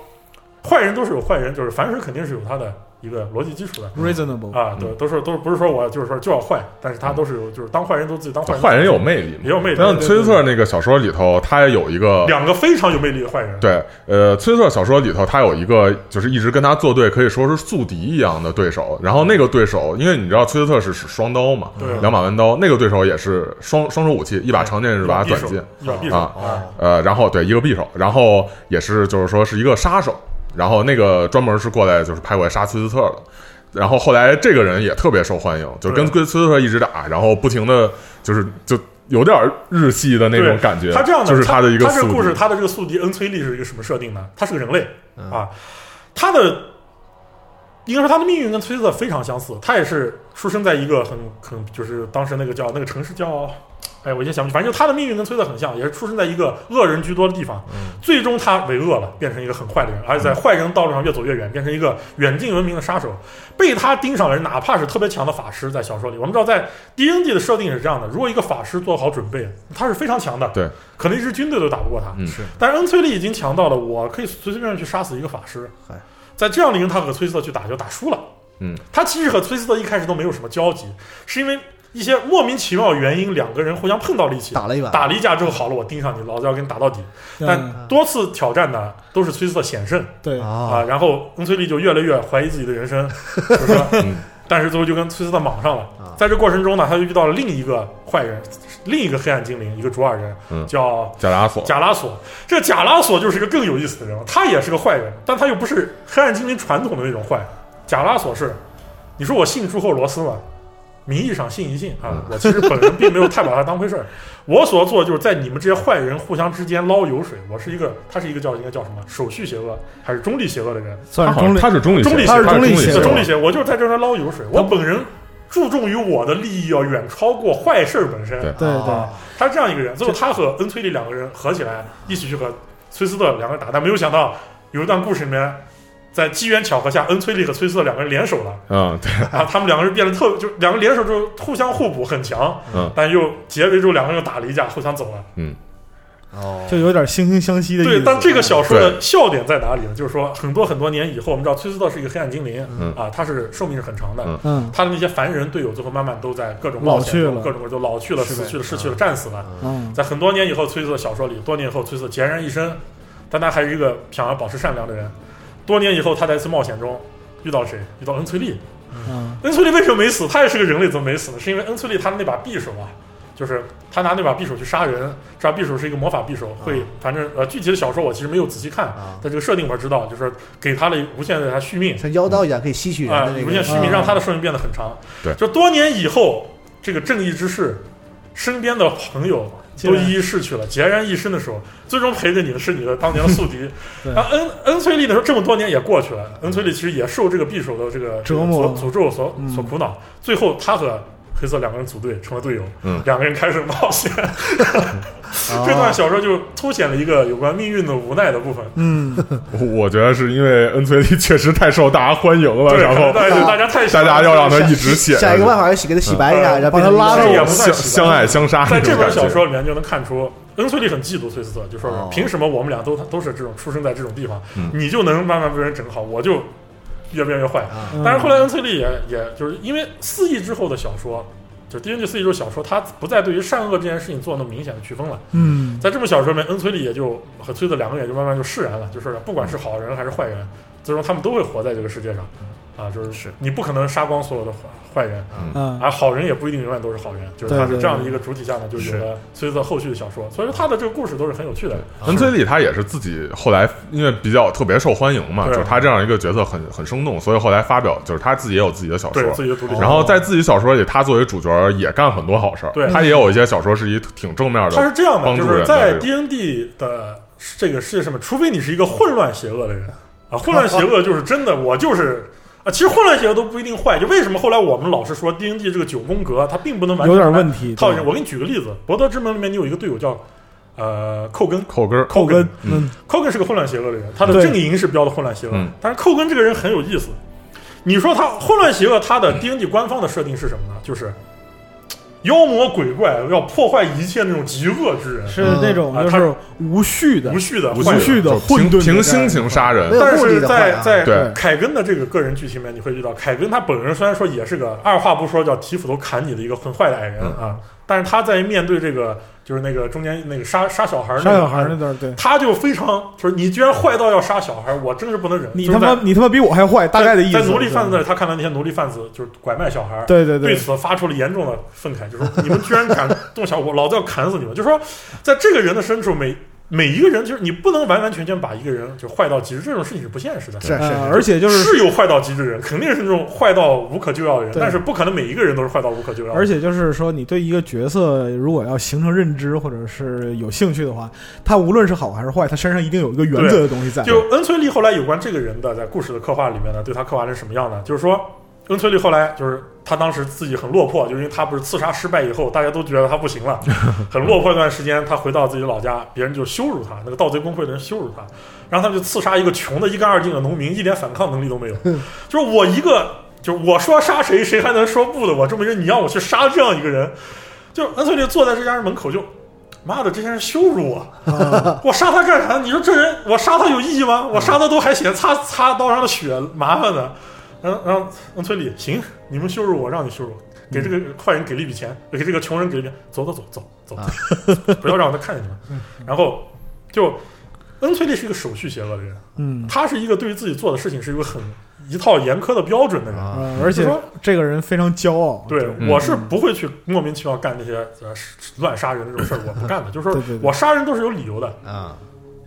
Speaker 6: 坏人都是有坏人，就是凡是肯定是有他的一个逻辑基础的。
Speaker 4: reasonable，嗯
Speaker 6: 啊，对，都是都是不是说我就是说就要坏，但是他都是有，就是当坏人都自己当坏人，
Speaker 5: 嗯坏人有魅力嘛
Speaker 6: 也。有魅力。
Speaker 5: 像崔斯特那个小说里头，他也有一个
Speaker 6: 两个非常有魅力的坏人，
Speaker 5: 对，呃，崔斯特小说里头，他有一个就是一直跟他作对，可以说是宿敌一样的对手。然后那个对手，因为你知道崔斯特是使双刀嘛
Speaker 6: 对，
Speaker 5: 两把弯刀，那个对手也是双双手武器，一把长剑，一把短剑。
Speaker 3: 哦
Speaker 6: 一把匕首
Speaker 5: 啊
Speaker 3: 嗯
Speaker 6: 啊，
Speaker 5: 呃，然后对一个匕首，然后也是就是说是一个杀手，然后那个专门是过来就是派过来杀崔斯特的。然后后来这个人也特别受欢迎，就跟崔斯特一直打，然后不停的就是就有点日系的那种
Speaker 6: 对
Speaker 5: 感觉。
Speaker 6: 他这样
Speaker 5: 啊
Speaker 6: 的，
Speaker 5: 就是
Speaker 6: 他
Speaker 5: 的一个
Speaker 6: 他这
Speaker 5: 宿
Speaker 6: 故事，
Speaker 5: 敌。
Speaker 6: 他的这个宿敌恩崔利是一个什么设定呢？他是个人类啊，他的应该说他的命运跟崔斯特非常相似，他也是出生在一个很很就是当时那个叫那个城市叫。哎，我已经想不起，反正就他的命运跟崔特很像，也是出生在一个恶人居多的地方，最终他为恶了，变成一个很坏的人，而且在坏人道路上越走越远，变成一个远近闻名的杀手。被他盯上的人，哪怕是特别强的法师，在小说里，我们知道在 D N D 的设定是这样的：如果一个法师做好准备，他是非常强的，
Speaker 5: 对，
Speaker 6: 可能一支军队都打不过他。
Speaker 5: 嗯
Speaker 3: 是，
Speaker 6: 但是恩崔利已经强到了，我可以随随便便去杀死一个法师
Speaker 3: 嗨。
Speaker 6: 在这样的一个他和崔斯特去打就打输了。
Speaker 5: 嗯，
Speaker 6: 他其实和崔斯特一开始都没有什么交集，是因为一些莫名其妙的原因，两个人互相碰到了一起，
Speaker 3: 打了一把，
Speaker 6: 打了一架之后，好了，我盯上你，老子要跟你打到底。
Speaker 4: 但
Speaker 6: 但多次挑战呢，都是崔斯特险胜
Speaker 4: 嗯对
Speaker 6: 啊、
Speaker 3: 啊，
Speaker 6: 然后恩崔利就越来越怀疑自己的人生，就是说
Speaker 5: 嗯
Speaker 6: 但是最后就跟崔斯特绑上了
Speaker 3: 啊。
Speaker 6: 在这过程中呢，他又遇到了另一个坏人，另一个黑暗精灵，一个主耳人，
Speaker 5: 嗯
Speaker 6: 叫
Speaker 5: 加拉索，
Speaker 6: 贾拉索。这贾拉索就是一个更有意思的人了，他也是个坏人，但他又不是黑暗精灵传统的那种坏。贾拉索是，你说我信诸侯罗斯吗？名义上信一信啊
Speaker 5: 嗯，
Speaker 6: 我其实本人并没有太把他当回事儿。我所做就是在你们这些坏人互相之间捞油水。我是一个，他是一个叫应该叫什么手续邪恶还是中立邪恶的人，
Speaker 4: 算是中立
Speaker 5: 他是中立，
Speaker 6: 中立
Speaker 5: 他是
Speaker 6: 他是
Speaker 5: 中
Speaker 4: 中立
Speaker 5: 邪
Speaker 4: 邪
Speaker 5: 恶
Speaker 4: 恶
Speaker 6: 中立，些，我就是在这上捞油水。我本人注重于我的利益要远超过坏事儿本身。
Speaker 5: 对
Speaker 4: 对对
Speaker 6: 啊，他是这样一个人。最后他和恩崔利两个人合起来，一起去和崔斯特两个人打，但没有想到有一段故事里面。在机缘巧合下，恩崔利和崔斯特两个人联手了，
Speaker 5: 嗯，对，
Speaker 6: 啊，他们两个人变得特，就两个联手之后互相互补，很强，
Speaker 5: 嗯，
Speaker 6: 但又结尾之后两个人又打了一架，互相走了。啊
Speaker 3: 哦，
Speaker 4: 就有点惺惺相惜的意思。
Speaker 6: 对，但这个小说的笑点在哪里呢？就是说，很多很多年以后，我们知道崔斯特是一个黑暗精灵，
Speaker 5: 嗯
Speaker 6: 啊，他是寿命是很长的，
Speaker 5: 嗯
Speaker 4: 嗯
Speaker 6: 他的那些凡人队友最后慢慢都在各种
Speaker 4: 老
Speaker 6: 冒险中
Speaker 4: 去了
Speaker 6: 各种各种老去了、
Speaker 3: 是呗
Speaker 6: 死去了、逝去了、
Speaker 3: 嗯
Speaker 6: 战死了。
Speaker 4: 嗯
Speaker 6: 在很多年以后，崔斯的小说里，多年以后，崔斯孑然一身，但他还是一个想要保持善良的人。多年以后，他在一次冒险中遇到了谁？遇到恩崔利。
Speaker 4: 嗯
Speaker 6: 恩崔利为什么没死？他也是个人类，怎么没死呢？是因为恩崔利他的那把匕首啊，就是他拿那把匕首去杀人。这把匕首是一个魔法匕首，会反正呃具体的小说我其实没有仔细看，
Speaker 3: 啊，
Speaker 6: 但这个设定我知道，就是给他了无限的他续命。
Speaker 3: 像妖刀一样可以吸取人
Speaker 6: 啊
Speaker 3: 的，那
Speaker 6: 无限
Speaker 3: 个
Speaker 6: 续命，
Speaker 4: 啊
Speaker 6: 让他的寿命变得很长。
Speaker 5: 对
Speaker 6: 就多年以后，这个正义之士身边的朋友都一一逝去了，孑然一身的时候，最终陪着你的是你的当年的宿敌。
Speaker 4: 对
Speaker 6: 啊，恩恩崔利的时候，这么多年也过去了，恩崔利其实也受这个匕首的这个
Speaker 4: 折磨
Speaker 6: 所诅咒所
Speaker 4: 嗯
Speaker 6: 所苦恼，最后他和。黑色两个人组队成了队友，
Speaker 5: 嗯
Speaker 6: 两个人开始冒险。这段
Speaker 5: 哦
Speaker 3: 啊，
Speaker 6: 小说就凸显了一个有关命运的无奈的部分。
Speaker 4: 嗯，
Speaker 5: 我我觉得是因为恩崔利确实太受大家欢迎了，
Speaker 6: 对，
Speaker 5: 然后
Speaker 6: 大家大家太喜
Speaker 5: 大家
Speaker 6: 欢
Speaker 5: 要让他一直写
Speaker 3: 想
Speaker 5: 下
Speaker 3: 想
Speaker 5: 去
Speaker 3: 一个办法给他洗白一下，
Speaker 6: 嗯
Speaker 3: 然后变成
Speaker 4: 把他拉着
Speaker 6: 也
Speaker 3: 一
Speaker 6: 不
Speaker 3: 个
Speaker 6: 算
Speaker 5: 相
Speaker 6: 喜欢
Speaker 5: 相爱相杀
Speaker 6: 在
Speaker 5: 那
Speaker 6: 这
Speaker 5: 种
Speaker 6: 本
Speaker 5: 感
Speaker 6: 小
Speaker 5: 觉。
Speaker 6: 说里面就能看出，恩崔利很嫉妒崔斯特，就说是
Speaker 3: 哦
Speaker 6: 凭什么我们俩都都是这种出生在这种地方
Speaker 5: 嗯，
Speaker 6: 你就能慢慢被人整好，我就越变越坏。
Speaker 3: 啊，
Speaker 4: 嗯
Speaker 6: 但是后来恩崔利也也就是因为四亿之后的小说，就是《第一季四亿之后小说，他不再对于善恶这件事情做那么明显的区分了。
Speaker 4: 嗯
Speaker 6: 在这部小说里面，恩崔利也就和崔子两个人也就慢慢就释然了，就是不管是好人还是坏人，最终他们都会活在这个世界上。啊，就是
Speaker 3: 是
Speaker 6: 你不可能杀光所有的坏坏人，
Speaker 4: 嗯
Speaker 6: 而好人也不一定永远都是好人，就是
Speaker 4: 对
Speaker 6: 他是
Speaker 4: 对
Speaker 6: 这样
Speaker 4: 对
Speaker 6: 的一个主体下呢，就有了崔斯特后续的小说，所以说他的这个故事都是很有趣的。
Speaker 5: 恩崔利他也是自己后来因为比较特别受欢迎嘛，就
Speaker 6: 对
Speaker 5: 是他这样一个角色很很生动，所以后来发表就是他自己也有自己的小说
Speaker 6: 对，自己的独立小
Speaker 5: 啊哦
Speaker 6: 说，
Speaker 5: 然后在自己小说里，他作为主角也干很多好事儿。
Speaker 6: 对
Speaker 5: 他也有一些小说是一挺正面
Speaker 6: 他是
Speaker 5: 的。
Speaker 6: 这样的，
Speaker 5: 帮助
Speaker 6: 就
Speaker 5: 人的
Speaker 6: 是在
Speaker 5: 这
Speaker 6: D N D 的这个世界上面，除非你是一个混乱邪恶的人啊，混乱邪恶就是真的，我就是。啊，其实混乱邪恶都不一定坏，就为什么后来我们老是说 D N D 这个九宫格它并不能完
Speaker 4: 有
Speaker 6: 全
Speaker 4: 点问题。
Speaker 6: 套用。我给你举个例子，《博德之门》里面你有一个队友叫呃寇根，
Speaker 5: 扣根儿，
Speaker 6: 寇根，
Speaker 4: 嗯
Speaker 6: 寇根是个混乱邪恶的人，他的
Speaker 4: 对
Speaker 6: 阵营是标的混乱邪恶
Speaker 5: 嗯，
Speaker 6: 但是寇根这个人很有意思。你说他混乱邪恶，他的 D N D 官方的设定是什么呢？就是妖魔鬼怪要破坏一切那种极恶之人，
Speaker 4: 是那种
Speaker 6: 啊
Speaker 4: 就
Speaker 6: 他
Speaker 4: 是无序的
Speaker 6: 无，序的
Speaker 5: 无
Speaker 6: 坏人
Speaker 4: 序的
Speaker 5: 就是
Speaker 4: 混
Speaker 5: 凭
Speaker 4: 沌的
Speaker 5: 凭
Speaker 4: 这
Speaker 5: 心
Speaker 4: 样
Speaker 5: 情
Speaker 4: 一
Speaker 5: 杀人
Speaker 3: 没。有
Speaker 6: 但
Speaker 3: 目的
Speaker 6: 是
Speaker 3: 的坏
Speaker 6: 在
Speaker 3: 啊
Speaker 6: 在
Speaker 5: 对
Speaker 6: 凯根的这个个人剧情里面，你会遇到凯根，他本人虽然说也是个二话不说就要提斧头砍你的一个很坏的矮人、
Speaker 5: 嗯
Speaker 6: 啊，但是他在面对这个就是那个中间那个杀杀小孩儿那
Speaker 4: 杀
Speaker 6: 个
Speaker 4: 小孩儿那段儿，对
Speaker 6: 他就非常就是你居然坏到要杀小孩儿，我真是不能忍。
Speaker 4: 你
Speaker 6: 就是
Speaker 4: 他妈
Speaker 6: 在
Speaker 4: 你他妈比我还坏，大概的意思。
Speaker 6: 在奴隶
Speaker 4: 对
Speaker 6: 贩子那里，他看到那些奴隶贩子就是拐卖小孩儿，
Speaker 4: 对对对，
Speaker 6: 此发出了严重的愤慨，就说你们居然敢动小我，老子要砍死你们！就说在这个人的深处，每每一个人就是你不能完完全全把一个人就坏到极致，这种事情是不现实的。
Speaker 3: 是是，
Speaker 4: 呃而且就是
Speaker 6: 是有坏到极致的人，肯定是那种坏到无可救药的人，
Speaker 4: 对
Speaker 6: 但是不可能每一个人都是坏到无可救药的。
Speaker 4: 而且就是说，你对一个角色如果要形成认知或者是有兴趣的话，他无论是好还是坏，他身上一定有一个原则的东西在。
Speaker 6: 就恩崔利后来有关这个人的在故事的刻画里面呢，对他刻画成什么样呢？就是说，恩崔利后来就是他当时自己很落魄，就是因为他不是刺杀失败以后，大家都觉得他不行了，很落魄一段时间。他回到自己的老家，别人就羞辱他，那个盗贼工会的人羞辱他，然后他们就刺杀一个穷的一干二净的农民，一点反抗能力都没有。就是我一个，就是我说杀谁，谁还能说不的？我这么一个人，你让我去杀这样一个人，就是恩崔利坐在这家人门口就。妈的，这些人羞辱我！我杀他干啥？你说这人，我杀他有意义
Speaker 4: 嗯
Speaker 6: 吗？我杀他都还写擦擦刀上的血，麻烦呢。嗯，然后嗯，村里行，你们羞辱我，让你羞辱，给这个坏人给了一笔钱，给这个穷人给了一笔，走走走走走，
Speaker 4: 啊
Speaker 6: 不要让他看见你们。然后就恩崔利是一个手续邪恶的人，
Speaker 4: 嗯
Speaker 6: 他是一个对于自己做的事情是一个很一套严苛的标准的人。
Speaker 3: 啊，
Speaker 4: 嗯而且
Speaker 6: 就说
Speaker 4: 这个人非常骄傲，
Speaker 6: 对，
Speaker 5: 嗯
Speaker 6: 我是不会去莫名其妙干这些呃乱杀人的这种事儿，我不干 的。就是
Speaker 4: 对
Speaker 6: 说
Speaker 4: 对对
Speaker 6: 我杀人都是有理由的，
Speaker 3: 啊，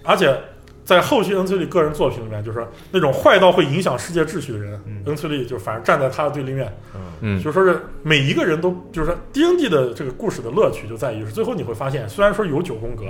Speaker 6: 而且在后期恩崔利个人作品里面，就是说那种坏到会影响世界秩序的人，恩崔利就反正站在他的对立面，
Speaker 5: 嗯
Speaker 6: 就说是每一个人都就是说 D N D 的这个故事的乐趣就在于是最后你会发现，虽然说有九宫格，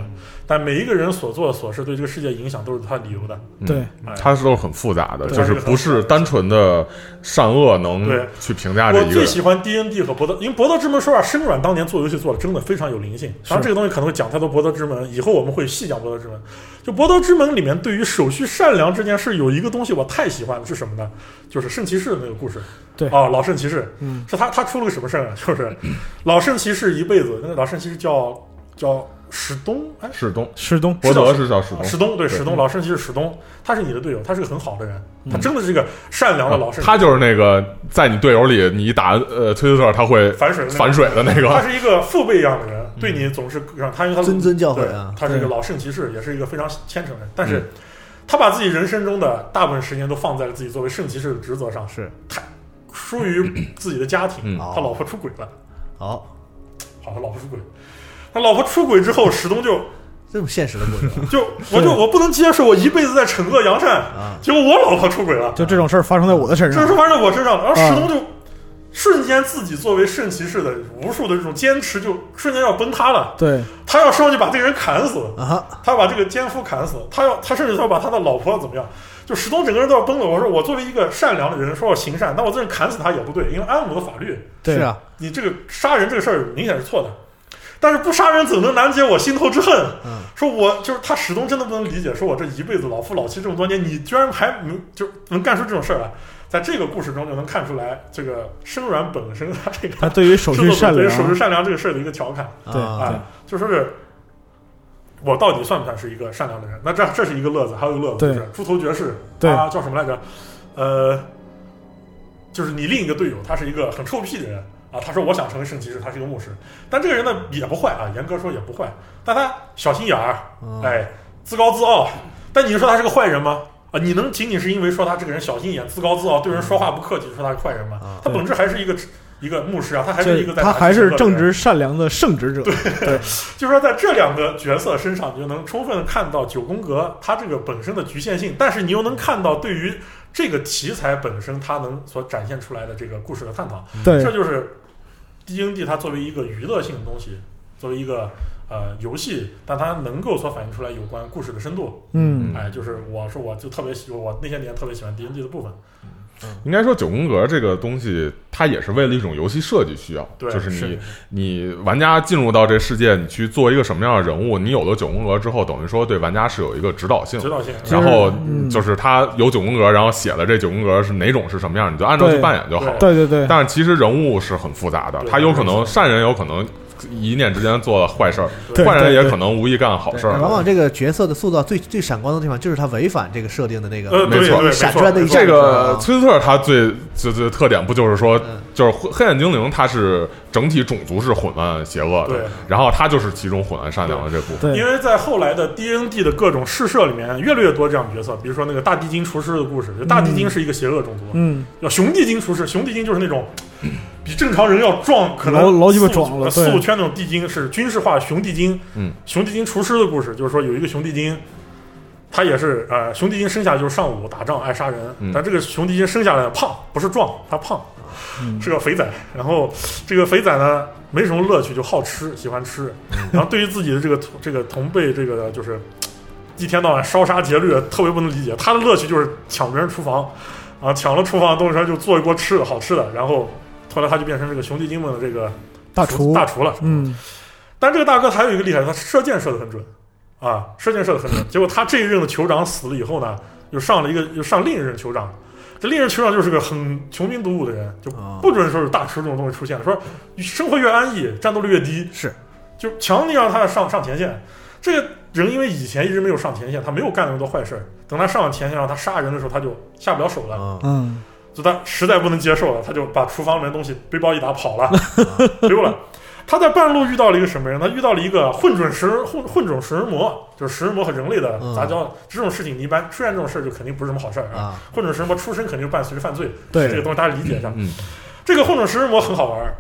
Speaker 6: 但每一个人所做的所事对这个世界影响都是他理由的。
Speaker 4: 对，
Speaker 6: 哎
Speaker 5: 它是都是很复杂的，
Speaker 6: 对
Speaker 5: 就是不是单纯的善恶能
Speaker 6: 对
Speaker 5: 去评价这
Speaker 6: 我
Speaker 5: 一个
Speaker 6: 最
Speaker 5: 人。
Speaker 6: 喜欢 D N D 和博德，因为博德之门说实话，深软当年做游戏做的真的非常有灵性。当然，这个东西可能会讲太多博德之门，以后我们会细讲博德之门。就博德之门里面对于手续善良这件事有一个东西我太喜欢了，是什么呢？就是圣骑士的那个故事。
Speaker 4: 对
Speaker 6: 啊，老圣骑士，
Speaker 4: 嗯，
Speaker 6: 是他他出了个什么事儿啊？就是老圣骑士一辈子，那个老圣骑士叫叫史东，哎，
Speaker 5: 史东，
Speaker 4: 史东
Speaker 5: 博德是叫史东，
Speaker 6: 史东对
Speaker 5: 对
Speaker 6: 史东，老圣骑士史东，他是你的队友，他是个很好的人，他真的是一个善良的老圣骑士。
Speaker 5: 嗯哦啊他就是那个在你队友里你一打呃推特他会
Speaker 6: 反水的那个
Speaker 5: 反水的那
Speaker 6: 他
Speaker 5: 个。
Speaker 6: 是一个父辈一样的人，对你总是让他因为他
Speaker 3: 谆谆教诲啊
Speaker 6: 对他是一个
Speaker 4: 对
Speaker 6: 老圣骑士，也是一个非常虔诚的人，但是。他把自己人生中的大部分时间都放在了自己作为圣骑士的职责上，
Speaker 3: 是
Speaker 6: 疏于自己的家庭。
Speaker 5: 嗯
Speaker 3: 哦
Speaker 6: 他老婆出轨了，
Speaker 3: 好，
Speaker 6: 好，他老婆出轨，他老婆出轨之后，史东就
Speaker 3: 这么现实的故事
Speaker 6: 就我就我不能接受，我一辈子在惩恶扬善，
Speaker 3: 啊，
Speaker 6: 结果我老婆出轨了，
Speaker 4: 就这种事儿发生在我的身
Speaker 6: 这
Speaker 4: 上，
Speaker 6: 事发生在我身上了，然后
Speaker 4: 啊
Speaker 6: 史东就瞬间自己作为圣骑士的无数的这种坚持就瞬间要崩塌了，
Speaker 4: 对，
Speaker 6: 他要上去把这个人砍死，
Speaker 3: 啊哈，
Speaker 6: 他把这个奸夫砍死，他要他甚至他要把他的老婆怎么样？就石东整个人都要崩了。我说我作为一个善良的人，说我行善，那我这人砍死他也不对，因为按我的法律，
Speaker 4: 对
Speaker 3: 是啊，
Speaker 6: 你这个杀人这个事儿明显是错的。但是不杀人怎能难解我心头之恨？
Speaker 3: 嗯
Speaker 6: 说我就是他始终真的不能理解，说我这一辈子老夫老妻这么多年，你居然还能就能干出这种事儿来。在这个故事中就能看出来，这个生软本身他这个
Speaker 4: 他对于手续善
Speaker 6: 对于
Speaker 4: 良，啊
Speaker 6: 手续善良这个事儿的一个调侃。
Speaker 4: 对
Speaker 3: 啊
Speaker 6: 啊，就说是我到底算不算是一个善良的人？那这这是一个乐子，还有一个乐子
Speaker 4: 对
Speaker 6: 就是猪头爵士，
Speaker 4: 对
Speaker 6: 啊，叫什么来着？呃，就是你另一个队友，他是一个很臭屁的人啊。他说我想成为圣骑士，他是一个牧师，但这个人呢也不坏啊，严格说也不坏，但他小心眼儿，
Speaker 3: 嗯
Speaker 6: 哎，自高自傲。但你说他是个坏人吗？啊，你能仅仅是因为说他这个人小心眼、自高自傲，对人说话不客气，说他是坏人吗？
Speaker 3: 啊
Speaker 6: 他本质还是一个一个牧师啊，他还是一
Speaker 4: 嗯这
Speaker 6: 个在
Speaker 4: 他还
Speaker 6: 打击邪
Speaker 4: 是
Speaker 6: 恶的
Speaker 4: 正
Speaker 6: 人
Speaker 4: 直善良的圣职者，
Speaker 6: 就是说，在这两个角色身上，你就能充分地看到九宫格它这个本身的局限性，但是你又能看到对于这个题材本身它能所展现出来的这个故事的探讨。
Speaker 4: 对
Speaker 6: 这就是 D N D 它作为一个娱乐性的东西，作为一个呃游戏，但它能够所反映出来有关故事的深度。
Speaker 4: 嗯，
Speaker 6: 哎，就是我说我就特别喜，我那些年特别喜欢 D N D 的部分。
Speaker 5: 应该说九宫格这个东西，它也是为了一种游戏设计需要，
Speaker 6: 对，
Speaker 5: 就是
Speaker 6: 是
Speaker 5: 你你玩家进入到这世界，你去做一个什么样的人物，你有了九宫格之后，等于说对玩家是有一个指导性
Speaker 6: 指。导性。
Speaker 4: 其实
Speaker 5: 然后
Speaker 4: 嗯
Speaker 5: 就是他有九宫格，然后写了这九宫格是哪种是什么样，你就按照去
Speaker 4: 对
Speaker 5: 扮演就好了。
Speaker 4: 对对对，
Speaker 5: 但是其实人物是很复杂的，
Speaker 6: 对
Speaker 5: 他有可能善人有可能一念之间做了坏事儿，
Speaker 6: 对
Speaker 5: 坏人
Speaker 4: 对
Speaker 5: 也
Speaker 4: 对
Speaker 5: 可能无意干好事儿。
Speaker 3: 往往这个角色的塑造最最闪光的地方，就是他违反这个设定的那
Speaker 6: 呃，
Speaker 3: 个
Speaker 5: 没
Speaker 6: 对
Speaker 5: 错
Speaker 6: 对，没
Speaker 3: 闪
Speaker 6: 错
Speaker 3: 转的一
Speaker 6: 没错
Speaker 3: 下
Speaker 5: 这
Speaker 3: 啊
Speaker 5: 个崔斯特他最最最特点不就是说
Speaker 3: 嗯，
Speaker 5: 就是黑黑暗精灵，它是整体种族是混乱邪恶
Speaker 6: 对
Speaker 5: 的，然后他就是其中混乱善良的这部分。
Speaker 4: 对
Speaker 6: 因为在后来的 D N D 的各种试射里面，越来越多这样的角色，比如说那个大地精厨师的故事，就大地精是一个邪恶种族，
Speaker 4: 嗯，
Speaker 6: 叫熊地精厨师，熊地精就是那种比正常人要壮，可能
Speaker 4: 老老鸡
Speaker 6: 几
Speaker 4: 巴壮了
Speaker 6: 四
Speaker 4: 对
Speaker 6: 五圈那种地精是军事化熊地精，
Speaker 5: 嗯，
Speaker 6: 熊地精厨师的故事，就是说有一个熊地精。他也是，呃，熊地精生下来就是上武打仗，爱杀人。
Speaker 5: 嗯
Speaker 6: 但这个熊地精生下来胖，不是壮，他胖，
Speaker 4: 嗯
Speaker 6: 是个肥仔。然后这个肥仔呢，没什么乐趣，就好吃，喜欢吃。
Speaker 5: 嗯
Speaker 6: 然后对于自己的这个同这个同辈，这个就是一天到晚烧杀劫掠，特别不能理解。他的乐趣就是抢别人厨房，啊，抢了厨房的东西他就做一锅吃的好吃的。然后后来他就变成这个熊地精们的这个
Speaker 4: 大厨，
Speaker 6: 大厨了。
Speaker 4: 嗯，
Speaker 6: 但这个大哥还有一个厉害，他射箭射得很准啊，射箭射得很准。结果他这一任的酋长死了以后呢，又上了一个又上另一任酋长。这另一任酋长就是个很穷兵黩武的人，就
Speaker 3: 啊
Speaker 6: 不准说有大厨这种东西出现，说生活越安逸，战斗力越低，
Speaker 3: 是
Speaker 6: 就强力让他上上前线。这个人因为以前一直没有上前线，他没有干那么多坏事儿。等他上了前线，让他杀人的时候，他就下不了手了。
Speaker 3: 啊
Speaker 4: 嗯，
Speaker 6: 就他实在不能接受了，他就把厨房里面东西背包一打跑了，丢了。他在半路遇到了一个什么人？他遇到了一个混种食混混种食人魔，就是食人魔和人类的杂交。这种事情，你一般出现这种事儿就肯定不是什么好事儿啊。
Speaker 3: 啊，
Speaker 6: 混种食人魔出身肯定是伴随着犯罪，
Speaker 4: 对
Speaker 6: 这个东西大家理解一下。
Speaker 5: 嗯，
Speaker 6: 这个混种食人魔很好玩儿，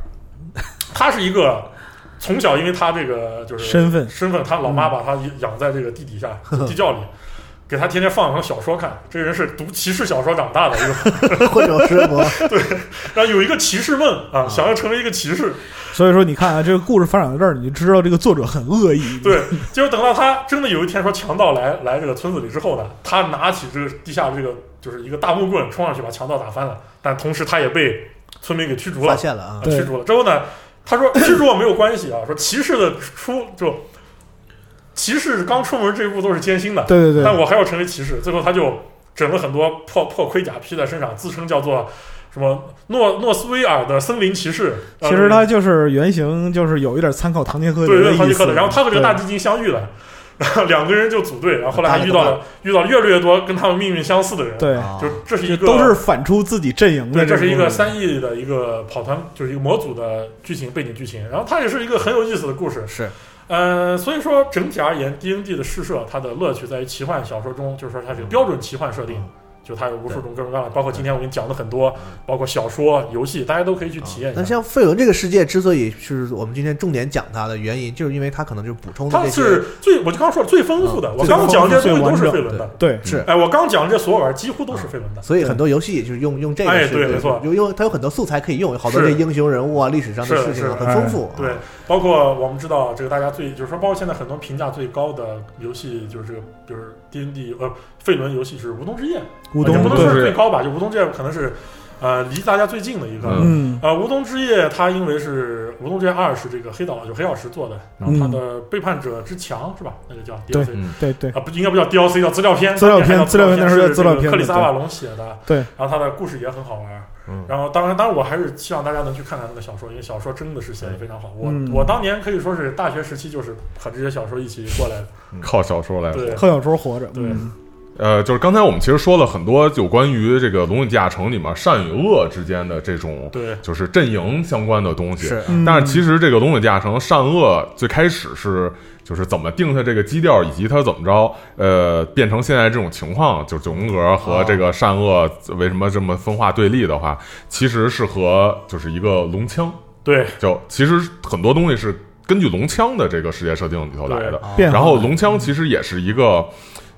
Speaker 6: 他是一个从小因为他这个就是
Speaker 4: 身份
Speaker 6: 身份，他老妈把他养在这个地底下地窖里，给他天天放上小说看。这个人是读骑士小说长大的一个
Speaker 3: 或者师 傅，
Speaker 6: 然后有一个骑士梦啊，想要成为一个骑士，
Speaker 4: 所以说你看啊，这个故事发展到这儿，你就知道这个作者很恶意。
Speaker 6: 对。结果等到他真的有一天说强盗来来这个村子里之后呢，他拿起这个地下这个就是一个大木棍冲上去把强盗打翻了，但同时他也被村民给驱逐
Speaker 3: 发
Speaker 6: 了，
Speaker 3: 现了啊
Speaker 6: 啊，
Speaker 4: 对
Speaker 6: 驱逐了之后呢，他说 驱逐我没有关系啊，说骑士的出就骑士刚出门这一步都是艰辛的，
Speaker 4: 对对
Speaker 6: 但
Speaker 4: 对，
Speaker 6: 我还要成为骑士。最后他就整了很多破破盔甲披在身上，自称叫做什么诺诺斯威尔的森林骑士。啊
Speaker 4: 其实他就是原型，就是有一点参考唐吉诃
Speaker 6: 对
Speaker 4: 德
Speaker 6: 对，
Speaker 4: 意
Speaker 6: 唐吉
Speaker 4: 思
Speaker 6: 诃德。。然后他和这个大
Speaker 4: 对
Speaker 6: 基金相遇了，然后两个人就组队，然后后来
Speaker 3: 搭
Speaker 6: 还
Speaker 3: 了
Speaker 6: 遇
Speaker 3: 个
Speaker 6: 到了遇到越来越多跟他们命运相似的人。，
Speaker 4: 对，
Speaker 3: 啊
Speaker 6: 就这是一个
Speaker 4: 都是反出自己阵营的
Speaker 6: 对，这
Speaker 4: 这种东西。
Speaker 6: 是一个三亿的一个跑团，就是一个模组的剧情背景剧情。然后它也是一个很有意思的故事。
Speaker 3: 是，
Speaker 6: 呃，所以说整体而言，D N D 的试射它的乐趣在于奇幻小说中，就是说它是个标准奇幻设定。
Speaker 3: 嗯
Speaker 6: 就它有无数种各种各样的，包括今天我给你讲的很多，
Speaker 4: 嗯
Speaker 6: 包括小说、游戏，大家都可以去体验
Speaker 3: 啊那
Speaker 6: 一下。
Speaker 3: 像费伦这个世界之所以是我们今天重点讲它的原因，就是因为它可能就补充的
Speaker 6: 它
Speaker 3: 这些
Speaker 6: 是最，我就刚说了最丰富的，我刚讲这些东西都是费伦的。
Speaker 4: 对
Speaker 3: 是，啊
Speaker 6: 哎，我刚讲这所有玩意儿几乎都是费伦的。
Speaker 3: 所以很多游戏就是用用这个
Speaker 6: 哎
Speaker 3: 是，
Speaker 6: 对没错
Speaker 3: 用用它有很多素材可以用，有好多
Speaker 6: 是
Speaker 3: 这英雄人物啊，历史上的
Speaker 6: 是
Speaker 3: 事情
Speaker 6: 是哎
Speaker 3: 啊很丰富啊，
Speaker 6: 对，包括我们知道这个大家最就是说，包括现在很多评价最高的游戏，就是这个，比如 D N D 呃，费伦游戏是《无冬之夜》，
Speaker 4: 乌
Speaker 6: 也
Speaker 4: 冬
Speaker 6: 不能
Speaker 5: 对
Speaker 6: 说
Speaker 4: 对，
Speaker 6: 是最高吧，就《无冬之夜》可能是呃离大家最近的一个。
Speaker 5: 嗯
Speaker 4: 嗯，
Speaker 6: 呃，《无冬之夜》它因为是《无冬之夜二》是这个黑岛就黑曜石做的，然后它的《背叛者之墙》是吧？那个叫 DLC
Speaker 5: 嗯
Speaker 4: 嗯对对
Speaker 6: 啊，不应该不叫 DLC，叫资料片。
Speaker 4: 资料片
Speaker 6: 当年还
Speaker 4: 资料片那时候叫
Speaker 6: 是
Speaker 4: 资料片
Speaker 6: 这个克里斯
Speaker 4: 对
Speaker 6: 阿瓦隆写的，
Speaker 4: 对，
Speaker 6: 然后他的故事也很好玩。
Speaker 5: 嗯
Speaker 6: 然后当然，当然我还是希望大家能去看看那个小说，因为小说真的是写的非常好。我、
Speaker 4: 嗯
Speaker 6: 我当年可以说是大学时期就是和这些小说一起过来的。
Speaker 5: 靠小说来。
Speaker 6: 对，
Speaker 4: 靠小说活着。
Speaker 6: 对
Speaker 4: 嗯
Speaker 5: 呃，就是刚才我们其实说了很多有关于这个《龙与地下城》里面善与恶之间的这种
Speaker 6: 对，
Speaker 5: 就是阵营相关的东西。
Speaker 3: 是
Speaker 4: 嗯
Speaker 5: 但是其实这个《龙与地下城》善恶最开始是就是怎么定下这个基调，以及它怎么着，呃，变成现在这种情况，就是九宫格和这个善恶为什么这么分化对立的话，其实是和就是一个龙枪，
Speaker 6: 对，
Speaker 5: 就其实很多东西是根据龙枪的这个世界设定里头来的。
Speaker 4: 变化
Speaker 5: 然后龙枪其实也是一个。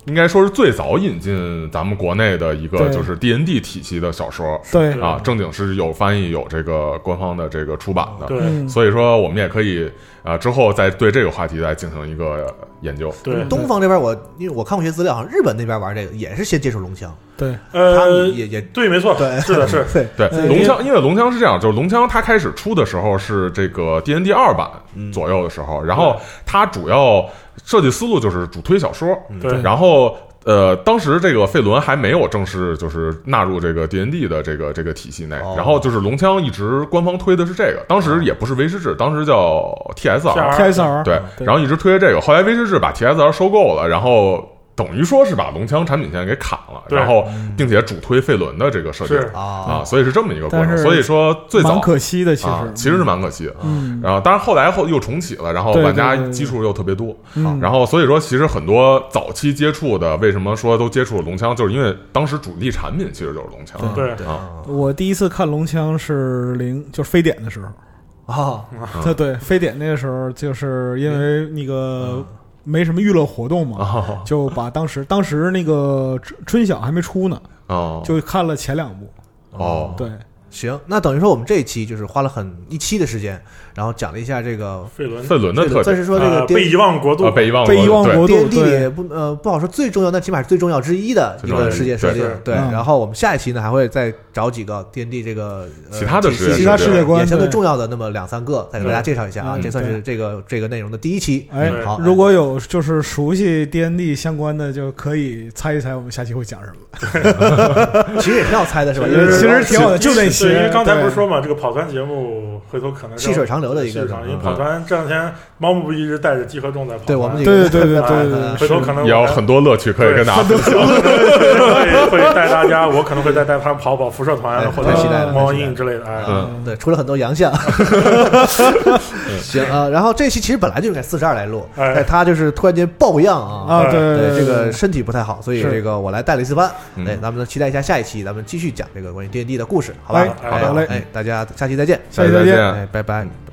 Speaker 5: 应该说是最早引进咱们国内的一个
Speaker 4: 对
Speaker 5: 就是 D N D 体系的小说
Speaker 4: 对
Speaker 5: 啊，正经是有翻译有这个官方的这个出版的。
Speaker 6: 对，
Speaker 4: 嗯
Speaker 5: 所以说，我们也可以啊、呃之后再对这个话题再进行一个研究。
Speaker 6: 对，
Speaker 3: 东方这边我因为我看过一些资料，好像日本那边玩这个也是先接触龙枪，
Speaker 4: 对
Speaker 3: 他们
Speaker 6: 呃，
Speaker 3: 也也
Speaker 6: 对，没错，
Speaker 3: 对
Speaker 6: 是的，是。
Speaker 4: 对
Speaker 5: 对
Speaker 4: 呃
Speaker 5: 龙枪，因为龙枪是这样，就是龙枪它开始出的时候是这个 D N D 二版左右的时候，然后它主要设计思路就是主推小说，
Speaker 6: 对
Speaker 5: 然后。呃，当时这个费伦还没有正式就是纳入这个 D N D 的这个这个体系内，
Speaker 3: 哦
Speaker 5: 然后就是龙枪一直官方推的是这个，当时也不是维持制，当时叫哦 T S R，
Speaker 6: TSR
Speaker 4: ，TSR
Speaker 5: 对，
Speaker 4: 对
Speaker 5: 然后一直推这个，后来威士忌把 TSR 收购了，然后等于说是把龙枪产品线给砍了，
Speaker 6: 对嗯
Speaker 5: 然后并且主推费伦的这个设计
Speaker 6: 是
Speaker 3: 啊
Speaker 5: 啊，所以是这么一个过程。
Speaker 4: 但是
Speaker 5: 所以说最早
Speaker 4: 蛮可惜的，其
Speaker 5: 啊
Speaker 4: 实，
Speaker 5: 其实是蛮可惜的。
Speaker 4: 嗯
Speaker 5: 然后，当然后来后又重启了，然后
Speaker 4: 对对
Speaker 5: 玩家
Speaker 4: 对对
Speaker 5: 基数又特别多，啊
Speaker 4: 嗯
Speaker 5: 然后所以说其实很多早期接触的，为什么说都接触了龙枪，就是因为当时主力产品其实就是龙枪。
Speaker 6: 对
Speaker 5: 啊，
Speaker 4: 我第一次看龙枪是零，就是非典的时候。
Speaker 3: 啊
Speaker 5: 嗯
Speaker 4: 对对，非典那个时候就是因为那个没什么娱乐活动嘛，
Speaker 5: 哦
Speaker 4: 就把当时当时那个春春晓还没出呢，
Speaker 5: 哦
Speaker 4: 就看了前两部。
Speaker 5: 哦，
Speaker 4: 对，
Speaker 3: 行，那等于说我们这一期就是花了很一期的时间，然后讲了一下这个，
Speaker 6: 费伦，
Speaker 5: 费伦的
Speaker 3: 算
Speaker 5: 特点
Speaker 3: 是说这
Speaker 6: 呃
Speaker 3: 个
Speaker 6: 被
Speaker 3: 颠
Speaker 6: 遗忘国度
Speaker 5: 啊，，被遗忘
Speaker 4: 被遗忘
Speaker 5: 对
Speaker 4: 国度
Speaker 3: 颠地
Speaker 4: 对
Speaker 3: 也不呃不好说最重要，但起码是最重要之一的一个世界设定
Speaker 6: 对。
Speaker 3: 对，
Speaker 4: 嗯
Speaker 3: 然后我们下一期呢还会再找几个颠地这个呃
Speaker 5: 其他的
Speaker 3: 体系
Speaker 5: 世界
Speaker 4: 其他世界观
Speaker 3: 也相对
Speaker 4: 对
Speaker 3: 重要的那么两三个，再给大家介绍一下啊，
Speaker 4: 嗯
Speaker 3: 这算是
Speaker 4: 对
Speaker 3: 这个这个内容的第一期。
Speaker 4: 哎
Speaker 3: 嗯好，
Speaker 4: 如果有就是熟悉 D N D 相关的，就可以猜一猜我们下期会讲什么。
Speaker 3: 其实也挺好猜的是吧？
Speaker 4: 呃
Speaker 3: 因为
Speaker 4: 其实挺好的，
Speaker 6: 其
Speaker 4: 就
Speaker 6: 实
Speaker 4: 那些。
Speaker 6: 对，因为刚才不是
Speaker 4: 对
Speaker 6: 说嘛，这个跑团节目回头可能
Speaker 3: 细水长流的一个
Speaker 6: 细水长流因为
Speaker 5: 嗯
Speaker 6: 跑团这两天猫木不一直带着集合众在跑团，
Speaker 3: 对我们几个
Speaker 4: 对对对对
Speaker 3: 啊
Speaker 4: 对
Speaker 3: 啊
Speaker 6: 回
Speaker 4: 对，
Speaker 6: 头
Speaker 4: 是
Speaker 6: 可能
Speaker 5: 也有 很多乐趣可以跟大家分享。
Speaker 6: 会会带大家，我可能会再带他们跑跑辐射
Speaker 3: 哎
Speaker 6: 团或
Speaker 3: 太
Speaker 6: 者
Speaker 3: 期待了
Speaker 6: 猫王
Speaker 3: 太期待
Speaker 6: 印之类的，哎，
Speaker 5: 嗯，
Speaker 3: 对，出了很多洋 相。行啊，然后这期其实本来就应该四十二来录，
Speaker 6: 哎
Speaker 3: 但他就是突然间爆恙啊。
Speaker 4: 啊，对
Speaker 3: 对，这
Speaker 4: 对
Speaker 3: 个身体不太好，所以
Speaker 4: 是
Speaker 3: 这个我来带了一次班。
Speaker 5: 嗯
Speaker 3: 哎，咱们期待一下下一期，咱们继续讲这个关于 D N D 的故事，好吧
Speaker 4: 哎？
Speaker 3: 哎
Speaker 6: 好
Speaker 4: 嘞
Speaker 3: 哎，大家下期再见。
Speaker 4: 下期再见
Speaker 5: 再见
Speaker 3: 哎，拜拜。
Speaker 5: 嗯
Speaker 3: 拜拜